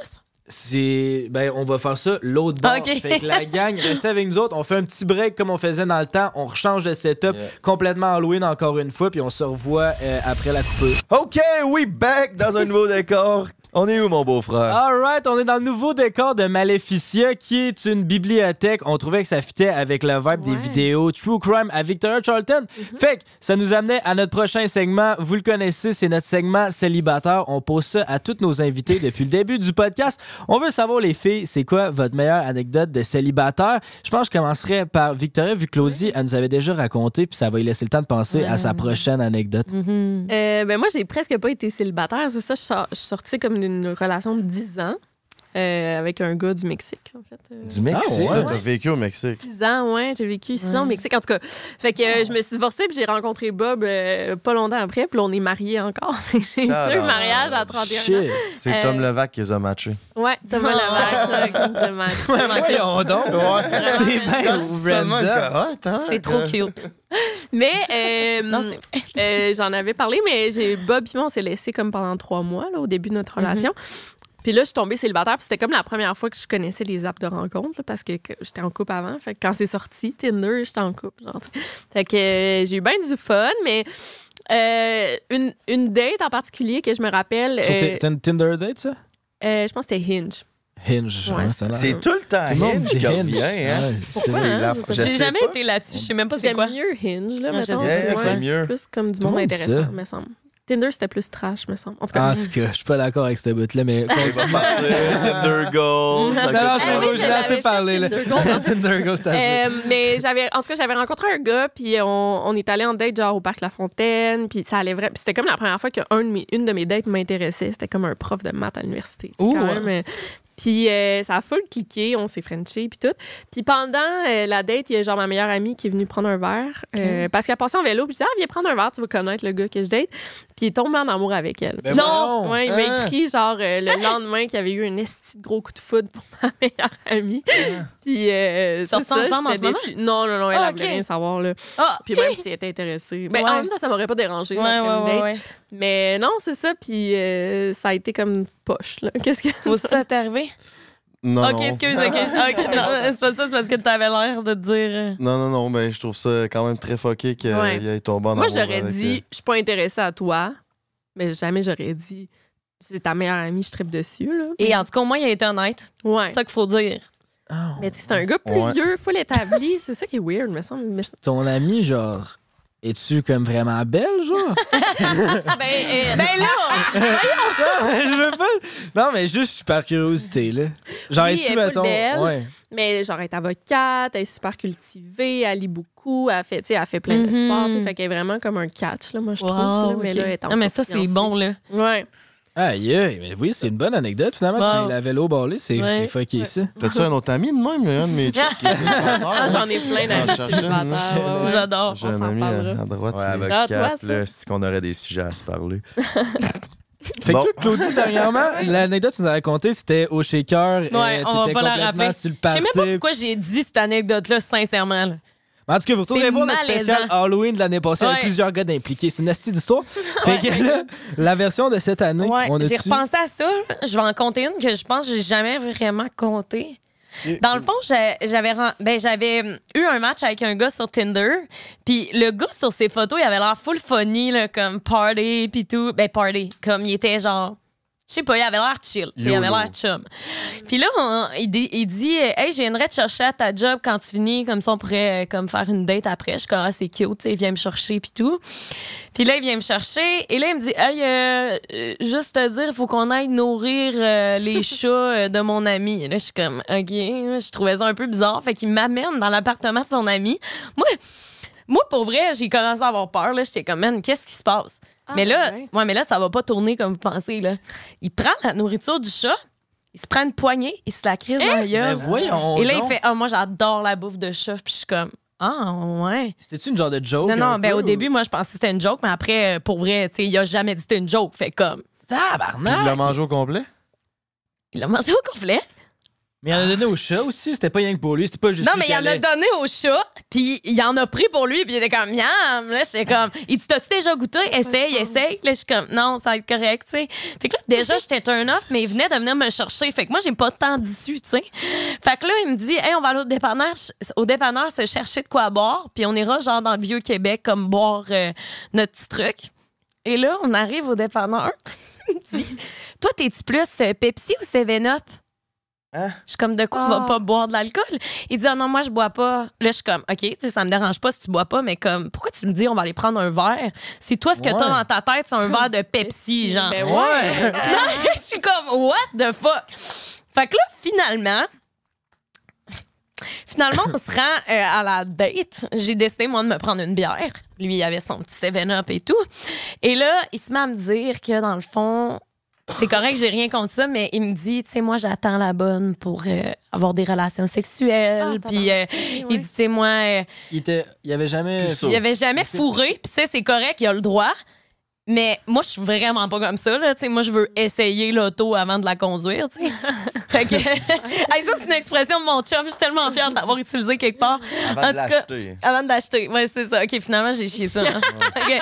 Speaker 6: C'est. Ben, on va faire ça l'autre bord.
Speaker 3: Ah, ok.
Speaker 6: Fait que la gang, restez avec nous autres. On fait un petit break comme on faisait dans le temps. On rechange de setup complètement Halloween encore une fois, puis on se revoit euh, après la coupure.
Speaker 2: OK, we back dans un nouveau décor. On est où, mon beau-frère?
Speaker 6: Alright, on est dans le nouveau décor de Maleficia qui est une bibliothèque. On trouvait que ça fitait avec le vibe des vidéos True Crime à Victoria Charlton. Fait que ça nous amenait à notre prochain segment. Vous le connaissez, c'est notre segment célibataire. On pose ça à tous nos invités depuis le début du podcast. On veut savoir, les filles, c'est quoi votre meilleure anecdote de célibataire? Je pense que je commencerai par Victoria, vu que Claudie, elle nous avait déjà raconté, puis ça va lui laisser le temps de penser à sa prochaine anecdote.
Speaker 5: Euh, ben moi, j'ai presque pas été célibataire. C'est ça, je, sor- je suis sortie comme d'une relation de 10 ans euh, avec un gars du Mexique, en fait. Euh,
Speaker 9: Du Mexique?
Speaker 5: Ah ouais?
Speaker 9: Ça, t'as vécu au Mexique.
Speaker 5: 6 ans, ouais, j'ai vécu 6 ans au Mexique. En tout cas, fait que euh, je me suis divorcée, puis j'ai rencontré Bob euh, pas longtemps après, puis là, on est mariés encore. j'ai eu
Speaker 9: Ah,
Speaker 5: deux
Speaker 9: non.
Speaker 5: mariages à 31 ans.
Speaker 9: C'est
Speaker 5: Euh,
Speaker 9: Tom Levac qui les a matchés.
Speaker 5: Ouais, Thomas Levac, là, qui nous a matchés.
Speaker 6: voyons donc.
Speaker 9: Ouais.
Speaker 6: C'est bien
Speaker 9: Quand tu sonnes,
Speaker 6: random.
Speaker 9: t'es comme, Ah,
Speaker 5: C'est trop
Speaker 9: euh,
Speaker 5: cute. Mais euh, euh, j'en avais parlé, mais j'ai Bob et moi, on s'est laissé comme pendant trois mois là, au début de notre
Speaker 2: Mhm.
Speaker 5: relation. Puis là, je suis tombée célibataire, puis c'était comme la première fois que je connaissais les apps de rencontre, là, parce que, que j'étais en couple avant. Fait que quand c'est sorti, Tinder, j'étais en couple. genre. Fait que euh, j'ai eu bien du fun, mais euh, une, une date en particulier que je me rappelle.
Speaker 6: Sur
Speaker 5: euh,
Speaker 6: Ti- C'était une Tinder date, ça?
Speaker 5: euh, je pense que c'était Hinge.
Speaker 6: Hinge.
Speaker 2: Ouais,
Speaker 6: hein,
Speaker 2: c'est
Speaker 6: un-
Speaker 2: c'est tout le temps
Speaker 6: le monde
Speaker 2: Hinge
Speaker 6: dit
Speaker 2: qui revient, hein.
Speaker 6: Ouais,
Speaker 2: Pourquoi, hein?
Speaker 6: la-
Speaker 2: Je
Speaker 6: je
Speaker 3: J'ai
Speaker 6: sais
Speaker 3: jamais
Speaker 2: pas.
Speaker 3: été là-dessus, je sais même pas c'est quoi.
Speaker 5: mieux Hinge, là,
Speaker 3: Ouais,
Speaker 5: mettons.
Speaker 6: je sais. Ouais, c'est Ah, mieux.
Speaker 5: plus comme du
Speaker 6: Tout le
Speaker 5: monde
Speaker 6: monde dit ça.
Speaker 5: intéressant, me semble. Tinder, c'était plus trash, me semble. En tout
Speaker 3: Ah,
Speaker 5: cas.
Speaker 6: En tout cas, je suis pas d'accord avec ce bout-là, mais.
Speaker 2: Il va partir. Tinder
Speaker 6: Non,
Speaker 2: Gold. ça coûte
Speaker 6: non, c'est
Speaker 2: pas.
Speaker 6: bon,
Speaker 5: je
Speaker 6: je l'ai
Speaker 5: l'avais
Speaker 6: assez parlé. là.
Speaker 5: Tinder Gold.
Speaker 6: Tinder Gold, c'est
Speaker 5: Euh,
Speaker 6: assez.
Speaker 5: mais j'avais en tout cas j'avais rencontré un gars puis on, on est allé en date genre au parc La Fontaine puis ça allait vraiment puis c'était comme la première fois qu'une de mes, une de mes dates m'intéressait c'était comme un prof de maths à l'université C'est
Speaker 3: Ouh.
Speaker 5: quand même, euh, puis euh, ça a full cliqué on s'est frenché puis tout puis pendant euh, la date il y a genre ma meilleure amie qui est venue prendre un verre euh,
Speaker 3: Ok.
Speaker 5: parce qu'elle passait en vélo puis je disais ah, viens prendre un verre tu vas connaître le gars que je date puis il est tombé en amour avec elle
Speaker 3: Ben voyons.
Speaker 5: ouais, il m'a
Speaker 3: Hein?
Speaker 5: écrit genre euh, le lendemain qu'il y avait eu un esti de gros coup de foudre pour ma meilleure amie puis euh,
Speaker 3: Sortent
Speaker 5: c'est ça,
Speaker 3: ensemble en
Speaker 5: j'étais
Speaker 3: ce moment?
Speaker 5: déçue. Non, non, non, elle
Speaker 3: Ah,
Speaker 5: voulait
Speaker 3: ok.
Speaker 5: rien savoir. Là.
Speaker 3: Ah,
Speaker 5: Puis même si elle était intéressée. Ben,
Speaker 3: Ouais.
Speaker 5: En même temps, ça m'aurait pas dérangé.
Speaker 3: Ouais,
Speaker 5: là, après
Speaker 3: ouais,
Speaker 5: une
Speaker 3: ouais,
Speaker 5: date. Mais non, c'est ça. Puis euh, ça a été comme poche. là. Qu'est-ce que.
Speaker 3: Toi aussi, ça t'est arrivé?
Speaker 9: Non,
Speaker 3: ok,
Speaker 9: non.
Speaker 3: excuse, ok. Ok, non, c'est pas ça, c'est parce que t'avais l'air de te dire. euh,
Speaker 5: Mm.
Speaker 9: Non, non, non, mais je trouve ça quand même très fucké qu'il
Speaker 5: Ouais.
Speaker 9: y ait tombé en
Speaker 5: Moi,
Speaker 9: amour
Speaker 5: j'aurais
Speaker 9: avec,
Speaker 5: dit, je suis pas intéressée à toi. Mais jamais j'aurais dit, c'est ta meilleure amie, je tripe dessus. Là.
Speaker 3: Et en tout cas, au moins, il a été honnête.
Speaker 5: Ouais.
Speaker 3: C'est ça qu'il faut dire.
Speaker 5: Mais tu sais, c'est un gars plus
Speaker 6: Ah, Ouais.
Speaker 5: vieux, full établi. c'est ça qui est weird, me semble. Mais-
Speaker 6: Ton ami, genre, es-tu comme vraiment belle, genre?
Speaker 5: ben, euh,
Speaker 3: ben là!
Speaker 6: non, mais je veux pas. Non, mais juste par curiosité, là. Genre,
Speaker 5: Oui, elle
Speaker 6: es-tu,
Speaker 5: est full
Speaker 6: mettons.
Speaker 5: belle,
Speaker 6: Ouais.
Speaker 5: Mais genre, elle est avocate, elle est super cultivée, elle lit beaucoup, elle fait, tu sais, elle fait plein de
Speaker 3: Mhm.
Speaker 5: sports, tu sais, fait qu'elle est vraiment comme un catch, là, moi, je
Speaker 3: Wow,
Speaker 5: trouve. là, mais
Speaker 3: ok.
Speaker 5: là, elle est en
Speaker 3: Ah, mais ça, c'est
Speaker 5: confiance.
Speaker 3: bon, là.
Speaker 5: Ouais.
Speaker 6: Aïe, aïe, mais oui, c'est une bonne anecdote. Finalement,
Speaker 3: Wow.
Speaker 6: tu l'avais l'eau barlée, c'est
Speaker 3: Ouais.
Speaker 6: c'est fucké, ça.
Speaker 9: euh, T'as-tu un autre ami de même, un de mes chicks qui est célibataire?
Speaker 3: Ah, j'en ai plein
Speaker 9: Sans
Speaker 3: d'amis
Speaker 9: chercher, là.
Speaker 3: célibataires, ouais, ouais. J'adore,
Speaker 9: J'ai
Speaker 3: on
Speaker 9: un
Speaker 3: s'en
Speaker 9: ami
Speaker 3: parlera.
Speaker 9: à, à droite.
Speaker 2: Ouais, avec
Speaker 3: Ah, toi,
Speaker 2: Cap,
Speaker 3: ça.
Speaker 2: là, c'est qu'on aurait des sujets à se parler.
Speaker 6: Fait
Speaker 2: Bon.
Speaker 6: que toi, Claudie, dernièrement, l'anecdote que tu nous as racontée, c'était au shaker. euh,
Speaker 3: Ouais, on va
Speaker 6: t'étais
Speaker 3: pas la
Speaker 6: complètement
Speaker 3: rappeler.
Speaker 6: sur le
Speaker 3: Je sais même pas
Speaker 6: party.
Speaker 3: pourquoi j'ai dit cette anecdote-là, sincèrement. là.
Speaker 6: Mais En tout cas, vous retournerez
Speaker 3: C'est
Speaker 6: voir notre
Speaker 3: malaisant.
Speaker 6: spécial Halloween de l'année passée avec
Speaker 3: Ouais.
Speaker 6: plusieurs gars impliqués. C'est une astuce d'histoire. Fait que là, la version de cette année,
Speaker 3: Ouais,
Speaker 6: on a
Speaker 3: j'ai repensé à ça. Je vais en compter une que je pense que j'ai jamais vraiment comptée. Dans le fond, j'a- j'avais ren- ben, j'avais hum, eu un match avec un gars sur Tinder, puis le gars sur ses photos, il avait l'air full funny là, comme party puis tout, ben party, comme il était genre je sais pas, il avait l'air chill, tu sais, il avait
Speaker 4: YOLO.
Speaker 3: l'air chum. Puis là, on- il, dit- il dit euh, "Hey, je viendrai te chercher à ta job quand tu finis, comme ça on pourrait euh, comme faire une date après." Je suis comme "Ah, c'est cute, tu sais, viens me chercher puis tout." Puis là, il vient me chercher et là, il me dit Hey, euh, euh, juste te dire, faut qu'on aille nourrir euh, les chats euh, de mon ami. Et là, je suis comme OK, je trouvais ça un peu bizarre. Fait qu'il m'amène dans l'appartement de son ami. Moi, moi pour vrai, j'ai commencé à avoir peur. là. J'étais comme Man, qu'est-ce qui se passe? mais là, ouais. mais là, ça va pas tourner comme vous pensez. Là. Il prend la nourriture du chat. Il se prend une poignée, il se la crise dans la gueule.
Speaker 6: ben voyons
Speaker 3: Et là,
Speaker 6: donc.
Speaker 3: il fait Ah, moi, j'adore la bouffe de chat. Puis je suis comme Ah, ouais.
Speaker 6: C'était-tu une genre de joke?
Speaker 3: Non,
Speaker 6: un
Speaker 3: non, ben
Speaker 6: peu,
Speaker 3: au
Speaker 6: ou-
Speaker 3: début, moi, je pensais que c'était une joke, mais après, euh, pour vrai, tu sais, il a jamais dit que c'était une joke. Fait comme,
Speaker 9: Puis
Speaker 6: Tabarnak!
Speaker 9: il l'a mangé au complet?
Speaker 3: il a mangé au complet.
Speaker 6: Mais il en a donné au chat aussi, c'était pas rien que pour lui, c'était pas juste.
Speaker 3: Non,
Speaker 6: lui
Speaker 3: mais
Speaker 6: qui
Speaker 3: il en a
Speaker 6: allait.
Speaker 3: donné au chat, puis il en a pris pour lui, puis il était comme, miam! Là, j'étais comme, il dit, t'as-tu déjà goûté? Essaye, essaye. Là, je suis comme, non, ça va être correct, tu sais. Fait que là, déjà, j'étais turn off, mais il venait de venir me chercher. Fait que moi, j'ai pas tant d'issue, tu sais. Fait que là, il me dit, hey, on va aller au dépanneur, au dépanneur se chercher de quoi boire, puis on ira, genre, dans le vieux Québec, comme boire euh, notre petit truc. Et là, on arrive au dépanneur. Il me dit, toi, t'es-tu plus euh, Pepsi ou 7-Up?
Speaker 6: Hein?
Speaker 3: Je suis comme, de quoi on va
Speaker 5: Ah.
Speaker 3: pas boire de l'alcool? Il dit, ah non, moi, je bois pas. Là, je suis comme, OK, tu sais, ça me dérange pas si tu bois pas, mais comme, pourquoi tu me dis, on va aller prendre un verre? Si toi, ce que
Speaker 4: Ouais.
Speaker 3: t'as dans ta tête, c'est un verre de Pepsi, genre.
Speaker 4: Ben ouais.
Speaker 6: Ah.
Speaker 3: Non, je suis comme, what the fuck? Fait que là, finalement, finalement, on se rend euh, à la date. J'ai décidé, moi, de me prendre une bière. Lui, il avait son petit 7-up et tout. Et là, il se met à me dire que, dans le fond, c'est correct, j'ai rien contre ça, mais il me dit, tu sais, moi, j'attends la bonne pour euh, avoir des relations
Speaker 5: Ah,
Speaker 3: sexuelles. Puis euh, il dit, tu sais, moi, euh,
Speaker 6: Il, était... il avait jamais.
Speaker 3: il avait jamais fourré. Puis, tu sais, c'est correct, il a le droit. Mais moi, je suis vraiment pas comme ça. Là. Tu sais, Moi, je veux essayer l'auto avant de la conduire. tu sais. fait que... Hey, ça, c'est une expression de mon chum. Je suis tellement fière de l'avoir utilisée quelque part.
Speaker 2: Avant
Speaker 3: en
Speaker 2: de
Speaker 3: tout cas,
Speaker 2: l'acheter.
Speaker 3: avant de l'acheter. Oui, c'est ça. OK, finalement, j'ai chié ça. hein. OK.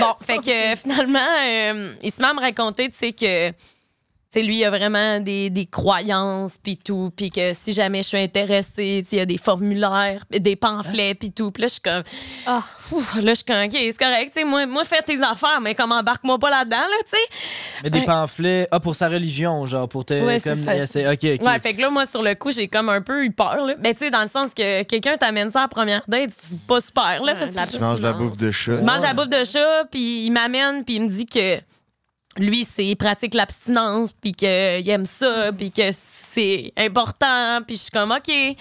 Speaker 3: Bon, fait que euh, finalement, euh, il se met à me raconter, tu sais, que tu Tu sais, lui, il a vraiment des, des croyances, puis tout, puis que si jamais je suis intéressée, tu sais, il y a des formulaires, pis des pamphlets, puis tout. Puis là, je suis comme, ah, ouf, là, je suis comme, OK, c'est correct, tu sais, moi, moi, fais tes affaires, mais comme embarque-moi pas là-dedans, là, tu sais.
Speaker 6: Mais des
Speaker 3: Fait-
Speaker 6: pamphlets, ah, pour sa religion, genre, pour te.
Speaker 3: Ouais,
Speaker 6: comme,
Speaker 3: c'est ça.
Speaker 6: c'est- ok, ok.
Speaker 3: Ouais, fait que là, moi, sur le coup, j'ai comme un peu eu peur, là. Mais tu sais, dans le sens que quelqu'un t'amène ça à la première date, c'est pas super, là. parce que
Speaker 2: Tu manges la bouffe de chat.
Speaker 3: il mange la bouffe de chat, puis il m'amène, puis il me dit que lui, c'est il pratique l'abstinence, puis qu'il aime ça, puis que c'est important, puis je suis comme OK. Puis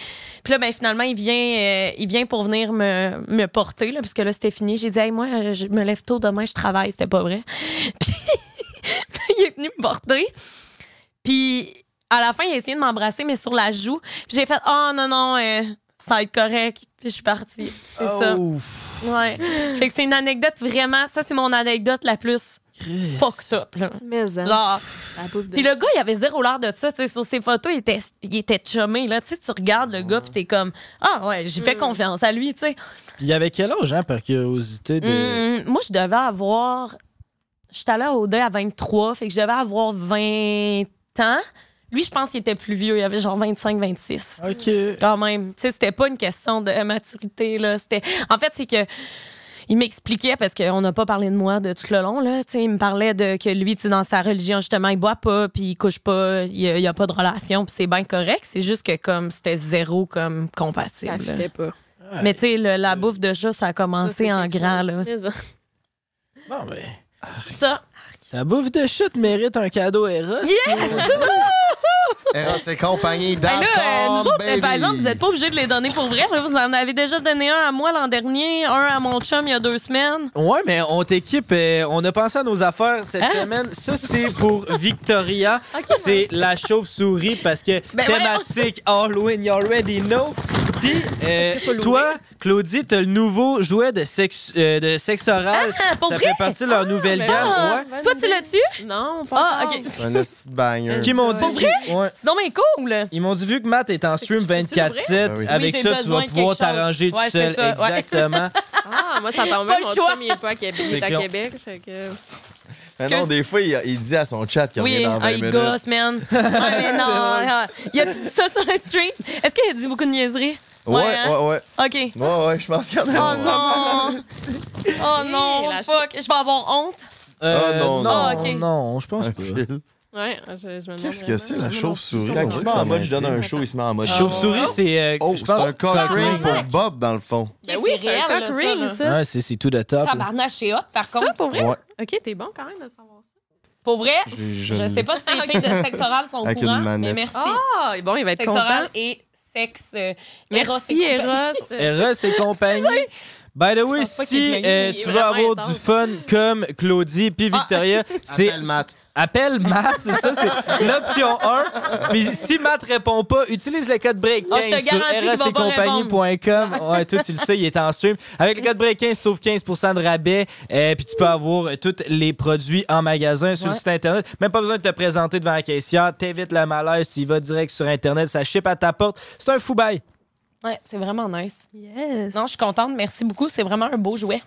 Speaker 3: là, ben, finalement, il vient, euh, il vient pour venir me, me porter, là, parce que là, c'était fini. J'ai dit, hey, moi, euh, je me lève tôt demain, je travaille, c'était pas vrai. Puis il est venu me porter. Puis à la fin, il a essayé de m'embrasser, mais sur la joue. Puis j'ai fait, oh non, non, euh, ça va être correct. Puis je suis partie. Puis c'est ça. Ouais. Fait que c'est une anecdote vraiment. Ça, c'est mon anecdote la plus fucked up. Là.
Speaker 5: Mais hein,
Speaker 3: Genre.
Speaker 5: la bouffe de
Speaker 3: Puis le gars, il avait zéro l'air de ça. tu sais, sur ses photos, il était, il était chumé. Là. Tu sais, tu regardes le gars, puis t'es comme, ah ouais, j'y fais confiance à lui. tu sais.
Speaker 6: Puis il y avait quel âge, hein, par curiosité de.
Speaker 3: Hum, moi, je devais avoir. J'étais allée au dé à 23, fait que je devais avoir 20 ans. Lui, je pense qu'il était plus vieux, il avait genre 25, 26.
Speaker 6: OK.
Speaker 3: Quand même. Tu sais, c'était pas une question de maturité, là. C'était. En fait, c'est que. Il m'expliquait, parce qu'on n'a pas parlé de moi de tout le long, là. Tu sais, il me parlait de que lui, tu sais, dans sa religion, justement, il boit pas, puis il couche pas, il n'y a, pas de relation, puis c'est bien correct. C'est juste que, comme, c'était zéro, comme, compatible.
Speaker 5: Ça fitait pas.
Speaker 3: Mais tu sais, le- la bouffe de chat, ça a commencé en grand, là.
Speaker 5: Mais, hein.
Speaker 6: Bon, ben.
Speaker 3: Ça.
Speaker 6: Ta bouffe de chute mérite un cadeau Eros.
Speaker 3: Yes!
Speaker 9: Eros et Eh, compagnie,
Speaker 3: Ben
Speaker 9: d'accord,
Speaker 3: là, euh, nous autres,
Speaker 9: baby.
Speaker 3: par exemple, vous n'êtes pas obligés de les donner pour vrai. là. Vous en avez déjà donné un à moi l'an dernier, un à mon chum il y a deux semaines.
Speaker 6: Ouais, mais on t'équipe. euh, on a pensé à nos affaires cette
Speaker 3: Hein?
Speaker 6: semaine. Ça, c'est pour Victoria. c'est la chauve-souris parce que
Speaker 8: Ben
Speaker 6: thématique Halloween, you already know. Puis, euh, toi, Claudie, t'as le nouveau jouet de sexe, euh, de sexe oral.
Speaker 3: Ah, pour
Speaker 6: ça
Speaker 3: vrai?
Speaker 6: fait partie de leur nouvelle gamme.
Speaker 3: Ah,
Speaker 6: ouais.
Speaker 3: Toi, tu l'as-tu? Non, pas Ah, OK.
Speaker 9: C'est un esti de banger.
Speaker 6: Ce qu'ils m'ont dit.
Speaker 3: Pour vrai?
Speaker 6: Ouais.
Speaker 3: Non, mais cool!
Speaker 6: Ils m'ont dit, vu que Matt est en stream
Speaker 9: Ben
Speaker 6: 24-7,
Speaker 9: oui.
Speaker 6: avec
Speaker 3: Oui, j'ai
Speaker 6: ça, tu
Speaker 3: besoin
Speaker 6: vas
Speaker 3: de quelque
Speaker 6: pouvoir
Speaker 3: chose.
Speaker 6: t'arranger
Speaker 3: Ouais,
Speaker 6: tout
Speaker 3: c'est
Speaker 6: seul.
Speaker 3: ça, ouais.
Speaker 6: Exactement.
Speaker 5: Ah, moi, ça tombe
Speaker 3: Pas
Speaker 5: bien.
Speaker 3: le
Speaker 5: Mon
Speaker 3: choix.
Speaker 5: chum, il est pas à Québec. Il est
Speaker 2: C'est
Speaker 5: à
Speaker 2: con.
Speaker 5: Québec, fait que...
Speaker 2: Mais non, des fois, il, il dit à son chat qu'il
Speaker 3: Oui,
Speaker 2: revient dans 20
Speaker 3: ah, il
Speaker 2: minutes.
Speaker 3: gosse, man. Ah, mais non, ah, il a dit ça sur le stream. Est-ce qu'il a dit beaucoup de niaiseries?
Speaker 2: Ouais, Ah.
Speaker 3: hein?
Speaker 2: ouais, ouais.
Speaker 3: OK.
Speaker 2: Ouais, ouais, je pense qu'il y en a
Speaker 3: Oh non! Oh non, fuck! Je vais avoir honte.
Speaker 6: Euh,
Speaker 2: non,
Speaker 6: non,
Speaker 3: Ah, ok.
Speaker 6: non, je pense pas.
Speaker 5: Ouais, je, je me demande
Speaker 9: Qu'est-ce que c'est, la chauve-souris?
Speaker 2: Quand il se met en mode, je donne un show, il se met en mode.
Speaker 6: Chauve-souris, c'est. euh,
Speaker 9: Oh,
Speaker 6: je
Speaker 9: c'est
Speaker 6: pense
Speaker 9: un cock
Speaker 6: cock
Speaker 9: ring
Speaker 6: ring.
Speaker 9: pour Bob, dans le fond.
Speaker 3: Ben oui, c'est
Speaker 5: un cock ring,
Speaker 3: réel, ça.
Speaker 5: ça.
Speaker 3: là.
Speaker 6: Ouais, c'est c'est tout de top. là.
Speaker 3: Tabarnak, c'est hot, par contre.
Speaker 5: Ça, pour vrai?
Speaker 6: Ouais.
Speaker 5: OK, t'es bon quand même de savoir ça.
Speaker 3: Pour vrai,
Speaker 6: J'ai-
Speaker 3: je
Speaker 6: je
Speaker 3: ne
Speaker 6: ne-
Speaker 3: sais pas si les filles de sexe oral sont au
Speaker 6: Avec
Speaker 3: courant,
Speaker 6: une
Speaker 3: mais
Speaker 6: manette.
Speaker 3: merci.
Speaker 5: Ah, bon, il va être
Speaker 3: sexe
Speaker 5: content.
Speaker 3: oral et sexe euh, Eros
Speaker 5: Merci,
Speaker 3: et
Speaker 5: Eros. Euh,
Speaker 3: compagnie.
Speaker 6: Eros et compagnie. By the way,
Speaker 3: pas qu'il
Speaker 6: si
Speaker 3: est
Speaker 6: euh,
Speaker 3: gagné, il
Speaker 6: tu
Speaker 3: est
Speaker 6: veux avoir
Speaker 3: vraiment Ah.
Speaker 6: du fun comme Claudie puis Victoria, c'est. Appelle
Speaker 9: Matt.
Speaker 6: Appelle Matt, c'est ça, c'est l'option 1. Puis si Matt répond pas, utilise le code break
Speaker 3: Ah, je te
Speaker 6: 15 sur
Speaker 3: garantis qu'il va pas
Speaker 6: rsecompagnie.com. Ouais, toi, tu le sais, il est en stream. Avec le code break 15, sauf 15 de rabais. Euh, puis tu peux avoir euh, tous les produits en magasin sur le
Speaker 2: Ouais.
Speaker 6: site Internet. Même pas besoin de te présenter devant la caissière. T'évites le malaise, tu y vas direct sur Internet, ça ship à ta porte. C'est un fou bail.
Speaker 3: Ouais, c'est vraiment nice. Yes. Non, je suis contente. Merci beaucoup. C'est vraiment un beau jouet.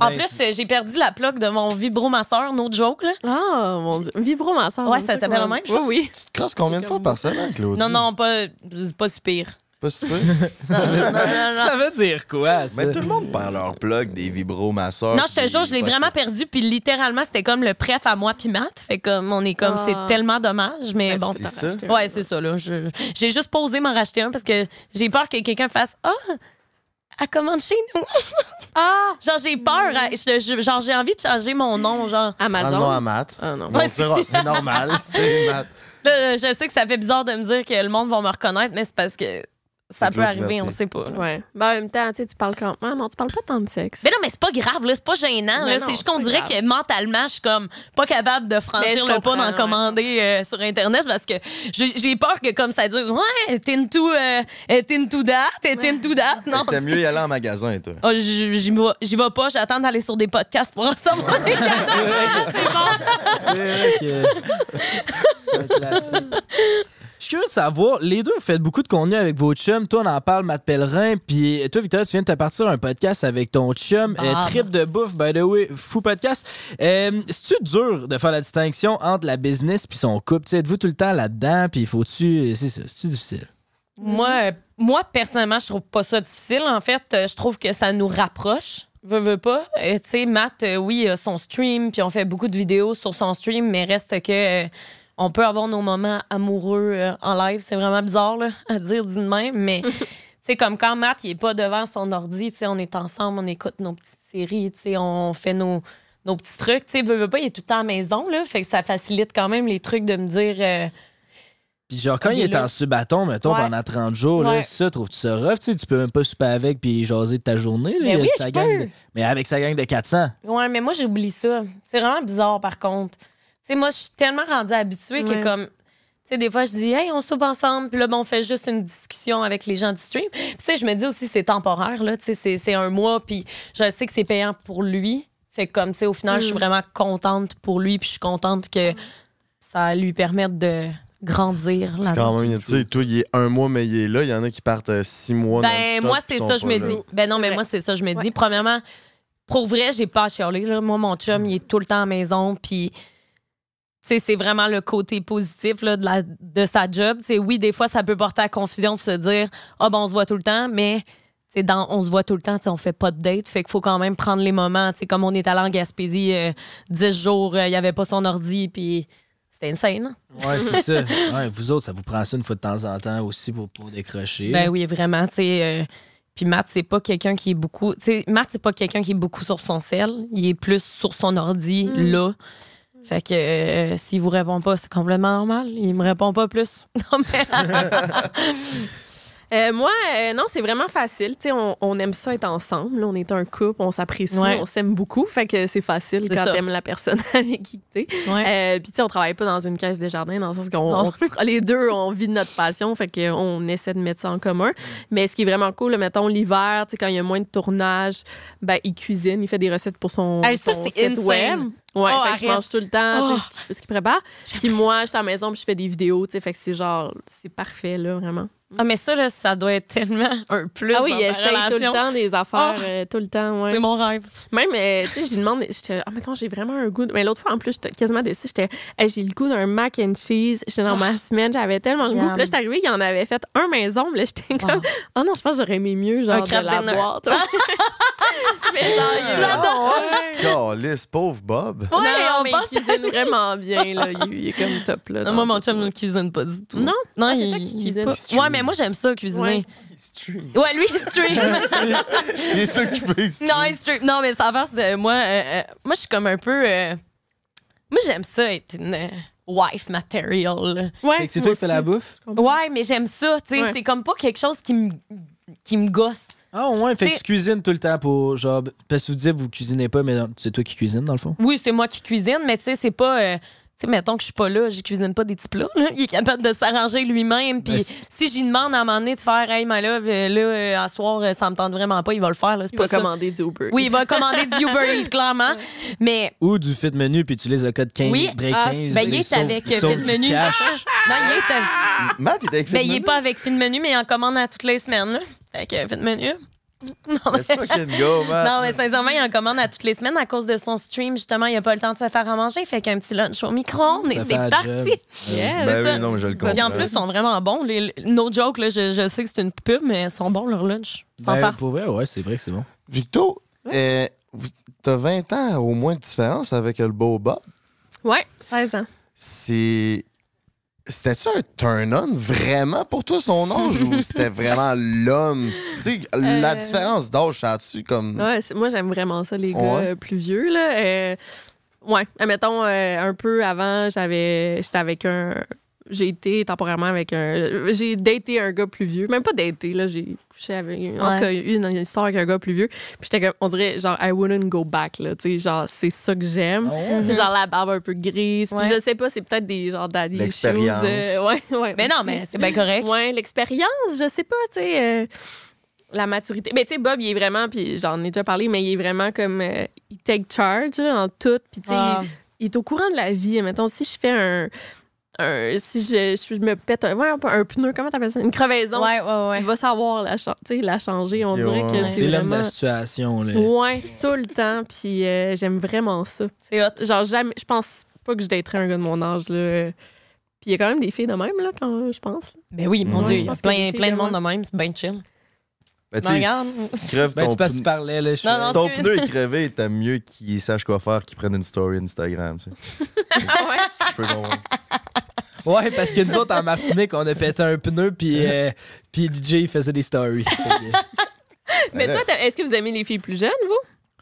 Speaker 3: En
Speaker 6: Ben,
Speaker 3: plus, euh, j'ai perdu la plaque de mon vibromasseur, no joke. Là.
Speaker 5: Ah, mon Dieu. Vibromasseur.
Speaker 3: Ouais,
Speaker 5: j'aime
Speaker 3: ça s'appelle
Speaker 5: comment-
Speaker 3: le même, je
Speaker 5: Oui,
Speaker 3: pense.
Speaker 5: oui.
Speaker 9: Tu te crosses combien de fois par semaine, Claudie?
Speaker 3: Non, non, pas, pas si pire.
Speaker 9: Pas si
Speaker 3: non, non, non.
Speaker 6: Ça veut dire quoi, ça?
Speaker 2: Mais tout le monde perd leur plug des vibromasseurs.
Speaker 3: Non, je te jure, je l'ai vraiment perdu. Puis littéralement, c'était comme le préf à moi puis Matt. Fait comme, on est comme,
Speaker 5: Ah. Ben,
Speaker 3: c'est tellement dommage. Mais bon,
Speaker 2: t'en C'est racheter ça? un,
Speaker 3: Ouais, c'est ça. là. Je- J'ai juste pas osé m'en racheter un parce que j'ai peur que quelqu'un fasse Ah, elle commande chez nous. ah! Genre, j'ai peur. à- je- je- genre, j'ai envie de changer mon nom. Genre,
Speaker 9: Prends le nom à Matt.
Speaker 5: Ah, non.
Speaker 9: On dira, c'est normal, c'est Matt.
Speaker 3: Là, je sais que ça fait bizarre de me dire que le monde va me reconnaître, mais c'est parce que
Speaker 9: C'est
Speaker 3: ça peut
Speaker 9: Claude
Speaker 3: arriver, on
Speaker 9: Mercier.
Speaker 3: sait pas. là.
Speaker 5: Ouais. Ben, en même temps, tu sais, tu parles quand. Ah, non, tu parles pas tant de sexe.
Speaker 3: Mais non, mais c'est pas grave, là, c'est pas gênant.
Speaker 5: Mais
Speaker 3: là.
Speaker 5: non,
Speaker 3: C'est
Speaker 5: c'est
Speaker 3: juste qu'on
Speaker 5: pas
Speaker 3: dirait
Speaker 5: grave.
Speaker 3: que mentalement, je suis comme pas capable de
Speaker 5: Mais
Speaker 3: franchir
Speaker 5: je
Speaker 3: le pas
Speaker 5: comprends,
Speaker 3: d'en
Speaker 5: ouais.
Speaker 3: commander euh, sur Internet parce que j'ai j'ai peur que comme ça dise Ouais, t'es into, euh, euh, t'es into that, t'es into that. Non,
Speaker 2: T'aimes mieux y aller en magasin, toi.
Speaker 3: Ah, j'y j'y vais j'y vais pas, j'attends d'aller sur des podcasts pour en savoir des
Speaker 6: C'est vrai que- C'est vrai que- C'est un classique. Je suis curieux de savoir, les deux, vous faites beaucoup de contenu avec vos chums. Toi, on en parle, Matt Pellerin. Puis toi, Victor, tu viens de te partir un podcast avec ton chum. euh,
Speaker 18: Ah.
Speaker 6: trip de bouffe, by the way, fou podcast. Euh, C'est-tu dur de faire la distinction entre la business puis son couple? Tu sais, Êtes-vous tout le temps là-dedans? Puis faut-tu. C'est ça, c'est-tu difficile?
Speaker 3: Moi, euh, moi, personnellement, je trouve pas ça difficile. En fait, euh, je trouve que ça nous rapproche. Veux, veux pas. Euh, tu sais, Matt, euh, oui, il a son stream, puis on fait beaucoup de vidéos sur son stream, mais reste que euh, on peut avoir nos moments amoureux euh, en live. C'est vraiment bizarre là, à dire d'une main, mais tu sais, comme quand Matt, il est pas devant son ordi, tu sais, on est ensemble, on écoute nos petites séries, tu sais, on fait nos, nos petits trucs. Tu sais, veux, veux pas, il est tout le temps à la maison, là, fait que ça facilite quand même les trucs de me dire... euh,
Speaker 6: Puis genre, quand
Speaker 3: Il
Speaker 6: il
Speaker 3: est
Speaker 6: est
Speaker 3: là.
Speaker 6: en subaton, mettons,
Speaker 3: Ouais.
Speaker 6: pendant 30 jours, là,
Speaker 3: Ouais.
Speaker 6: ça, trouves-tu ça rough? Tu sais, tu peux même pas souper avec puis jaser de ta journée. Là,
Speaker 3: Mais
Speaker 6: Il y a
Speaker 3: Ben oui,
Speaker 6: sa
Speaker 3: je
Speaker 6: gang
Speaker 3: peux.
Speaker 6: de- Mais avec sa gang de 400.
Speaker 3: Ouais, mais moi, j'oublie ça. C'est vraiment bizarre, par contre. Tu sais, moi, je suis tellement rendue habituée
Speaker 5: Ouais.
Speaker 3: que, comme, tu sais, des fois, je dis, hey, on soupe ensemble, puis là, ben, on fait juste une discussion avec les gens du stream. Puis, tu sais, je me dis aussi, c'est temporaire, là, tu sais, c'est- c'est un mois, puis je sais que c'est payant pour lui. Fait que, comme, tu sais, au final, je suis
Speaker 5: Mm.
Speaker 3: vraiment contente pour lui, puis je suis contente que ça lui permette de grandir.
Speaker 9: C'est
Speaker 3: là-dedans.
Speaker 9: quand même, tu sais, toi, il est un mois, mais il est là. Il y en a qui partent euh, six mois
Speaker 3: Ben,
Speaker 9: non-stop,
Speaker 3: moi,
Speaker 9: qui
Speaker 3: c'est
Speaker 9: sont
Speaker 3: ça, je
Speaker 9: pas
Speaker 3: me
Speaker 9: là.
Speaker 3: dis. Ben non, mais moi, c'est ça, je me dis. Premièrement, pour vrai, j'ai pas à chialer. Là. Moi, mon chum,
Speaker 9: Mm.
Speaker 3: il est tout le temps à la maison, puis. tu sais, c'est vraiment le côté positif là, de, la, de sa job. Tu sais, oui, des fois, ça peut porter à confusion de se dire Ah, ben, on se voit tout le temps, mais tu sais, dans on se voit tout le temps, tu sais, on fait pas de date. Fait qu'il faut quand même prendre les moments. Tu sais, Comme on est allé en Gaspésie euh, 10 jours, euh, il y avait pas son ordi, puis c'était insane. hein?
Speaker 6: Ouais, c'est ça. Ouais, vous autres, ça vous prend ça une fois de temps en temps aussi pour, pour décrocher.
Speaker 3: Ben oui, vraiment, tu sais. euh, puis Matt, c'est pas quelqu'un qui est beaucoup. Tu sais, Matt, c'est pas quelqu'un qui est beaucoup sur son sel. Il est plus sur son ordi,
Speaker 5: Mm.
Speaker 3: là. Fait que euh, s'il vous répond pas, c'est complètement normal. Il me répond pas plus. Non, mais.
Speaker 5: Euh, moi, euh, non, c'est vraiment facile. Tu sais, on, on aime ça être ensemble. là. on est un couple, on s'apprécie,
Speaker 3: Ouais.
Speaker 5: on s'aime beaucoup. Fait que c'est facile
Speaker 3: C'est
Speaker 5: quand
Speaker 3: ça.
Speaker 5: t'aimes la personne avec qui t'es. Euh, Puis tu sais, on travaille pas dans une caisse de jardin, dans le sens qu'on
Speaker 3: Non.
Speaker 5: on tra- les deux, on vit de notre passion. Fait qu'on essaie de mettre ça en commun. Mais ce qui est vraiment cool, là, mettons l'hiver, tu sais, quand il y a moins de tournage, ben, il cuisine, il fait des recettes pour son,
Speaker 3: Hey, ça,
Speaker 5: son
Speaker 3: c'est
Speaker 5: site
Speaker 3: insane.
Speaker 5: web. Ouais,
Speaker 3: Oh,
Speaker 5: fait que je
Speaker 3: arrête.
Speaker 5: mange tout le temps, tu sais,
Speaker 3: Oh.
Speaker 5: ce qu'il- ce qu'il prépare. Puis moi, je suis à la maison, puis je fais des vidéos, tu sais, fait que c'est genre, c'est parfait, là, vraiment.
Speaker 3: ah, mais ça, là, ça doit être tellement un plus.
Speaker 5: Ah oui,
Speaker 3: dans
Speaker 5: il
Speaker 3: ta
Speaker 5: essaye tout le
Speaker 3: relation.
Speaker 5: temps des affaires,
Speaker 3: Ah.
Speaker 5: euh, tout le temps, ouais.
Speaker 3: C'est mon rêve.
Speaker 5: Même, euh, tu sais, je lui demande, j'étais, ah, mettons, j'ai vraiment un goût. de- Mais l'autre fois, en plus, j'étais quasiment déçue. J'étais, Hey, j'ai le goût d'un mac and cheese. J'étais dans
Speaker 3: Ah!
Speaker 5: ma semaine, j'avais tellement le goût.
Speaker 3: Yum.
Speaker 5: Puis là, j'étais arrivée, il y en avait fait un maison. Puis là, j'étais comme, oh non, je pense que j'aurais aimé mieux, genre,
Speaker 3: Un
Speaker 5: de
Speaker 3: crêpe
Speaker 5: la
Speaker 3: dinner.
Speaker 5: boîte. mais genre, il est-
Speaker 3: J'adore.
Speaker 9: Calisse, pauvre Bob.
Speaker 5: Non,
Speaker 3: Ouais,
Speaker 5: non,
Speaker 3: on
Speaker 5: mais
Speaker 3: pense-
Speaker 5: il cuisine vraiment bien, là. Il, il est comme top, là.
Speaker 3: Non, moi, mon chum ne cuisine pas du tout.
Speaker 5: Non?
Speaker 3: non,
Speaker 5: Ah, c'est
Speaker 3: il,
Speaker 5: toi qui
Speaker 3: il
Speaker 5: cuisines.
Speaker 3: pas.
Speaker 5: Il stream.
Speaker 3: Ouais, mais moi, j'aime ça, cuisiner. Ouais, lui, il stream.
Speaker 9: Il est occupé. ici.
Speaker 3: Non, il strip. Non, mais ça avance de moi. euh, euh, moi, je suis comme un peu. euh, moi, j'aime ça être une euh, wife material. là.
Speaker 5: Ouais. Fait
Speaker 6: que c'est toi qui fais la bouffe?
Speaker 3: Ouais, mais j'aime ça. Tu sais,
Speaker 6: Ouais.
Speaker 3: c'est comme pas quelque chose qui me qui me gosse.
Speaker 6: Ah ouais, fait que
Speaker 3: T'sais-
Speaker 6: tu cuisines tout le temps pour genre. Parce que vous disiez que vous cuisinez pas, mais non, c'est toi qui cuisines dans le fond.
Speaker 3: Oui, c'est moi qui cuisine, mais tu sais, c'est pas. euh, tu sais, mettons que je suis pas là, je cuisine pas des petits plats. là. Il est capable de s'arranger lui-même.
Speaker 6: Ben,
Speaker 3: Puis
Speaker 6: c'est-
Speaker 3: si j'y demande à un moment donné de faire, hey, ma love, euh, là, euh, à soir, euh, ça me tente vraiment pas, il va le faire. Là, c'est
Speaker 5: Il
Speaker 3: pas
Speaker 5: va
Speaker 3: ça.
Speaker 5: commander du Uber.
Speaker 3: Oui, il va commander du Uber Eats, clairement. Mais
Speaker 6: Ou du fit menu, puis tu lises le code 15,
Speaker 3: Oui,
Speaker 6: break
Speaker 3: ah,
Speaker 6: 15.
Speaker 3: ben, il
Speaker 6: et
Speaker 3: est
Speaker 6: sauve-
Speaker 3: avec, euh,
Speaker 6: sauve
Speaker 3: fit
Speaker 6: du
Speaker 3: menu.
Speaker 6: cash.
Speaker 3: non, il est. à-
Speaker 2: Matt, il était avec
Speaker 3: Ben,
Speaker 2: Fit
Speaker 3: il est
Speaker 2: Menu?
Speaker 3: pas avec Fin de Menu, mais il en commande à toutes les semaines. Là. Fait que Fin de Menu. Non,
Speaker 2: Let's fucking go, man.
Speaker 3: Non, mais sincèrement, il en commande à toutes les semaines à cause de son stream. Justement, il a pas le temps de se faire à manger. Fait qu'un petit lunch au micro-ondes et
Speaker 2: Ça fait
Speaker 3: c'est
Speaker 2: la
Speaker 3: parti.
Speaker 2: job.
Speaker 3: Yeah,
Speaker 2: Ben
Speaker 3: c'est
Speaker 2: oui,
Speaker 3: ça.
Speaker 2: non, mais je le
Speaker 3: Puis
Speaker 2: comprends.
Speaker 3: en plus, ils sont vraiment bons. Les, no joke, là, je, je sais que c'est une pub, mais ils sont bons, leur lunch. Sans
Speaker 2: Ben,
Speaker 3: farce.
Speaker 6: Pour vrai, ouais, c'est vrai que c'est bon.
Speaker 9: Victo, euh, vous- t'as 20 ans au moins de différence avec le beau Bob.
Speaker 5: Ouais, 16 ans.
Speaker 9: C'est. C'était-tu un turn-on vraiment pour toi, son âge, ou c'était vraiment l'homme? Tu sais, la
Speaker 5: Euh.
Speaker 9: différence d'âge, ça tu comme.
Speaker 5: Ouais, c'est- moi, j'aime vraiment ça, les gars
Speaker 9: Mm. Ouais.
Speaker 5: euh, plus vieux. Là. Euh, ouais, admettons, euh, un peu avant, j'avais j'étais avec un. J'ai été temporairement avec un. J'ai daté un gars plus vieux. Même pas daté, là. J'ai couché avec. En tout
Speaker 3: Ouais.
Speaker 5: cas, il y a eu une, une histoire avec un gars plus vieux. Puis j'étais comme. On dirait, genre, I wouldn't go back, là. Tu sais, genre, c'est ça que j'aime.
Speaker 3: ouais?
Speaker 5: C'est genre la barbe un peu grise. Puis
Speaker 3: Ouais.
Speaker 5: je sais pas, c'est peut-être des genre daddy issues.
Speaker 2: L'expérience.
Speaker 5: euh, ouais, ouais.
Speaker 3: Mais non,
Speaker 5: aussi.
Speaker 3: mais c'est bien Ben, correct.
Speaker 5: Ouais, l'expérience, je sais pas, tu sais. euh, la maturité. Mais tu sais, Bob, il est vraiment, puis j'en ai déjà parlé, mais il est vraiment comme. euh, il take charge là, en tout. Puis tu sais,
Speaker 3: Ah.
Speaker 5: il, il est au courant de la vie. Mettons, si je fais un, un- si je, je me pète un, ouais, un peu- un pneu, comment t'appelles ça? Une crevaison. Il va savoir la, cha- tu sais, la changer. On dirait que c'est,
Speaker 6: C'est l'homme de
Speaker 5: vraiment...
Speaker 6: la situation, là.
Speaker 3: Oh.
Speaker 5: Ouais, tout le temps. Puis euh, j'aime vraiment ça. C'est hot. Genre, jamais, je pense pas que je daterais un gars de mon âge. Là. Puis il y a quand même des filles de même, là, quand, je pense.
Speaker 3: Ben oui, mon
Speaker 5: Ouais,
Speaker 3: Dieu,
Speaker 5: je
Speaker 3: il y a
Speaker 5: pense qu'il y a
Speaker 3: plein,
Speaker 5: des
Speaker 3: plein de
Speaker 5: filles
Speaker 3: monde de même, c'est bien chill. Ben,
Speaker 2: Ben, tu sais,
Speaker 3: regarde.
Speaker 2: si crève
Speaker 3: Ben,
Speaker 2: ton
Speaker 3: tu passes
Speaker 2: pneu-
Speaker 3: par là, là, je
Speaker 2: si
Speaker 3: suis- Non, non,
Speaker 2: ton
Speaker 3: excuse.
Speaker 2: pneu est crevé, t'as mieux qu'il sache quoi faire, qu'il prenne une story Instagram. tu sais.
Speaker 3: Ah
Speaker 2: Je peux comprendre.
Speaker 6: Ouais, parce que nous autres, en Martinique, on a pété un pneu, puis, euh, puis DJ il faisait des stories.
Speaker 5: Mais
Speaker 2: Alors.
Speaker 5: toi, t'as- est-ce que vous aimez les filles plus jeunes, vous?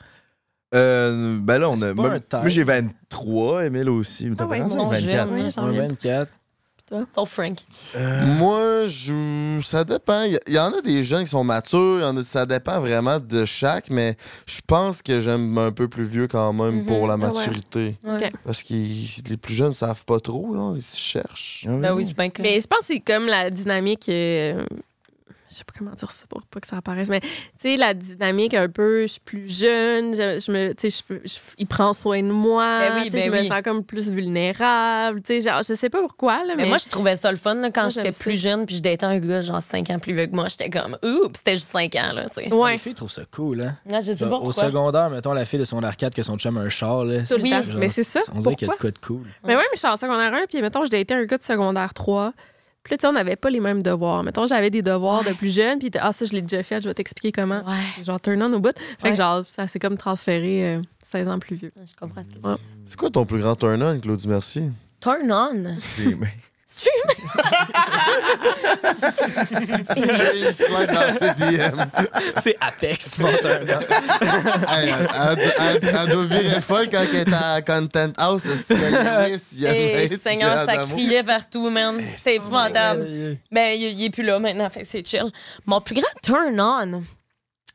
Speaker 2: Euh, ben là, on a.
Speaker 6: pas
Speaker 2: Moi,
Speaker 6: un type.
Speaker 2: moi, j'ai 23, Emile aussi. Mais t'as
Speaker 5: Ah ouais,
Speaker 2: pas
Speaker 5: mon Dieu,
Speaker 2: 24.
Speaker 5: oui, j'en ai.
Speaker 6: 24.
Speaker 3: Sauf Frank.
Speaker 9: Moi, je... ça dépend. Il y- il y en a des jeunes qui sont matures, il y en a- ça dépend vraiment de chaque, mais je pense que j'aime un peu plus vieux quand même pour la
Speaker 3: Ah ouais.
Speaker 9: maturité.
Speaker 3: Ouais. Ok.
Speaker 9: Parce que les plus jeunes savent pas trop, là, ils se cherchent.
Speaker 3: Ben oui, c'est bien
Speaker 5: Mais je pense que c'est comme la dynamique. euh, je sais pas comment dire ça pour pas que ça apparaisse, mais tu sais, la dynamique un peu, je suis plus jeune, je, je me, tu sais, je- je- il prend soin de moi,
Speaker 3: Ben oui,
Speaker 5: tu sais,
Speaker 3: ben
Speaker 5: je
Speaker 3: oui.
Speaker 5: me sens comme plus vulnérable, tu sais, genre, je sais pas pourquoi, là, mais,
Speaker 3: Mais moi, je trouvais ça le fun là, quand
Speaker 5: Moi,
Speaker 3: j'étais
Speaker 5: j'aime
Speaker 3: plus jeune puis je datais un gars genre 5 ans plus vieux que moi. J'étais comme, oups, c'était juste 5 ans, là, tu sais.
Speaker 6: Les filles trouvent ça cool, hein?
Speaker 3: Ouais, je sais
Speaker 9: Bah,
Speaker 6: Genre,
Speaker 3: pas
Speaker 6: Au
Speaker 3: pourquoi.
Speaker 6: secondaire, mettons la fille de son arcade que son chum a un char, là.
Speaker 5: Tout le temps. Mais c'est ça,
Speaker 6: On dirait qu'il y a de
Speaker 5: pourquoi?
Speaker 6: quoi de cool.
Speaker 5: Mais même, je suis en secondaire 1, puis mettons, j'ai été un gars de secondaire 3. Puis là, tu sais, on n'avait pas les mêmes devoirs. Mettons, j'avais des devoirs de plus jeune, puis t'es, ah, ça, je l'ai déjà fait, je vais t'expliquer comment. Genre, turn on au bout. Fait
Speaker 3: Ouais.
Speaker 5: que, genre, ça s'est comme transféré euh, 16 ans plus vieux.
Speaker 3: Je comprends ce que
Speaker 9: Ouais. C'est quoi ton plus grand turn-on, Claudie Mercier?
Speaker 3: Turn on. Stream.
Speaker 6: C'est Apex, mon turn
Speaker 9: Hey, elle, elle- elle- elle doit virer folle quand elle est à Content House. Si elle miss, il y a
Speaker 3: Et
Speaker 9: Maître
Speaker 3: Seigneur, ça
Speaker 9: Adamo.
Speaker 3: criait partout, man. C'est épouvantable. Mais Ben, il, il est plus là maintenant, fait que c'est chill. Mon plus grand turn on,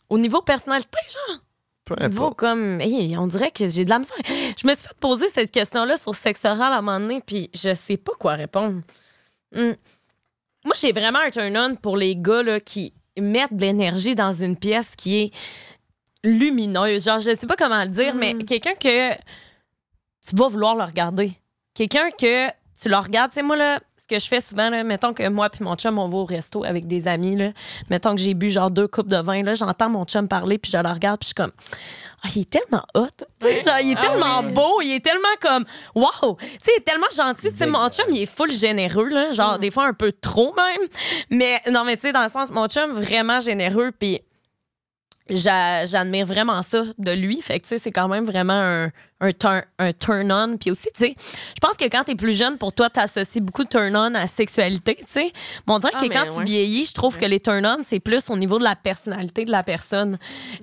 Speaker 3: au niveau personnalité, genre.
Speaker 9: Peu
Speaker 3: Au niveau comme, hey, on dirait que j'ai de la misère. Je me suis fait poser cette question-là sur sexe oral à un moment donné, puis je sais pas quoi répondre. Hmm. Moi, j'ai vraiment un turn-on pour les gars là, qui mettent de l'énergie dans une pièce qui est lumineuse. Genre, je sais pas comment le dire, mais quelqu'un que tu vas vouloir le regarder. Quelqu'un que tu le regardes. Tu sais, moi, là, ce que je fais souvent, là, mettons que moi puis mon chum, on va au resto avec des amis. Là, mettons que j'ai bu genre deux coupes de vin. Là, j'entends mon chum parler, puis je le regarde, puis je suis comme... Ah, il est tellement hot. Tu sais, genre, il est
Speaker 19: Ah
Speaker 3: tellement
Speaker 19: oui.
Speaker 3: beau. Il est tellement comme... Wow! Tu sais, il est tellement gentil. Tu sais, mon chum, il est full généreux. Là, genre,
Speaker 19: Mm.
Speaker 3: des fois, un peu trop même. Mais non, mais tu sais, dans le sens, mon chum, vraiment généreux, puis... J'a- j'admire vraiment ça de lui. Fait que, tu sais, c'est quand même vraiment un, un, turn, un turn-on. Puis aussi, tu sais, je pense que quand t'es plus jeune, pour toi, t'associes beaucoup de turn-on à sexualité, tu sais. Mais on dirait
Speaker 19: Ah,
Speaker 3: que
Speaker 19: mais
Speaker 3: quand tu
Speaker 19: ouais.
Speaker 3: vieillis, je trouve que les turn-on, c'est plus au niveau de la personnalité de la personne.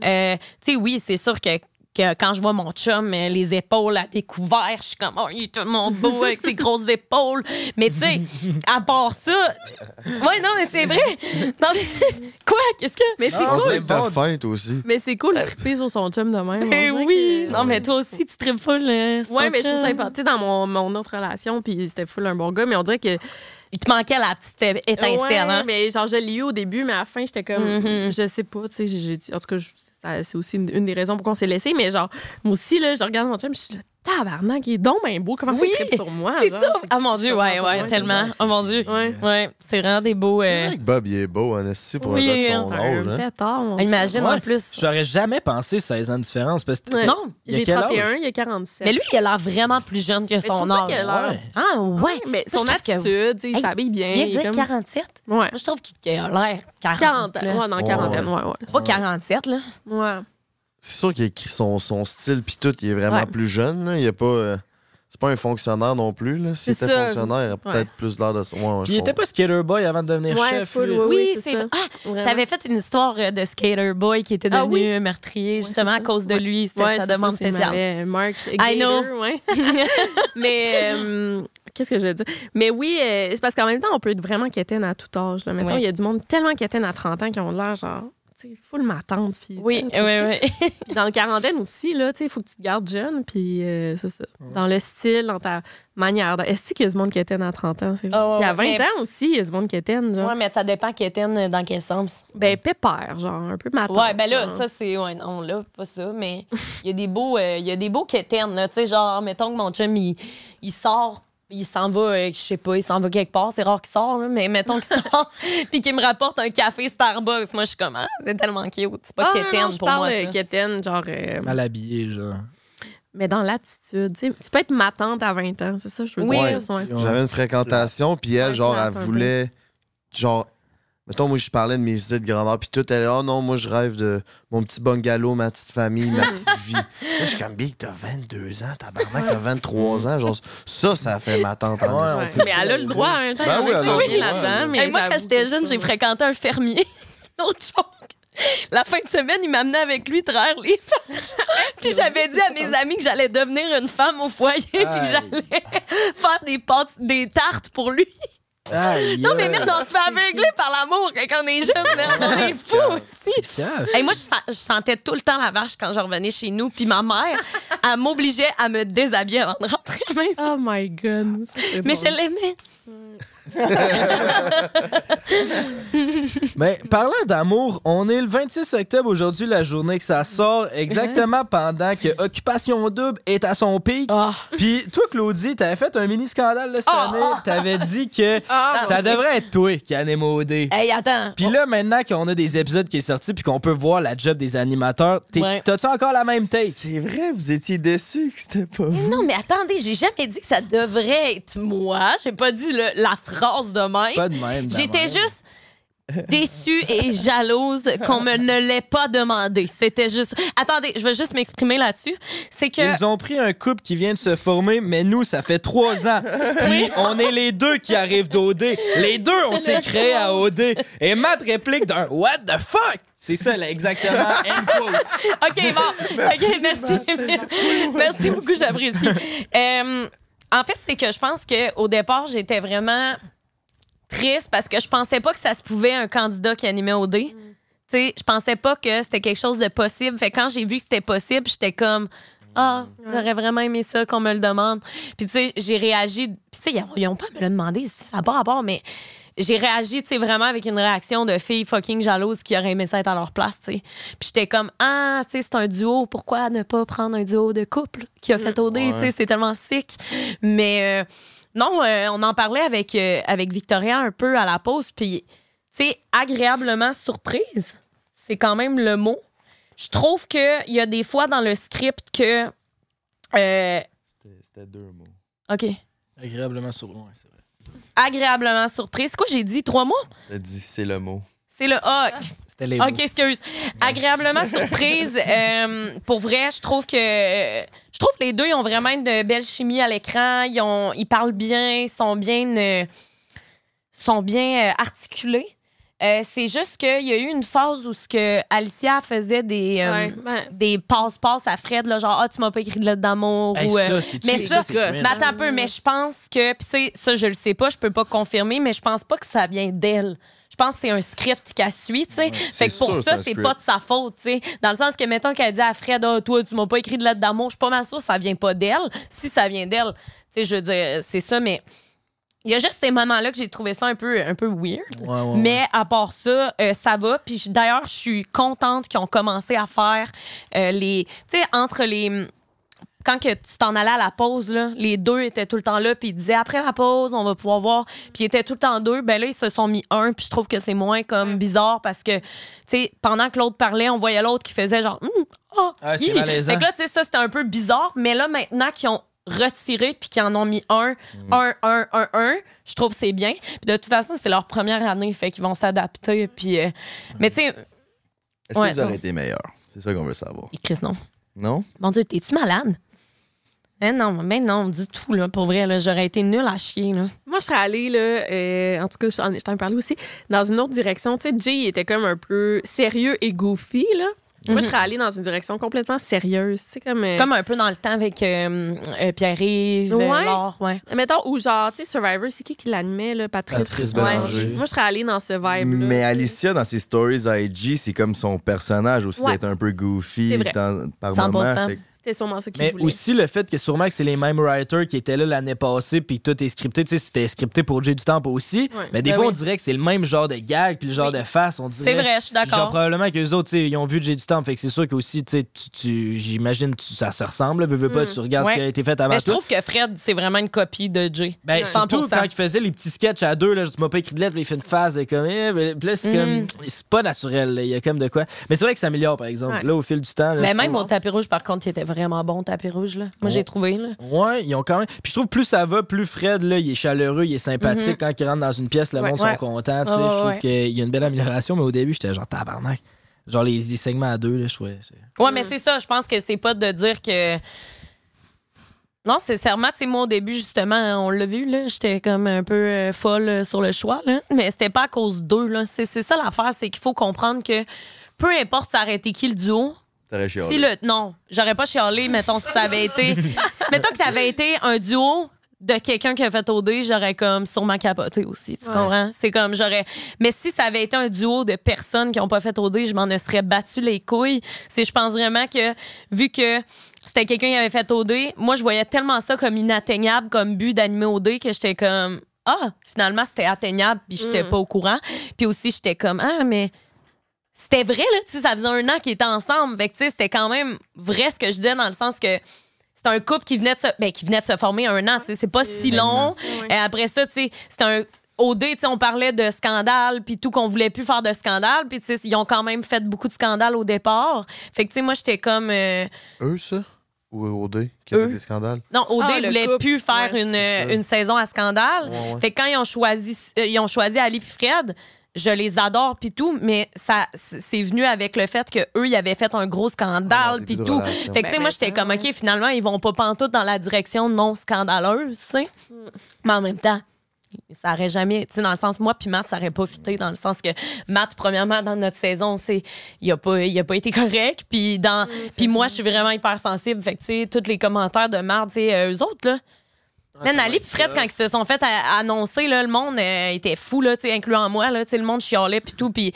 Speaker 3: Euh, tu sais, oui, c'est sûr que que quand je vois mon chum, euh, les épaules à découvert, je suis comme, oh, il est tellement beau avec ses grosses épaules. Mais tu sais, à part ça, ouais, non, mais c'est vrai. Non, mais- quoi? Qu'est-ce que.
Speaker 5: Mais c'est
Speaker 9: On dirait que
Speaker 5: cool.
Speaker 9: t'as faim, toi aussi.
Speaker 5: Mais c'est
Speaker 3: Euh,
Speaker 5: cool de triper sur son chum de même.
Speaker 3: Eh
Speaker 5: on dirait
Speaker 3: oui!
Speaker 5: que-
Speaker 3: Non, mais toi aussi, tu tripes full. euh, sur
Speaker 5: Ouais,
Speaker 3: ton
Speaker 5: mais je trouve ça
Speaker 3: chum.
Speaker 5: important. Tu sais, dans mon, mon autre relation, puis c'était full un bon gars, mais on dirait que.
Speaker 3: Il te manquait la petite é- étincelle,
Speaker 5: Ouais,
Speaker 3: hein?
Speaker 5: mais genre, je l'ai eu au début, mais à la fin, j'étais comme.
Speaker 3: Mhm.
Speaker 5: Je sais pas, tu sais. j'ai- j'ai dit- En tout cas, je- ça- c'est aussi une, une des raisons pourquoi on s'est laissé, mais genre, moi aussi, là, je regarde mon chum, je suis là, tabarnak, il est donc bien beau. Comment
Speaker 3: Oui,
Speaker 5: ça il tripe sur moi?
Speaker 3: C'est
Speaker 5: genre,
Speaker 3: ça!
Speaker 5: c'est-
Speaker 3: Ah mon Dieu, ouais, ouais,
Speaker 5: c'est
Speaker 3: tellement.
Speaker 5: nice,
Speaker 3: Oh mon Dieu. Ouais, ouais. c'est vraiment des beaux. euh,
Speaker 9: C'est vrai que Bob, il est
Speaker 2: hein,
Speaker 9: beau, en esti, pour
Speaker 3: Oui,
Speaker 9: un gars de son
Speaker 3: un
Speaker 9: âge. hein.
Speaker 5: Pétard, mon Dieu.
Speaker 3: Imagine en plus.
Speaker 6: J'aurais jamais pensé 16 ans de différence. Parce que
Speaker 5: Ouais.
Speaker 3: Non,
Speaker 6: Il y a
Speaker 5: J'ai
Speaker 6: quel âge?
Speaker 5: 31, il y a 47.
Speaker 3: Mais lui, il a l'air vraiment plus jeune que
Speaker 5: je trouve
Speaker 3: son
Speaker 5: pas
Speaker 3: âge.
Speaker 5: qu'il a l'air- Ouais.
Speaker 3: Ah, ouais.
Speaker 5: mais
Speaker 3: Moi, je
Speaker 5: son
Speaker 3: trouve que-
Speaker 5: attitude, tu sais, il
Speaker 3: Hey,
Speaker 5: s'habille bien.
Speaker 3: Tu viens
Speaker 5: il
Speaker 3: de
Speaker 5: est
Speaker 3: dire
Speaker 5: comme-
Speaker 3: 47?
Speaker 5: Ouais.
Speaker 3: Moi, je trouve qu'il a l'air 40.
Speaker 5: 40,
Speaker 3: là.
Speaker 5: ouais, dans la quarantaine, ouais, ouais.
Speaker 3: Pas 47, là.
Speaker 5: Ouais.
Speaker 9: C'est sûr qu'il écrit son, son style, puis tout, il est vraiment
Speaker 5: Ouais.
Speaker 9: plus jeune. là. Il est pas. euh, c'est pas un fonctionnaire non plus. Là. S'il
Speaker 5: C'est
Speaker 9: était
Speaker 5: ça.
Speaker 9: fonctionnaire, il aurait peut-être
Speaker 5: Ouais.
Speaker 9: plus l'air de ça. Ouais, ouais, je
Speaker 6: Puis il était
Speaker 9: comprends.
Speaker 6: pas skater boy avant de devenir
Speaker 5: Ouais,
Speaker 6: chef.
Speaker 5: full,
Speaker 6: lui.
Speaker 5: ouais,
Speaker 3: Oui,
Speaker 5: Oui, c'est
Speaker 3: c'est.
Speaker 5: ça.
Speaker 3: Ah,
Speaker 5: Vraiment.
Speaker 3: t'avais fait une histoire euh, de skater boy qui était
Speaker 5: Ah
Speaker 3: devenu
Speaker 5: oui.
Speaker 3: meurtrier justement à cause de lui. C'était
Speaker 5: Ouais,
Speaker 3: sa
Speaker 5: c'est
Speaker 3: demande
Speaker 5: ça, c'est
Speaker 3: spéciale.
Speaker 5: Malais, Mark
Speaker 3: I know.
Speaker 5: Gator, ouais. Mais euh, qu'est-ce que je veux dire? Mais oui, euh, c'est parce qu'en même temps, on peut être vraiment quétaine à tout âge. Là. Mettons, il
Speaker 3: Ouais.
Speaker 5: y a du monde tellement quétaine à 30 ans qui ont l'air genre, tu sais, full ma tante. Puis,
Speaker 3: Oui,
Speaker 5: tu sais,
Speaker 3: oui, oui.
Speaker 5: Puis Dans la quarantaine aussi, là, tu sais, il faut que tu te gardes jeune, puis euh, c'est ça. Dans le style, dans ta manière. Est-ce qu'il y a du monde quétaine à 30 ans? c'est vrai?
Speaker 3: Ah, ouais,
Speaker 5: Puis à
Speaker 3: ouais,
Speaker 5: 20
Speaker 3: mais-
Speaker 5: ans aussi, il y a du monde quétaine, genre.
Speaker 3: Ouais, mais ça dépend qu'Étienne dans quel sens.
Speaker 5: Ben, pépère, genre, un peu ma tante,
Speaker 3: Ouais, ben là,
Speaker 5: genre.
Speaker 3: ça, c'est. Ouais, non, là, pas ça, mais il y a des beaux, euh, il y a des beaux quétaines, là. Tu sais, genre, mettons que mon chum, il, il sort il s'en va, euh, je sais pas, il s'en va quelque part. C'est rare qu'il sort, là, mais mettons qu'il sort, puis qu'il me rapporte un café Starbucks. Moi, je suis comme, ah, c'est tellement cute. C'est pas
Speaker 5: Ah,
Speaker 3: quétaine
Speaker 5: non, je
Speaker 3: pour
Speaker 5: parle,
Speaker 3: moi.
Speaker 5: euh,
Speaker 3: ça.
Speaker 5: quétaine, genre. euh,
Speaker 6: Mal habillé, genre.
Speaker 5: mais dans l'attitude. Tu sais, tu peux être ma tante à 20 ans, c'est ça, que je veux
Speaker 9: Ouais.
Speaker 5: dire. ouais.
Speaker 9: J'avais une fréquentation, puis elle, genre, elle
Speaker 5: plate, un peu.
Speaker 9: voulait. Genre, mettons, moi, je parlais de mes idées de grandeur, puis tout, elle est, oh non, moi, je rêve de mon petit bungalow, ma petite famille,
Speaker 5: Hmm.
Speaker 9: ma petite vie. Moi, je suis comme, Big, t'as 22 ans, tabarnak, t'as 23 ans. Genre, ça, ça fait ma tante en
Speaker 5: Ouais,
Speaker 9: esti.
Speaker 5: Mais elle a le droit en même temps.
Speaker 9: Ben
Speaker 5: il y en
Speaker 9: oui,
Speaker 5: a
Speaker 9: elle
Speaker 5: qui
Speaker 9: a
Speaker 5: sont
Speaker 9: le droit,
Speaker 5: bien
Speaker 9: elle a
Speaker 5: là-dedans.
Speaker 9: le
Speaker 5: mais
Speaker 3: Hey, moi, quand
Speaker 5: j'avoue,
Speaker 3: j'étais
Speaker 5: c'est
Speaker 3: jeune,
Speaker 5: ça.
Speaker 3: j'ai fréquenté un fermier. non joke. La fin de semaine, il m'amenait avec lui traire les vaches. puis j'avais dit à mes amis que j'allais devenir une femme au foyer, puis
Speaker 4: Aïe.
Speaker 3: que j'allais faire des, pâtes, des tartes pour lui. Non, mais merde, on se fait aveugler par l'amour quand on est jeune. là. On est fou aussi.
Speaker 4: cave.
Speaker 3: Hey, moi, je, sen- je sentais tout le temps la vache quand je revenais chez nous. Puis ma mère, elle m'obligeait à me déshabiller avant de rentrer à la maison.
Speaker 5: Oh my God. c'est
Speaker 3: Mais
Speaker 5: drôle.
Speaker 3: je l'aimais.
Speaker 6: Mais parlant d'amour, on est le 26 octobre aujourd'hui, la journée que ça sort, exactement pendant que Occupation Double est à son pic.
Speaker 5: Oh.
Speaker 6: Puis toi, Claudie, t'avais fait un mini scandale là, cette
Speaker 5: oh.
Speaker 6: année. T'avais dit que
Speaker 3: Ah. Euh,
Speaker 6: ça devrait être toi qui animaudé.
Speaker 3: Hey, attends.
Speaker 6: Puis là, maintenant qu'on a des épisodes qui sont sortis puis qu'on peut voir la job des animateurs, t'es-
Speaker 3: Ouais.
Speaker 6: t'as-tu encore la même take? C'est vrai, vous étiez déçus que c'était pas
Speaker 3: Mais Non, mais attendez, j'ai jamais dit que ça devrait être moi. J'ai pas dit le- la phrase de même.
Speaker 6: Pas de même, ben de
Speaker 3: J'étais
Speaker 6: même.
Speaker 3: juste déçue et jalouse qu'on me ne l'ait pas demandé. C'était juste. Attendez, je veux juste m'exprimer là-dessus. C'est que.
Speaker 6: Ils ont pris un couple qui vient de se former, mais nous, ça fait trois ans. Puis on est les deux qui arrivent d'OD. Les deux, on s'est créés à OD. Et Matt réplique d'un What the fuck? C'est ça, là, exactement. End quote.
Speaker 3: OK, bon. Merci, OK, merci. merci beaucoup, j'apprécie. Euh, en fait, c'est que je pense qu'au départ, j'étais vraiment triste parce que je pensais pas que ça se pouvait un candidat qui animait OD. Tu sais, je pensais pas que c'était quelque chose de possible. Fait que quand j'ai vu que c'était possible, j'étais comme ah, j'aurais vraiment aimé ça qu'on me le demande. Puis tu sais, j'ai réagi. Puis tu sais, ils ont- ils ont pas à me le demander, ça n'a pas rapport, mais j'ai réagi, tu sais, vraiment avec une réaction de fille fucking jalouse qui aurait aimé ça être à leur place, tu sais. Puis j'étais comme, ah, tu sais, c'est un duo, pourquoi ne pas prendre un duo de couple qui a fait OD,
Speaker 4: Ouais.
Speaker 3: tu sais, c'est tellement sick. Mais euh, non, euh, on en parlait avec, euh, avec Victoria un peu à la pause, puis tu sais, agréablement surprise, c'est quand même le mot. Je trouve qu'il y a des fois dans le script que. euh,
Speaker 2: C'était deux mots.
Speaker 3: OK.
Speaker 6: Agréablement sur moi, c'est vrai.
Speaker 3: Agréablement surprise. C'est quoi, j'ai dit trois mois?
Speaker 2: T'as dit c'est le mot.
Speaker 3: C'est le ah,
Speaker 2: C'était les
Speaker 3: OK,
Speaker 2: mots.
Speaker 3: excuse. Agréablement surprise. euh, pour vrai, je trouve que je trouve que les deux ils ont vraiment une belle chimie à l'écran. Ils ont, ils parlent bien, ils sont bien, euh, sont bien euh, articulés. Euh, c'est juste qu'il y a eu une phase où ce que Alicia faisait des euh,
Speaker 5: Ouais, ben-
Speaker 3: des passe-passe à Fred là, genre ah tu m'as pas écrit de lettre d'amour
Speaker 5: Hey,
Speaker 3: ou euh,
Speaker 5: ça, c'est-tu-
Speaker 3: mais
Speaker 5: ça,
Speaker 3: ça,
Speaker 5: c'est cringe.
Speaker 3: mais attends un peu mais je pense que puis tu sais, ça je le sais pas je peux pas confirmer mais je pense pas que ça vient d'elle je pense que c'est un script qu'elle suit, tu sais. fait que
Speaker 4: c'est
Speaker 3: pour
Speaker 4: sûr, c'est
Speaker 3: ça,
Speaker 4: un
Speaker 3: c'est
Speaker 4: script.
Speaker 3: pas de sa faute, tu sais. Dans le sens que, mettons qu'elle dit à Fred, Ah, toi, tu m'as pas écrit de lettre d'amour, je suis pas mal sûre, ça vient pas d'elle. Si ça vient d'elle, tu sais, je veux dire, c'est ça, mais il y a juste ces moments-là que j'ai trouvé ça un peu, un peu weird.
Speaker 4: Ouais, ouais,
Speaker 3: mais à part ça, euh, ça va. Puis je- d'ailleurs, je suis contente qu'ils ont commencé à faire euh, les. Tu sais, entre les. Quand que tu t'en allais à la pause, là, les deux étaient tout le temps là, puis ils disaient après la pause, on va pouvoir voir. Puis ils étaient tout le temps deux. Ben là, ils se sont mis un, puis je trouve que c'est moins comme bizarre parce que, tu sais, pendant que l'autre parlait, on voyait l'autre qui faisait genre. Hum, ah,
Speaker 6: Ah, c'est
Speaker 3: hi.
Speaker 6: malaisant.
Speaker 3: Fait que là, tu sais, ça, c'était un peu bizarre. Mais là, maintenant qu'ils ont retiré puis qu'ils en ont mis un,
Speaker 6: Hmm.
Speaker 3: un, un, un, un, je trouve que c'est bien. Puis de toute façon, c'est leur première année, fait qu'ils vont s'adapter. Puis,
Speaker 6: Hmm.
Speaker 3: euh, Mais tu sais...
Speaker 2: Est-ce
Speaker 3: ouais,
Speaker 2: que vous auriez
Speaker 3: non.
Speaker 2: été meilleur? C'est ça qu'on veut savoir.
Speaker 3: Chris, non.
Speaker 2: Non?
Speaker 3: Mon Dieu, t'es-tu malade? Mais non, mais non, du tout, là, pour vrai, là, j'aurais été nulle à chier, là.
Speaker 5: Moi, je serais allée, là, euh, en tout cas, j'en- je t'en parlais aussi, dans une autre direction. Tu sais, Jay il était comme un peu sérieux et goofy, là. Moi, je serais allée dans une direction complètement sérieuse, tu sais, comme... euh,
Speaker 3: Comme un peu dans le temps avec euh, euh, Pierre-Yves, euh,
Speaker 5: Ouais.
Speaker 3: Laure, ouais.
Speaker 5: Mettons, ou genre, tu sais, Survivor, c'est qui qui l'animait, là, Patrice?
Speaker 2: Patrice Bélanger.
Speaker 5: Moi, je serais allée dans ce vibe-là.
Speaker 2: Mais Alicia, dans ses stories IG, c'est comme son personnage aussi
Speaker 5: Ouais.
Speaker 2: d'être un peu goofy
Speaker 5: C'est vrai.
Speaker 2: dans- par
Speaker 5: 100%.
Speaker 2: moment. Fait que
Speaker 5: C'était sûrement ça qu'ils
Speaker 6: Mais
Speaker 5: voulaient.
Speaker 6: aussi le fait que sûrement que c'est les mêmes writers qui étaient là l'année passée, puis tout est scripté. Tu sais, c'était scripté pour Jay du Temps aussi.
Speaker 3: Ouais.
Speaker 6: Mais des
Speaker 3: Ben
Speaker 6: fois, on
Speaker 3: oui.
Speaker 6: dirait que c'est le même genre de gag, puis le genre de face. On dirait.
Speaker 3: C'est vrai, je suis d'accord.
Speaker 6: Genre, probablement que les autres, tu sais, ils ont vu Jay du Temps. Fait que c'est sûr qu'aussi, tu sais, tu- tu- j'imagine, tu- ça se ressemble. là, Veux, veux pas,
Speaker 3: Hmm.
Speaker 6: tu regardes
Speaker 3: Ouais.
Speaker 6: ce qui a été fait avant
Speaker 3: Mais je
Speaker 6: toi.
Speaker 3: trouve que Fred, c'est vraiment une copie de Jay.
Speaker 6: Ben, surtout quand il faisait les petits sketchs à deux, là, je- tu m'as pas écrit de lettre, mais il fait une phase, et comme, eh, ben, puis là, c'est
Speaker 3: Mm.
Speaker 6: comme, c'est pas naturel, là, il y a comme de quoi. Mais c'est vrai que ça améliore, par exemple,
Speaker 3: Ouais.
Speaker 6: là, au fil du temps. là,
Speaker 3: Mais
Speaker 6: je
Speaker 3: même
Speaker 6: trouve-
Speaker 3: au tapis rouge, par contre, il était vraiment bon, tapis rouge. Là. Moi,
Speaker 6: Ouais.
Speaker 3: j'ai trouvé. Là.
Speaker 6: Ouais, ils ont quand même. Puis je trouve plus ça va, plus Fred, là, il est chaleureux, il est sympathique.
Speaker 3: Mhm.
Speaker 6: Quand il rentre dans une pièce, le
Speaker 3: Ouais.
Speaker 6: monde
Speaker 3: Ouais.
Speaker 6: sont contents, tu sais.
Speaker 3: Ouais, ouais,
Speaker 6: je trouve
Speaker 3: ouais.
Speaker 6: qu'il y a une belle amélioration, mais au début, j'étais genre tabarnak. Genre les, les segments à deux, là, je trouvais. c'est-
Speaker 3: Ouais, mais c'est ça. Je pense que c'est pas de dire que. Non, sincèrement, tu sais, moi, au début, justement, on l'a vu, là, j'étais comme un peu euh, folle euh, sur le choix, là. Mais c'était pas à cause d'eux, là. C'est c'est ça l'affaire, c'est qu'il faut comprendre que peu importe s'arrêter qui le duo,
Speaker 2: T'aurais chialé.
Speaker 3: si le. Non, j'aurais pas chialé, mettons, si ça avait été. mettons que ça avait été un duo de quelqu'un qui a fait OD, j'aurais comme sûrement capoté aussi. Tu
Speaker 5: Ouais.
Speaker 3: comprends? C'est comme j'aurais. Mais si ça avait été un duo de personnes qui n'ont pas fait OD, je m'en serais battu les couilles. C'est, je pense vraiment que, vu que c'était quelqu'un qui avait fait OD, moi, je voyais tellement ça comme inatteignable comme but d'animer OD que j'étais comme. Ah, finalement, c'était atteignable, puis j'étais
Speaker 5: Mm.
Speaker 3: pas au courant. Puis aussi, j'étais comme, ah, mais c'était vrai, là, tu sais, ça faisait un an qu'ils étaient ensemble. Fait que, tu sais, c'était quand même vrai ce que je disais dans le sens que c'est un couple qui venait de se, ben, qui venait de se former un an, tu sais, c'est pas si long. Et
Speaker 5: Euh,
Speaker 3: après ça, tu sais, c'est un. OD, tu sais, on parlait de scandale, puis tout, qu'on voulait plus faire de scandale, puis tu sais, ils ont quand même fait beaucoup de scandales au départ. Fait que, tu sais, moi, j'étais comme. euh,
Speaker 9: Eux, ça? Ou OD, qui a fait des scandales?
Speaker 3: non, OD
Speaker 5: Ah, le
Speaker 3: voulait
Speaker 5: couple,
Speaker 3: plus faire
Speaker 5: ouais.
Speaker 9: C'est
Speaker 3: une,
Speaker 9: ça.
Speaker 3: une saison à scandale.
Speaker 9: Ouais, ouais.
Speaker 3: Fait que quand ils ont choisi, euh, ils ont choisi Ali puis Fred, je les adore puis tout, mais ça c- c'est venu avec le fait que eux ils avaient fait un gros
Speaker 9: Ah,
Speaker 3: scandale puis
Speaker 5: de
Speaker 3: tout.
Speaker 5: relation.
Speaker 3: Fait que tu sais
Speaker 5: Ben,
Speaker 3: moi
Speaker 5: ben,
Speaker 3: j'étais comme OK, finalement ils vont pas pantoute dans la direction non scandaleuse, tu sais. Mais en même temps, ça aurait jamais, tu sais, dans le sens, moi puis Matt, ça aurait pas fité, dans le sens que Matt, premièrement, dans notre saison, c'est, il a pas, il a pas été correct, puis dans, puis moi, je suis vraiment hyper sensible, fait que, tu sais, tous les commentaires de Matt, tu sais, euh, eux autres, là, Man, Ali et Fred, quand ils se sont fait a- annoncer, là, le monde euh, était fou, là, tu sais, incluant moi. Là, tu sais, le monde chialait puis tout. Puis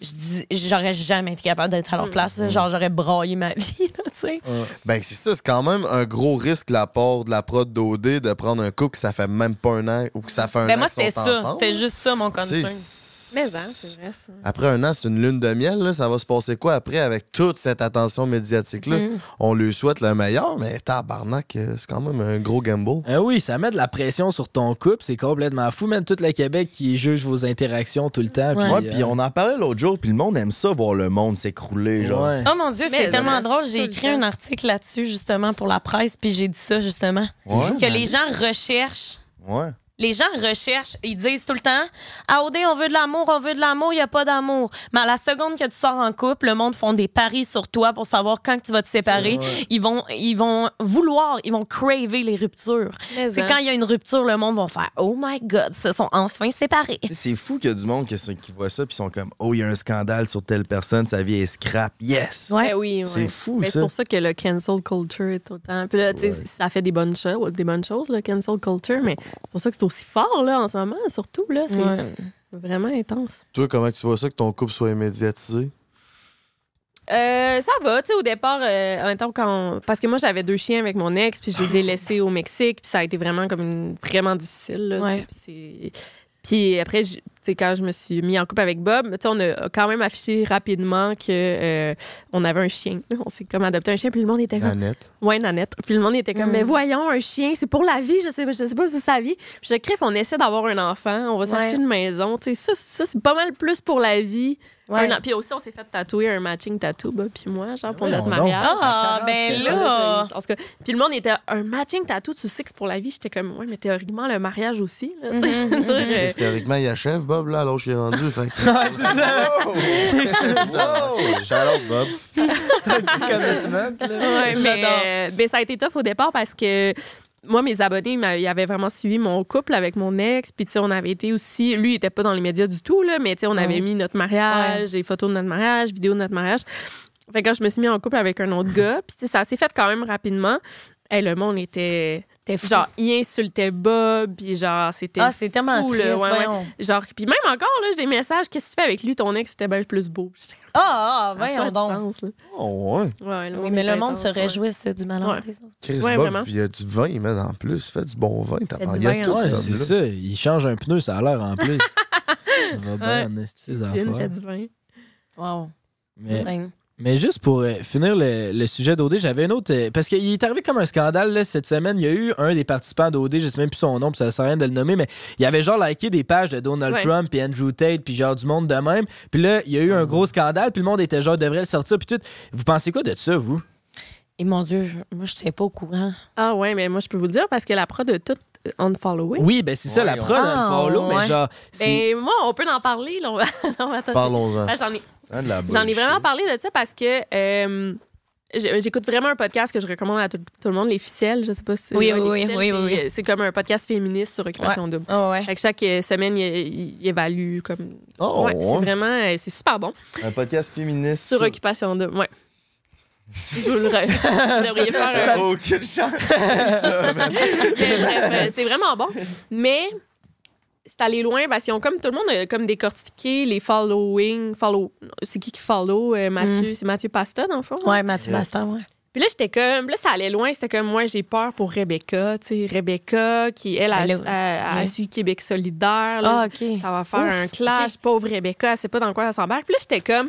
Speaker 3: je dis- j'aurais jamais été capable d'être à leur place. là. Genre, j'aurais braillé ma vie. là, tu sais.
Speaker 9: Ben, c'est ça, c'est quand même un gros risque de la part de la prod d'OD de prendre un coup que ça fait même pas un an ou que ça fait un
Speaker 3: Ben,
Speaker 9: an
Speaker 3: moi,
Speaker 9: qu'ils
Speaker 3: c'était
Speaker 9: sont
Speaker 3: ça.
Speaker 9: ensemble.
Speaker 3: C'était juste ça, mon concern.
Speaker 9: C'est-
Speaker 5: Mais hein, c'est vrai, ça.
Speaker 9: Après un an, c'est une lune de miel. là. Ça va se passer quoi après avec toute cette attention médiatique-là?
Speaker 5: Mm.
Speaker 9: On lui souhaite le meilleur, mais tabarnak, euh, c'est quand même un gros gamble.
Speaker 6: Ah oui, ça met de la pression sur ton couple, c'est complètement fou. Même tout le Québec qui juge vos interactions tout le temps.
Speaker 2: Ouais,
Speaker 6: Puis, euh,
Speaker 2: puis on en parlait l'autre jour, puis le monde aime ça, voir le monde s'écrouler, genre.
Speaker 6: Ouais.
Speaker 3: Oh mon Dieu,
Speaker 5: Mais
Speaker 3: c'est tellement
Speaker 5: ça,
Speaker 3: drôle.
Speaker 5: tout
Speaker 3: J'ai
Speaker 5: le
Speaker 3: écrit
Speaker 5: temps.
Speaker 3: un article là-dessus, justement, pour la presse, puis j'ai dit ça, justement.
Speaker 2: Ouais.
Speaker 3: Que les gens recherchent
Speaker 2: Ouais.
Speaker 3: Les gens recherchent, ils disent tout le temps Ah, OD, on veut de l'amour, on veut de l'amour, il n'y a pas d'amour. Mais à la seconde que tu sors en couple, le monde font des paris sur toi pour savoir quand que tu vas te séparer.
Speaker 5: vrai.
Speaker 3: Ils vont, ils vont vouloir, ils vont craver les ruptures.
Speaker 5: Mais
Speaker 3: C'est
Speaker 5: hein.
Speaker 3: quand il y a une rupture, le monde va faire Oh my God, se sont enfin séparés.
Speaker 2: Tu sais, C'est fou qu'il y a du monde qui, qui voit ça, puis ils sont comme, oh, il y a un scandale sur telle personne, sa vie est scrap, yes!
Speaker 5: Ben oui,
Speaker 2: C'est
Speaker 5: ouais.
Speaker 2: fou,
Speaker 5: Mais
Speaker 2: ça.
Speaker 5: C'est pour ça que le cancel culture est autant. Puis là, tu sais, ça fait des bonnes choses, des bonnes choses, le cancel culture, mais c'est pour ça que c'est aussi fort là en ce moment, surtout là, c'est
Speaker 3: Ouais.
Speaker 5: vraiment intense.
Speaker 9: Toi, comment tu vois ça que ton couple soit médiatisé?
Speaker 5: Euh, ça va, tu sais, au départ, euh, en même temps, quand on- parce que moi, j'avais deux chiens avec mon ex, puis je les ai laissés au Mexique, puis ça a été vraiment comme une- vraiment difficile. là, tu sais,
Speaker 3: Ouais.
Speaker 5: puis c'est- Puis après, je- tu sais, quand je me suis mis en couple avec Bob, tu sais, on a quand même affiché rapidement que euh, on avait un chien. là. On s'est comme adopté un chien, puis le monde était comme...
Speaker 9: Nanette.
Speaker 5: Ouais, Nanette. Puis le monde était comme,
Speaker 3: Mm.
Speaker 5: mais voyons, un chien, c'est pour la vie, je sais, je sais pas si vous saviez. Puis je crève, on essaie d'avoir un enfant, on va s'acheter une maison. Tu sais, ça, ça c'est pas mal plus pour la vie.
Speaker 3: Ouais.
Speaker 5: Un an- Puis aussi, on s'est fait tatouer un matching tattoo, Bob puis moi, genre, pour
Speaker 3: Ouais,
Speaker 5: notre
Speaker 3: on
Speaker 5: mariage.
Speaker 3: donc. Ah,
Speaker 5: À
Speaker 3: ben
Speaker 5: 47
Speaker 3: là!
Speaker 5: ans, j'ai- en tout cas, puis le monde était un matching tattoo, tu sais que c'est pour la vie. J'étais comme, ouais, mais théoriquement, le mariage aussi. là, tu sais,
Speaker 3: Mm-hmm.
Speaker 5: je veux dire, euh,
Speaker 9: Parce que Théoriquement, il achève, Bob, là, alors je suis rendu. Fait que... Shout-out, Bob.
Speaker 5: Ouais, mais, euh, mais ça a été tough au départ parce que moi, mes abonnés, ils m'avaient- ils avaient vraiment suivi mon couple avec mon ex. Puis, tu sais, on avait été aussi. Lui, il était pas dans les médias du tout, là, mais tu sais, on avait
Speaker 3: Ouais.
Speaker 5: mis notre mariage, les photos de notre mariage, vidéos de notre mariage. Fait que quand je me suis mis en couple avec un autre gars, puis tu sais, ça s'est fait quand même rapidement. Hey, le monde était. Genre, il insultait Bob, puis genre, c'était.
Speaker 3: Ah, c'est tellement
Speaker 5: fou, là,
Speaker 3: triste,
Speaker 5: ouais, ouais.
Speaker 3: voyons.
Speaker 5: Genre, puis même encore, là, j'ai des messages. Qu'est-ce que tu fais avec lui, ton ex, c'était bien plus beau? J'étais comme,
Speaker 3: Ah, ah,
Speaker 5: Ça a pas
Speaker 3: voyons
Speaker 5: de
Speaker 3: donc.
Speaker 5: sens, là.
Speaker 9: Oh, ouais.
Speaker 5: Ouais, ouais,
Speaker 3: Oui, mais
Speaker 5: était
Speaker 3: le monde
Speaker 5: intense,
Speaker 3: se
Speaker 5: ouais.
Speaker 3: réjouit c'est du malheur
Speaker 5: Ouais.
Speaker 3: des autres.
Speaker 9: Chris
Speaker 5: Ouais,
Speaker 9: Bob,
Speaker 5: vraiment.
Speaker 9: il y a du vin, man, en plus. Fait du bon vin. t'as
Speaker 5: Fait
Speaker 9: pas-
Speaker 5: du
Speaker 9: Il y a
Speaker 5: vin,
Speaker 9: tout,
Speaker 5: ouais.
Speaker 9: ce
Speaker 6: c'est
Speaker 9: homme-là.
Speaker 6: ça. Il change un pneu, ça a l'air en plus. Ça va bien,
Speaker 5: Ouais.
Speaker 6: en esti, les
Speaker 5: Christine
Speaker 6: affaires.
Speaker 5: qui a du vin.
Speaker 3: Wow.
Speaker 6: Mais-
Speaker 3: Same.
Speaker 6: Mais juste pour euh, finir le, le sujet d'OD, j'avais une autre. euh, parce qu'il est arrivé comme un scandale là, cette semaine. Il y a eu un des participants d'OD, je sais même plus son nom, puis ça sert à rien de le nommer, mais il avait genre liké des pages de Donald
Speaker 2: Ouais.
Speaker 6: Trump, puis Andrew Tate, puis genre du monde de même. Puis là, il y a
Speaker 9: Ah.
Speaker 6: eu un gros scandale, puis le monde était genre devrait le sortir, puis tout. Vous pensez quoi de ça, vous
Speaker 3: Et mon Dieu, je- moi, je ne sais pas au courant.
Speaker 5: Ah, ouais, mais moi, je peux vous le dire parce que la prod de tout unfollowé.
Speaker 6: Oui, ben c'est ça, la prod,
Speaker 5: Ah,
Speaker 6: unfollow, mais
Speaker 5: ouais.
Speaker 6: genre, c'est-
Speaker 5: Ben, moi, on peut en parler, là. on va- on va attendre.
Speaker 6: Parlons-en.
Speaker 5: Ben, J'en ai.
Speaker 6: Ça a de la
Speaker 5: J'en ai vraiment parlé de ça parce que euh, j'ai- j'écoute vraiment un podcast que je recommande à tout, tout le monde, Les Ficelles. Je sais pas si.
Speaker 3: Oui,
Speaker 5: ouais,
Speaker 3: oui,
Speaker 5: Les
Speaker 3: oui,
Speaker 5: Ficelles,
Speaker 3: oui, oui,
Speaker 5: c'est-
Speaker 3: oui.
Speaker 5: C'est comme un podcast féministe sur Occupation
Speaker 3: Ouais.
Speaker 5: Double.
Speaker 3: Ah ouais.
Speaker 5: Fait que chaque euh, semaine, il, il- il évalue comme.
Speaker 2: Oh,
Speaker 5: Ouais,
Speaker 2: ouais.
Speaker 5: C'est vraiment. euh, C'est super bon.
Speaker 2: Un podcast féministe.
Speaker 5: Sur Occupation Double. Ouais. Je vous le re- vous devriez faire un-
Speaker 2: Ça- Aucune chance. ça, man.
Speaker 5: Mais bref, euh, c'est vraiment bon. Mais c'est allé loin parce qu'ils ont comme tout le monde a comme décortiqué les following. Follow, c'est qui qui follow euh, Mathieu
Speaker 3: Mm.
Speaker 5: C'est Mathieu Pasta dans le fond.
Speaker 3: Ouais, Mathieu Bastard, ouais.
Speaker 5: Puis là, j'étais comme, là, ça allait loin. C'était comme, moi, j'ai peur pour Rebecca. Tu sais, Rebecca, qui, elle, a,
Speaker 3: Elle est-
Speaker 5: a, a
Speaker 3: ouais.
Speaker 5: su Québec solidaire. là.
Speaker 3: Ah, OK.
Speaker 5: Ça va faire
Speaker 3: Ouf,
Speaker 5: un clash. Pauvre Rebecca, elle sait pas dans quoi elle s'embarque. Puis là, j'étais comme,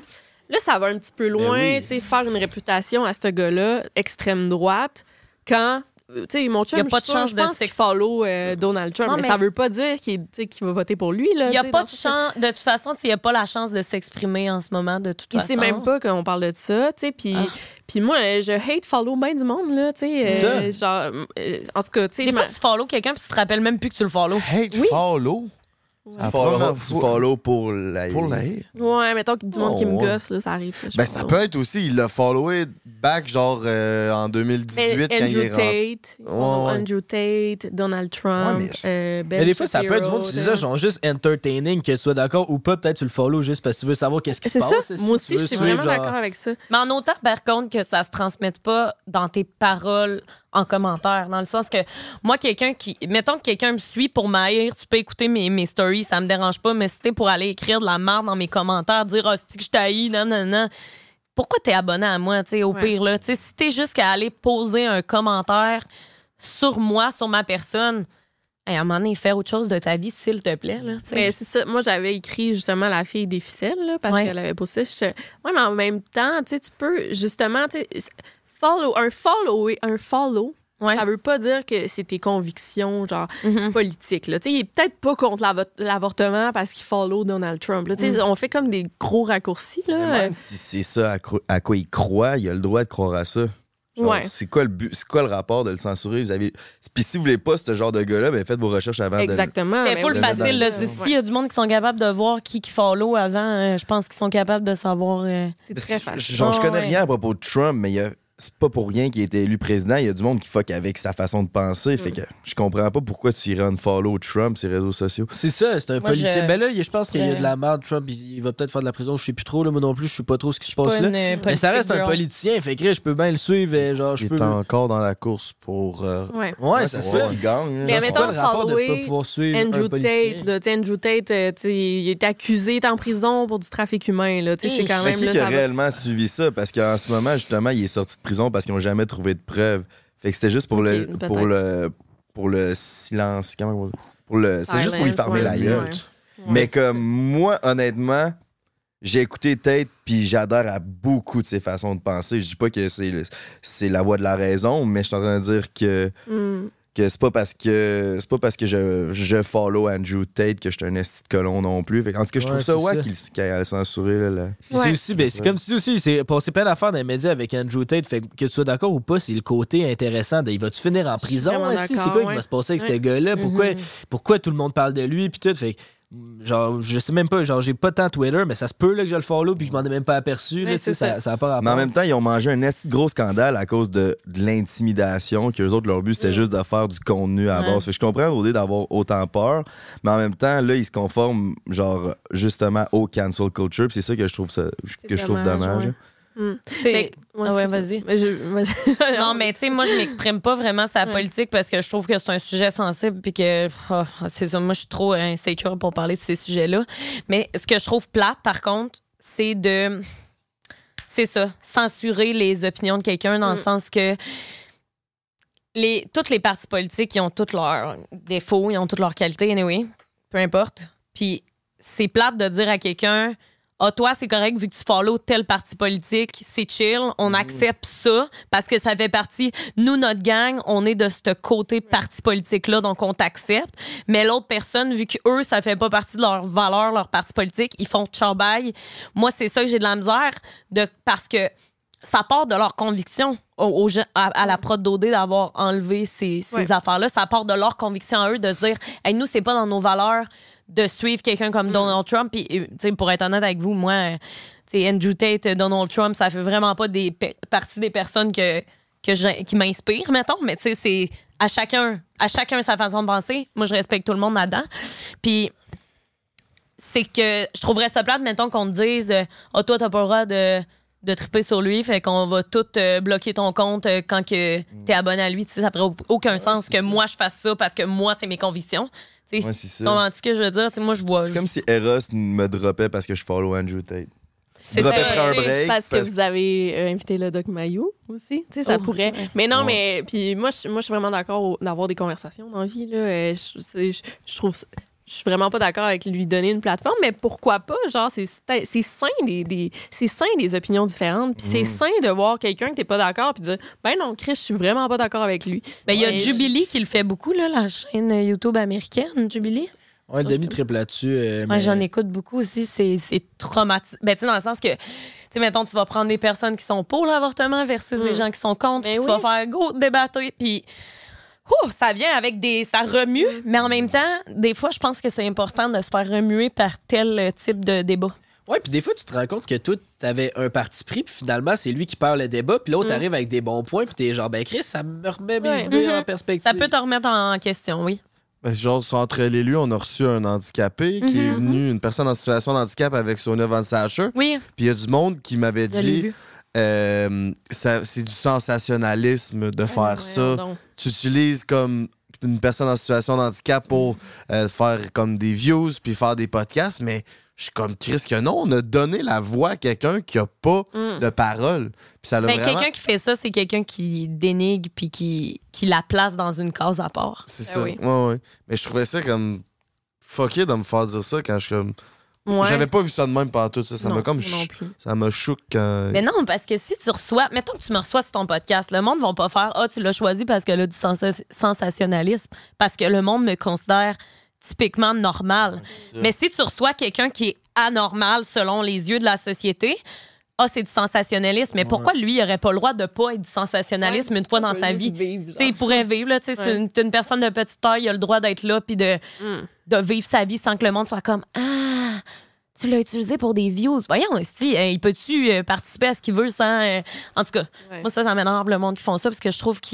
Speaker 5: là, ça va un petit
Speaker 9: Ben
Speaker 5: peu loin.
Speaker 3: oui.
Speaker 5: Tu sais, faire une réputation à ce gars-là, extrême droite, quand. euh, Tu sais, mon chum,
Speaker 3: Il y a pas
Speaker 5: je
Speaker 3: de
Speaker 5: suis sûre,
Speaker 3: chance
Speaker 5: je
Speaker 3: de
Speaker 5: pense
Speaker 3: sex-
Speaker 5: qu'il follow euh, Donald Trump.
Speaker 3: Non,
Speaker 5: mais,
Speaker 3: mais-
Speaker 5: ça veut pas dire qu'il tu sais, qu'il va voter pour lui. là,
Speaker 3: Il n'y a
Speaker 5: tu sais,
Speaker 3: pas
Speaker 5: dans
Speaker 3: de
Speaker 5: ce-
Speaker 3: chance. De toute façon, il n'y a pas la chance de s'exprimer en ce moment, de toute
Speaker 5: il
Speaker 3: façon.
Speaker 5: sait même pas qu'on parle de ça, tu sais. Puis,
Speaker 3: Ah.
Speaker 5: puis moi, euh, je hate follow bien du monde, là, tu sais. euh, genre, euh, en tout cas, tu sais.
Speaker 3: Des
Speaker 5: je
Speaker 3: fois,
Speaker 5: m'en-
Speaker 3: tu follow quelqu'un puis tu te rappelles même plus que tu le follow.
Speaker 9: Hate hein? follow?
Speaker 2: Tu
Speaker 9: La
Speaker 2: follow,
Speaker 9: première
Speaker 2: tu
Speaker 9: fois-
Speaker 2: follow pour la
Speaker 9: Pour la haie.
Speaker 5: Ouais, mettons que du monde qui me
Speaker 9: Oh, ouais.
Speaker 5: gosse, là, ça arrive. là, je
Speaker 9: Ben,
Speaker 5: pense
Speaker 9: ça
Speaker 5: pas.
Speaker 9: peut être aussi, il l'a followé back, genre, euh, en 2018,
Speaker 5: Mais
Speaker 9: quand il est
Speaker 5: Andrew
Speaker 9: rentré.
Speaker 5: Tate,
Speaker 9: Ouais, ouais.
Speaker 5: Andrew Tate, Donald Trump,
Speaker 6: Ouais, mais-
Speaker 5: euh, Ben
Speaker 6: mais des fois, ça peut être du
Speaker 5: Shapiro,
Speaker 6: monde, tu dis ça, genre juste entertaining, que tu sois d'accord ou pas, peut-être tu le follow juste parce que tu veux savoir qu'est-ce qui
Speaker 5: C'est
Speaker 6: se passe.
Speaker 5: ça.
Speaker 6: si
Speaker 5: Moi
Speaker 6: tu
Speaker 5: aussi,
Speaker 6: veux
Speaker 5: je suis
Speaker 6: suivre,
Speaker 5: vraiment
Speaker 6: genre-
Speaker 5: d'accord avec ça.
Speaker 3: Mais en autant, par contre, que ça se transmette pas dans tes paroles en commentaire. Dans le sens que, moi, quelqu'un qui. Mettons que quelqu'un me suit pour m'haïr, tu peux écouter mes, mes stories, ça me dérange pas, mais si t'es pour aller écrire de la merde dans mes commentaires, dire, oh, c'est que je t'haïs, non, non, non. Pourquoi t'es abonné à moi, tu sais, au
Speaker 5: Ouais.
Speaker 3: pire, là? Tu sais, si t'es juste à aller poser un commentaire sur moi, sur ma personne, hey, à un moment donné, faire autre chose de ta vie, s'il te plaît, là, tu sais.
Speaker 5: Mais c'est ça. Moi, j'avais écrit justement la fille des ficelles, là, parce
Speaker 3: Ouais.
Speaker 5: qu'elle avait posté. Je... Ouais, mais en même temps, tu sais, tu peux justement, tu sais, follow, un follow, un follow. Ça veut pas dire que c'est tes convictions genre politiques. Là. Tu sais, Il est peut-être pas contre l'avo- l'avortement parce qu'il follow Donald Trump. là. Tu sais,
Speaker 2: Mm.
Speaker 5: On fait comme des gros raccourcis. Là.
Speaker 2: Même si c'est ça à, cro- à quoi il croit, il a le droit de croire à ça. Genre,
Speaker 5: Ouais.
Speaker 2: C'est quoi le but, c'est quoi le rapport de le censurer? Vous avez... Puis si vous voulez pas ce genre de gars-là, ben faites vos recherches avant de-
Speaker 6: Ah,
Speaker 5: Exactement.
Speaker 3: C'était full
Speaker 2: oui.
Speaker 3: facile.
Speaker 5: Ah,
Speaker 3: là.
Speaker 2: Ouais.
Speaker 3: S'il y a du monde qui sont capables de voir qui qui follow avant, euh, je pense qu'ils sont capables de savoir. euh,
Speaker 5: C'est
Speaker 2: Parce que, Genre, je
Speaker 5: Ah,
Speaker 2: connais rien à propos de Trump, mais il y a- c'est pas pour rien qu'il a été élu président. Il y a du monde qui fuck avec sa façon de penser.
Speaker 5: Mm.
Speaker 2: Fait que je comprends pas pourquoi tu irais follow Trump, ses réseaux sociaux.
Speaker 6: C'est ça, c'est un
Speaker 2: Moi,
Speaker 6: politicien.
Speaker 2: je-
Speaker 6: Ben là, il- je pense qu'il y a
Speaker 2: Ouais.
Speaker 6: de la merde. Trump, il, il va peut-être faire de la prison. Je sais plus trop, là, moi non plus, je sais pas trop ce qui se
Speaker 3: pas
Speaker 6: passe là.
Speaker 3: une, euh,
Speaker 6: Mais ça
Speaker 3: politique
Speaker 6: reste un
Speaker 3: girl.
Speaker 6: politicien. Fait que je peux bien le suivre. euh, Genre, je
Speaker 9: Il
Speaker 6: peux.
Speaker 9: est encore dans la course pour. euh,
Speaker 5: Ouais.
Speaker 6: Ouais, c'est ça.
Speaker 9: Il
Speaker 2: hein.
Speaker 9: gagne.
Speaker 5: Mais mettons,
Speaker 6: de
Speaker 5: follower
Speaker 6: pas pouvoir suivre un
Speaker 5: Andrew
Speaker 6: politicien?
Speaker 5: Tate, là, Tu sais, Andrew Tate, euh, tu sais, il est accusé, il est en prison pour du trafic humain. là. Tu sais, C'est quand
Speaker 2: Mais
Speaker 5: même.
Speaker 2: qui
Speaker 5: là,
Speaker 2: qui a
Speaker 5: ça va-
Speaker 2: réellement suivi ça? Parce qu'en ce moment, justement, il est sorti de prison parce qu'ils n'ont jamais trouvé de preuves. Fait que c'était juste pour, le,
Speaker 5: peut-être.
Speaker 2: pour, le, pour le silence. Comment on va- pour le, c'est juste pour lui
Speaker 5: Silence,
Speaker 2: fermer
Speaker 5: ouais,
Speaker 2: la gueule.
Speaker 5: ouais.
Speaker 2: Mais comme moi, honnêtement, j'ai écouté Tate puis j'adhère à beaucoup de ses façons de penser. Je dis pas que c'est le- c'est la voie de la raison, mais je suis en train de dire que
Speaker 5: Mm.
Speaker 2: que c'est pas parce que c'est pas parce que je, je follow Andrew Tate que je suis un esti de colon non plus. Fait que- en tout cas, je
Speaker 6: Ouais,
Speaker 2: trouve ça
Speaker 6: c'est
Speaker 2: ouais
Speaker 6: ça.
Speaker 2: qu'il qu'il a censuré là, là.
Speaker 6: Puis C'est aussi, ben, c'est comme tu dis aussi, c'est passé plein d'affaires dans les médias avec Andrew Tate. Fait que que tu sois d'accord ou pas, c'est le côté intéressant. De, il va-tu finir en prison?
Speaker 5: vraiment
Speaker 6: hein, si? C'est
Speaker 5: d'accord,
Speaker 6: quoi qui
Speaker 5: ouais.
Speaker 6: va se passer avec
Speaker 5: Ouais.
Speaker 6: ce gars-là? Pourquoi,
Speaker 5: Mhm.
Speaker 6: pourquoi tout le monde parle de lui? Puis tout. Fait que, genre, je sais même pas, genre, j'ai pas tant Twitter, mais ça se peut là, que je le follow, puis je m'en ai même pas aperçu.
Speaker 5: Ouais,
Speaker 6: là, tu
Speaker 5: c'est
Speaker 6: sais, ça,
Speaker 5: ça.
Speaker 6: ça a pas rapport.
Speaker 2: Mais en même temps, ils ont mangé un esti de gros scandale à cause de, de l'intimidation, que autres, leur but, c'était juste de faire du contenu à la
Speaker 6: Ouais.
Speaker 2: base. Fait que je comprends l'idée d'avoir autant peur, mais en même temps, là, ils se conforment, genre, justement, au cancel culture. puis c'est ça que je trouve, ça, que je trouve
Speaker 5: dommage,
Speaker 2: dommage.
Speaker 5: ouais.
Speaker 2: là.
Speaker 3: Fait que-
Speaker 5: Ouais,
Speaker 3: Ah ouais,
Speaker 5: excuse-moi.
Speaker 3: vas-y.
Speaker 5: Mais je- vas-y.
Speaker 3: Non, mais tu sais, moi, je m'exprime pas vraiment sur la politique parce que je trouve que c'est un sujet sensible puis que ah, c'est ça. Moi, je suis trop euh, insécure pour parler de ces sujets-là. Mais ce que je trouve plate, par contre, c'est de. C'est ça, censurer les opinions de quelqu'un dans le sens que. Les, toutes les partis politiques, ils ont tous leurs défauts, ils ont toutes leurs qualités, anyway. Peu importe. Puis c'est plate de dire à quelqu'un Ah, toi, c'est correct, vu que tu follow tel parti politique, c'est chill, on accepte ça, parce que ça fait partie. Nous, notre gang, on est de ce côté parti politique-là, donc on t'accepte. Mais l'autre personne, vu qu'eux, ça fait pas partie de leurs valeurs, leur parti politique, ils font charbay. Moi, c'est ça que j'ai de la misère, de, parce que ça part de leur conviction au- au gen- à, à la prod d'OD d'avoir enlevé ces, ces
Speaker 5: Ouais.
Speaker 3: affaires-là. Ça part de leur conviction à eux de se dire Hey, nous, c'est pas dans nos valeurs de suivre quelqu'un comme Donald Trump. Puis, euh, tu sais, pour être honnête avec vous, moi, euh, tu sais, Andrew Tate, euh, Donald Trump, ça fait vraiment pas des pe- partie des personnes que, que je- qui m'inspirent, mettons. Mais tu sais, c'est à chacun, à chacun sa façon de penser. Moi, je respecte tout le monde là-dedans. Puis, c'est que je trouverais ça plate, mettons, qu'on te dise euh, Ah, toi, t'as pas le droit de, de triper sur lui, fait qu'on va tout euh, bloquer ton compte euh, quand que
Speaker 2: Mm.
Speaker 3: t'es abonné à lui. Tu sais, ça ferait au- aucun sens que moi, je fasse ça parce que moi, c'est mes convictions. Tu sais,
Speaker 2: Ouais, c'est ça.
Speaker 3: comprends-tu ce que je veux dire? Tu sais, moi, je vois.
Speaker 2: C'est comme si Eros me droppait parce que je follow Andrew Tate.
Speaker 5: C'est
Speaker 2: Droppait
Speaker 5: ça,
Speaker 2: après un
Speaker 5: tu sais,
Speaker 2: break.
Speaker 5: parce que vous avez euh, invité le Doc Mayou aussi. Tu sais, ça
Speaker 3: Oh,
Speaker 5: pourrait.
Speaker 3: c'est vrai.
Speaker 5: Mais non,
Speaker 2: Ouais.
Speaker 5: mais puis moi, je moi, je suis vraiment d'accord au- d'avoir des conversations dans la vie. Là. Euh, Je, c'est- je- je trouve. ça- Je suis vraiment pas d'accord avec lui donner une plateforme, mais pourquoi pas? Genre, c'est c'est- c'est sain des, des- c'est sain des opinions différentes. Puis c'est
Speaker 3: Mm.
Speaker 5: sain de voir quelqu'un que t'es pas d'accord puis dire Ben non, Chris, je suis vraiment pas d'accord avec lui.
Speaker 3: Ben, il y a
Speaker 5: Ouais,
Speaker 3: Jubilee qui le fait beaucoup, là, la chaîne YouTube américaine, Jubilee.
Speaker 6: Ouais, demi-triple là-dessus. euh,
Speaker 3: Ouais,
Speaker 6: mais-
Speaker 3: J'en écoute beaucoup aussi. C'est c'est traumatisant. Ben, tu sais, dans le sens que, tu sais, mettons, tu vas prendre des personnes qui sont pour l'avortement versus des gens qui sont contre, puis tu vas faire go, débattre. Puis, ouh, ça vient avec des. Ça remue, mais en même temps, des fois, je pense que c'est important de se faire remuer par tel euh, type de débat.
Speaker 6: Ouais, puis des fois, tu te rends compte que toi, t'avais un parti pris, puis finalement, c'est lui qui perd le débat, puis l'autre
Speaker 3: Mm.
Speaker 6: arrive avec des bons points, puis t'es genre, ben Chris, ça me remet mes
Speaker 3: Ouais.
Speaker 6: idées en
Speaker 3: Mhm.
Speaker 6: perspective.
Speaker 3: Ça peut te remettre en question, oui.
Speaker 9: Ben, genre, sur entre l'élu, on a reçu un handicapé
Speaker 5: Mm-hmm,
Speaker 9: qui est
Speaker 3: Mhm.
Speaker 9: venu, une personne en situation de handicap avec Sonia Van Sacher.
Speaker 3: Oui.
Speaker 9: Puis il y a du monde qui m'avait
Speaker 3: Je l'ai
Speaker 9: dit
Speaker 3: vu.
Speaker 9: euh, ça- c'est du sensationnalisme
Speaker 5: Ah,
Speaker 9: de faire ça.
Speaker 3: donc.
Speaker 9: Tu utilises comme une personne en situation de handicap pour euh, faire comme des views puis faire des podcasts, mais je suis comme Chris que non, on a donné la voix à quelqu'un qui a pas
Speaker 5: hmm.
Speaker 3: Mm.
Speaker 9: de parole. Puis ça l'a
Speaker 3: Mais
Speaker 9: Ben, vraiment-
Speaker 3: Ben, quelqu'un qui fait ça, c'est quelqu'un qui dénigre puis qui, qui la place dans une case à part.
Speaker 9: C'est ça. Ouais, ouais. Mais je trouvais ça comme fucké de me faire dire ça quand je suis comme.
Speaker 3: Ouais.
Speaker 9: J'avais pas vu ça de même pendant tout ça. Ça
Speaker 3: Non,
Speaker 9: m'a comme.
Speaker 3: moi non
Speaker 9: chou-
Speaker 3: plus.
Speaker 9: Ça m'a choqué euh, quand.
Speaker 3: Mais non, parce que si tu reçois, mettons que tu me reçois sur ton podcast, le monde va pas faire Ah, tu l'as choisi parce qu'elle a du sensa- sensationnalisme, parce que le monde me considère typiquement normal.
Speaker 5: c'est ça.
Speaker 3: Mais si tu reçois quelqu'un qui est anormal selon les yeux de la société, ah, c'est du sensationnalisme. Mais pourquoi lui, il aurait pas le droit de pas être du sensationnalisme une fois dans
Speaker 5: peut
Speaker 3: sa
Speaker 5: juste
Speaker 3: vie?
Speaker 5: vivre, genre.
Speaker 3: Tu sais, il pourrait vivre, là, tu sais, c'est
Speaker 5: Ouais. Hmm.
Speaker 3: une, t'es une personne de petite taille, il a le droit d'être là puis de, de vivre sa vie sans que le monde soit comme Ah, tu l'as utilisé pour des views. Voyons, si, il peut-tu euh, participer à ce qu'il veut sans. euh, En tout cas, moi, ça, ça m'énerve le monde qui font ça parce que je trouve que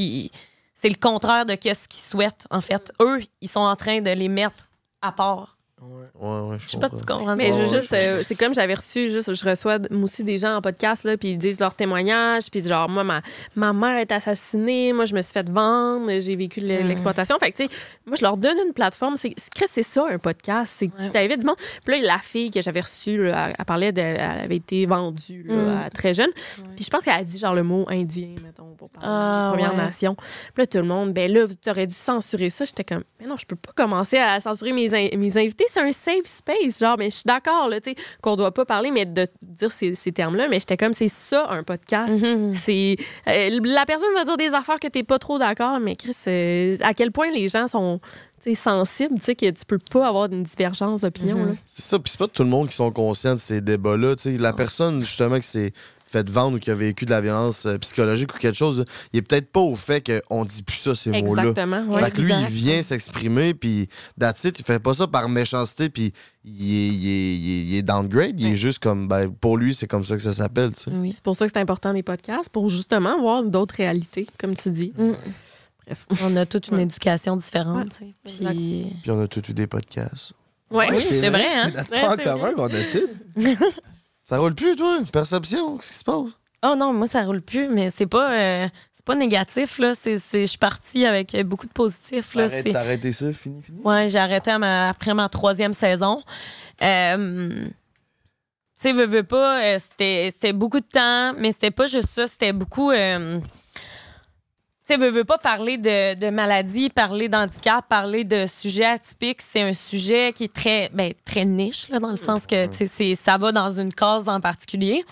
Speaker 3: c'est le contraire de qu'est-ce qu'ils souhaitent. En fait,
Speaker 5: Hmm.
Speaker 3: eux, ils sont en train de les mettre à part.
Speaker 9: Ouais, ouais, je
Speaker 3: sais pas si tu comprends
Speaker 5: Mais
Speaker 3: ça.
Speaker 5: je veux
Speaker 3: Ouais,
Speaker 5: juste,
Speaker 3: Oh, je
Speaker 5: euh, c'est comme j'avais reçu, juste, je reçois d- moi aussi des gens en podcast, là, puis ils disent leurs témoignages, puis genre, moi, ma, ma mère est assassinée, moi, je me suis fait vendre, j'ai vécu de l'e-
Speaker 3: Mm.
Speaker 5: l'exploitation. Fait que, tu sais, moi, je leur donne une plateforme. C'est c'est- Chris, c'est ça, un podcast. C'est que t'avais du monde. Puis là, la fille que j'avais reçue, là, elle, elle parlait de. Elle avait été vendue, là,
Speaker 3: Mm.
Speaker 5: à très jeune. Puis je pense qu'elle a dit, genre, le mot indien, mettons, pour parler
Speaker 3: Ah,
Speaker 5: des Premières
Speaker 3: ouais.
Speaker 5: Nations. Puis là, tout le monde, ben là, tu aurais dû censurer ça. J'étais comme, mais non, je peux pas commencer à censurer mes, in- mes invités. C'est un safe space. Genre, mais je suis d'accord, là, tu sais, qu'on doit pas parler, mais de dire ces, ces termes-là. Mais j'étais comme, c'est ça, un podcast.
Speaker 3: Mhm.
Speaker 5: C'est. euh, la personne va dire des affaires que t'es pas trop d'accord, mais Chris, euh, à quel point les gens sont tu sais, sensibles, tu sais, que tu peux pas avoir une divergence d'opinion, là.
Speaker 9: C'est ça, puis c'est pas tout le monde qui sont conscients de ces débats-là. tu sais. La personne, justement, qui s'est faite vendre ou qui a vécu de la violence euh, psychologique ou quelque chose, là, il est peut-être pas au fait qu'on dit plus ça, ces mots-là.
Speaker 5: Exactement, ouais.
Speaker 9: Fait que lui, il
Speaker 5: Exact.
Speaker 9: vient s'exprimer, puis that's it, il fait pas ça par méchanceté, puis il est, il est- il est- il est downgrade, il est juste comme, ben, pour lui, c'est comme ça que ça s'appelle, tu sais.
Speaker 5: C'est pour ça que c'est important des podcasts, pour justement voir d'autres réalités, comme tu dis. Bref.
Speaker 3: On a toute une éducation différente. tu sais. Puis...
Speaker 9: Puis on a tous eu des podcasts.
Speaker 3: Ouais, Oui, c'est c'est vrai, vrai, hein? c'est notre Ouais,
Speaker 9: point
Speaker 3: point c'est commun vrai.
Speaker 9: on a tout. ça roule plus, toi, perception, qu'est-ce qui se passe?
Speaker 3: Oh non, moi, ça roule plus, mais c'est pas, euh, c'est pas négatif, là. C'est, c'est- je suis partie avec euh, beaucoup de positifs, là.
Speaker 2: Arrête-
Speaker 3: C'est-
Speaker 2: T'as arrêté ça, fini, fini.
Speaker 3: Ouais, j'ai arrêté à ma- après ma troisième saison. Euh, tu sais, veux, veux pas, euh, c'était c'était beaucoup de temps, mais c'était pas juste ça, c'était beaucoup. euh, tu sais, veux, veux pas parler de, de maladie, parler d'handicap, parler de sujets atypiques. C'est un sujet qui est très, ben, très niche, là, dans le sens que tu sais, c'est- ça va dans une cause en particulier.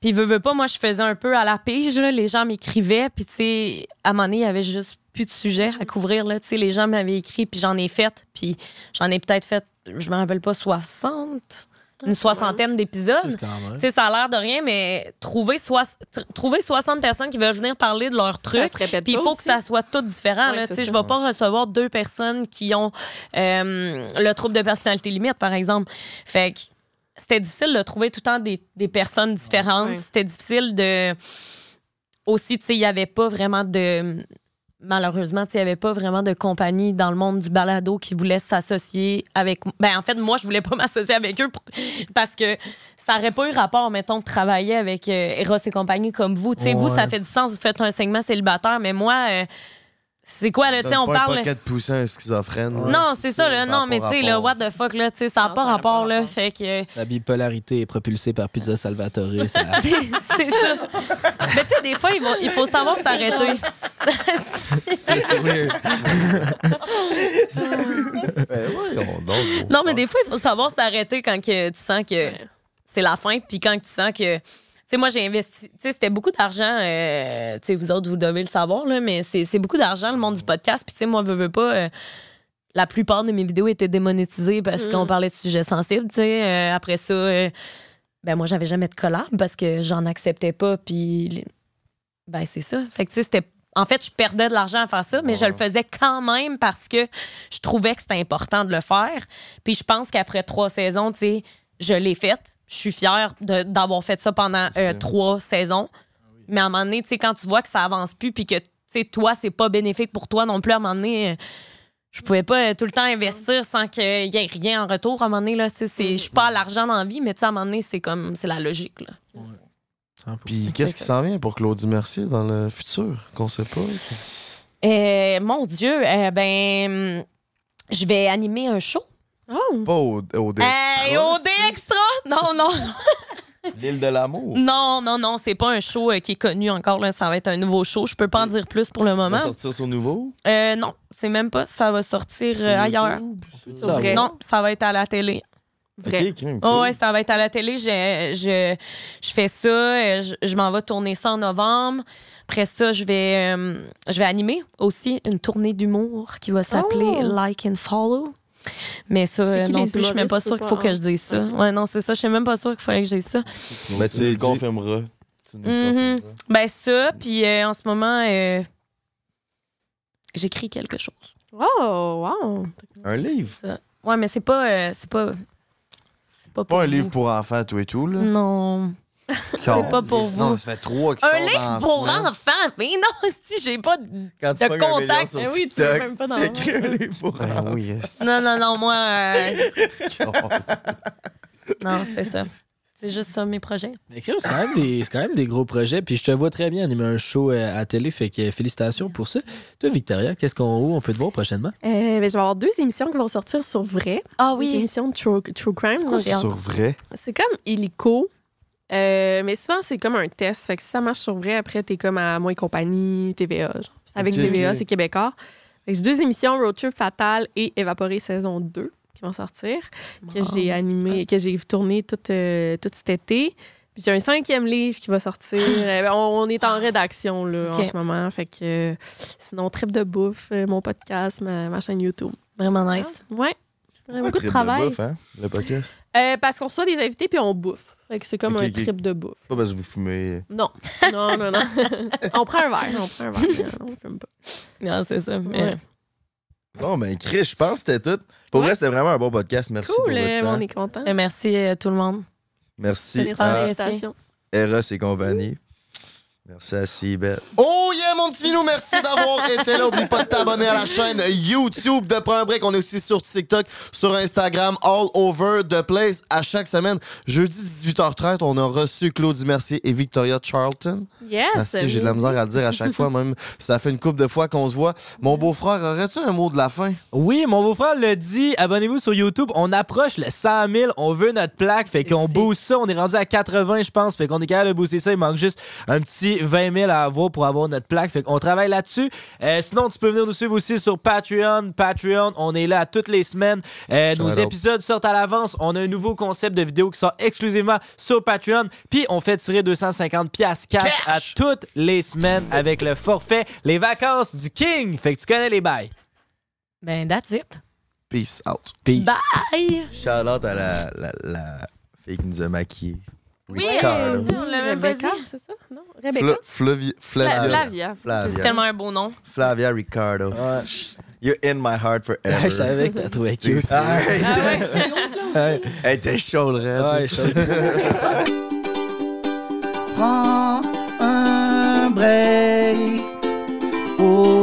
Speaker 3: Puis, veux, veux pas, moi, je faisais un peu à la pige. là. Les gens m'écrivaient. Puis, tu sais, à un moment donné, il y avait juste plus de sujets à couvrir. Là. Tu sais, Les gens m'avaient écrit, puis j'en ai fait. Puis, j'en ai peut-être fait, je me rappelle pas, 60, une soixantaine d'épisodes.
Speaker 18: C'est quand même.
Speaker 3: Tu sais, ça a l'air de rien, mais trouver, sois- tr- trouver 60 personnes qui veulent venir parler de leur truc,
Speaker 5: se répète
Speaker 3: puis il
Speaker 5: pas
Speaker 3: faut que
Speaker 5: aussi.
Speaker 3: ça soit tout différent.
Speaker 5: Ouais,
Speaker 3: là. Tu
Speaker 5: c'est
Speaker 3: sais,
Speaker 5: ça.
Speaker 3: je vais pas recevoir deux personnes qui ont euh, le trouble de personnalité limite, par exemple. Fait que c'était difficile de trouver tout le temps des, des personnes différentes.
Speaker 5: Ouais.
Speaker 3: C'était difficile de. Aussi, tu sais, il n'y avait pas vraiment de. Malheureusement, tu sais, il n'y avait pas vraiment de compagnie dans le monde du balado qui voulait s'associer avec. Ben, en fait, moi, je voulais pas m'associer avec eux pour- parce que ça n'aurait pas eu rapport, mettons, de travailler avec euh, Eros et compagnie comme vous. Tu sais, vous,
Speaker 9: Ouais.
Speaker 3: ça fait du sens, vous faites un segment célibataire, mais moi, euh, c'est quoi, Ah, là, tu sais, on
Speaker 9: pas
Speaker 3: parle.
Speaker 9: un pousser un schizophrène.
Speaker 3: non, c'est ça, là. Non,
Speaker 9: a
Speaker 3: mais
Speaker 9: pas
Speaker 3: tu sais, là,
Speaker 9: rapport.
Speaker 3: what the fuck, là, tu sais, ça n'a pas rapport, là. Fait que.
Speaker 18: La bipolarité est propulsée par Pizza Salvatore. ça-
Speaker 3: C'est ça. Mais tu sais, des fois, il va- il faut savoir s'arrêter.
Speaker 18: C'est weird.
Speaker 9: Ben,
Speaker 3: non, mais des fois, il faut savoir s'arrêter quand que tu sens que c'est la fin, puis quand que tu sens que. Tu sais, moi, j'ai investi. Tu sais, c'était beaucoup d'argent. euh, tu sais, vous autres, vous devez le savoir, là, mais c'est c'est beaucoup d'argent, le monde du podcast. Puis, tu sais, moi, veux, veux pas. euh, la plupart de mes vidéos étaient démonétisées parce
Speaker 5: Mm.
Speaker 3: qu'on parlait de sujets sensibles, tu sais. Euh, après ça, euh, ben moi, j'avais jamais de collab parce que j'en acceptais pas. Puis, ben c'est ça. Fait que, tu sais, c'était. En fait, je perdais de l'argent à faire ça, mais je le faisais quand même parce que je trouvais que c'était important de le faire. Puis, je pense qu'après trois saisons, tu sais, je l'ai faite. Je suis fière de- d'avoir fait ça pendant euh, trois saisons. Mais à un moment donné, tu sais, quand tu vois que ça avance plus, puis que, tu sais, toi, c'est pas bénéfique pour toi non plus, à un moment donné. euh, je pouvais pas euh, tout le temps investir sans qu'il y ait rien en retour. À un moment donné, là, c'est, c'est- je suis pas à l'argent dans la vie, mais tu sais, à un moment donné, c'est comme, c'est la logique, là.
Speaker 9: Puis qu'est-ce qui s'en vient pour Claudie Mercier dans le futur qu'on sait pas?
Speaker 3: Euh, mon Dieu, euh, ben, je vais animer un show.
Speaker 9: Pas au, au
Speaker 3: Euh, et au dé extra? Non, non.
Speaker 2: L'île de l'amour.
Speaker 3: Non, non, non, c'est pas un show euh, qui est connu encore. Là. Ça va être un nouveau show. Je peux pas en dire plus pour le
Speaker 2: On
Speaker 3: moment.
Speaker 2: va sortir sur nouveau.
Speaker 3: Euh, non, c'est même pas. Ça va sortir
Speaker 2: Sur
Speaker 3: euh, ailleurs.
Speaker 2: YouTube,
Speaker 3: Sur vrai. Non, ça va être à la télé.
Speaker 2: Vrai. Ok, crime,
Speaker 3: Oh,
Speaker 2: cool.
Speaker 3: ouais, ça va être à la télé. Je, je, je fais ça. euh, Je, je m'en vais tourner ça en novembre. Après ça, je vais, euh, je vais animer aussi une tournée d'humour qui va s'appeler
Speaker 5: Oh!
Speaker 3: Like and Follow. Mais ça,
Speaker 5: C'est
Speaker 3: euh,
Speaker 5: qui
Speaker 3: non
Speaker 5: les
Speaker 3: plus, je suis même pas
Speaker 5: humoristes, hein?
Speaker 3: sûre
Speaker 5: c'est
Speaker 3: qu'il faut
Speaker 5: pas-
Speaker 3: que je dise ça. Ouais, non, c'est ça. Je suis même pas sûre qu'il fallait que je dise ça.
Speaker 2: Ben, tu le confirmeras. Tu nous le
Speaker 3: Mhm. Ben ça, puis euh, en ce moment, euh, j'écris quelque chose.
Speaker 5: Oh, wow.
Speaker 2: confirmeras. Un livre.
Speaker 3: Ça. Ouais, mais c'est pas, euh, c'est pas, c'est pas pour
Speaker 9: Pas un
Speaker 3: vous.
Speaker 9: livre pour enfants, tout et tout, là.
Speaker 3: Non.
Speaker 9: Car-
Speaker 3: Mm. pas pour
Speaker 9: Sinon,
Speaker 3: vous.
Speaker 9: ça fait trois qui
Speaker 3: Un
Speaker 9: sont dans
Speaker 3: livres
Speaker 9: la
Speaker 3: pour
Speaker 9: semaine.
Speaker 3: enfants. Mais non, si j'ai pas de,
Speaker 2: Quand tu
Speaker 3: de
Speaker 2: pognes un million
Speaker 3: contact.
Speaker 2: sur
Speaker 3: Eh
Speaker 2: TikTok,
Speaker 3: dans
Speaker 2: t'écris un livre pour enfants.
Speaker 9: Ben oui, yes.
Speaker 3: Non, non, non, moi. euh, non, c'est ça. C'est juste ça mes projets.
Speaker 18: Mais Crème, c'est quand, même des- c'est quand même des gros projets. Puis je te vois très bien animer un show euh, à télé. Fait que euh, félicitations pour ça. Toi, Victoria, qu'est-ce qu'on où on peut te voir prochainement?
Speaker 5: Euh, ben, je vais avoir deux émissions qui vont sortir sur vrai.
Speaker 3: Ah
Speaker 5: oui. Des émissions de True, true Crime.
Speaker 9: C'est quoi,
Speaker 5: Donc,
Speaker 9: sur vrai?
Speaker 5: C'est comme illico. euh, mais souvent, c'est comme un test. Fait que si ça marche sur vrai, après, t'es comme à Moi et compagnie, TVA. genre. Avec
Speaker 9: Ok,
Speaker 5: TVA,
Speaker 9: ok.
Speaker 5: c'est québécois. Fait que j'ai deux émissions, Road Trip Fatal et Évaporé saison 2, qui vont sortir, que j'ai animé, que j'ai tourné tout, euh, tout cet été. Puis j'ai un cinquième livre qui va sortir. Euh, ben, on, on est en rédaction là,
Speaker 3: Ok.
Speaker 5: en ce moment. Fait que euh, sinon, Trip de bouffe, euh, mon podcast, ma, ma chaîne YouTube. Ah.
Speaker 3: Vraiment nice.
Speaker 5: Ouais. Ouais,
Speaker 2: Pas
Speaker 5: Beaucoup de
Speaker 2: trip
Speaker 5: travail.
Speaker 2: bouffe, hein, le podcast.
Speaker 5: Euh, parce qu'on reçoit des invités puis on bouffe. Fait que c'est comme
Speaker 2: Ok,
Speaker 5: un
Speaker 2: ok.
Speaker 5: trip de bouffe.
Speaker 2: Pas parce que vous fumez.
Speaker 5: Non, non, non, non. on prend un verre, on prend un verre. mais on fume pas.
Speaker 3: Non, c'est ça. mais-
Speaker 5: Ouais.
Speaker 2: Bon, ben, Chris, je pense que c'était tout. Pour vrai, c'était vraiment un bon podcast. Merci pour
Speaker 5: Cool,
Speaker 2: votre
Speaker 5: euh,
Speaker 2: temps.
Speaker 5: on est content.
Speaker 3: Euh, merci euh, tout le monde.
Speaker 2: Merci
Speaker 5: Merci pour
Speaker 2: à
Speaker 5: l'invitation.
Speaker 2: Eros et compagnie. Merci à Seabed.
Speaker 9: Oh yeah, mon petit minou, merci d'avoir été là. Oublie pas de t'abonner à la chaîne YouTube de Prends un Break. On est aussi sur TikTok, sur Instagram, all over the place. À chaque semaine, jeudi 18h30, on a reçu Claudie Mercier et Victoria Charlton.
Speaker 5: Yes!
Speaker 9: Ah, si, j'ai de la misère à le dire à chaque fois, même. Ça fait une couple de fois qu'on se voit. Mon beau-frère, aurais-tu un mot de la fin?
Speaker 6: Oui, mon beau-frère le dit, abonnez-vous sur YouTube. On approche le 100 000, on veut notre plaque, fait qu'on booste ça. On est rendu à 80, je pense, fait qu'on est capable de booster ça. Il manque juste un petit 20 000 à avoir pour avoir notre plaque, fait qu'on travaille là-dessus. Euh, sinon, tu peux venir nous suivre aussi sur Patreon. Patreon, on est là à toutes les semaines. Euh,
Speaker 20: Shout
Speaker 6: nos
Speaker 20: out.
Speaker 6: épisodes sortent à l'avance. On a un nouveau concept de vidéo qui sort exclusivement sur Patreon. Puis, on fait tirer 250 piastres cash, à toutes les semaines avec le forfait Les Vacances du King. Fait que tu connais les bails.
Speaker 3: Ben, that's it.
Speaker 9: Peace out.
Speaker 2: Peace.
Speaker 3: Bah, Bye!
Speaker 2: Shout out à la, la, la fille qui nous a maquillés.
Speaker 3: Oui,
Speaker 2: Ricardo.
Speaker 3: on dit, on l'a même pas dit.
Speaker 5: Rebecca, c'est ça? Non? Rebecca?
Speaker 2: Fla- Flavia.
Speaker 5: Fla-
Speaker 2: Flavia.
Speaker 5: Flavia.
Speaker 3: C'est tellement un beau nom.
Speaker 2: Flavia Ricardo. You're in my heart forever.
Speaker 20: Je savais que t'as trouvé
Speaker 2: C'est
Speaker 20: cute.
Speaker 2: sûr.
Speaker 20: Ah ouais.
Speaker 2: Elle était chaude, Red. Ouais,
Speaker 21: Prends un break. Oh,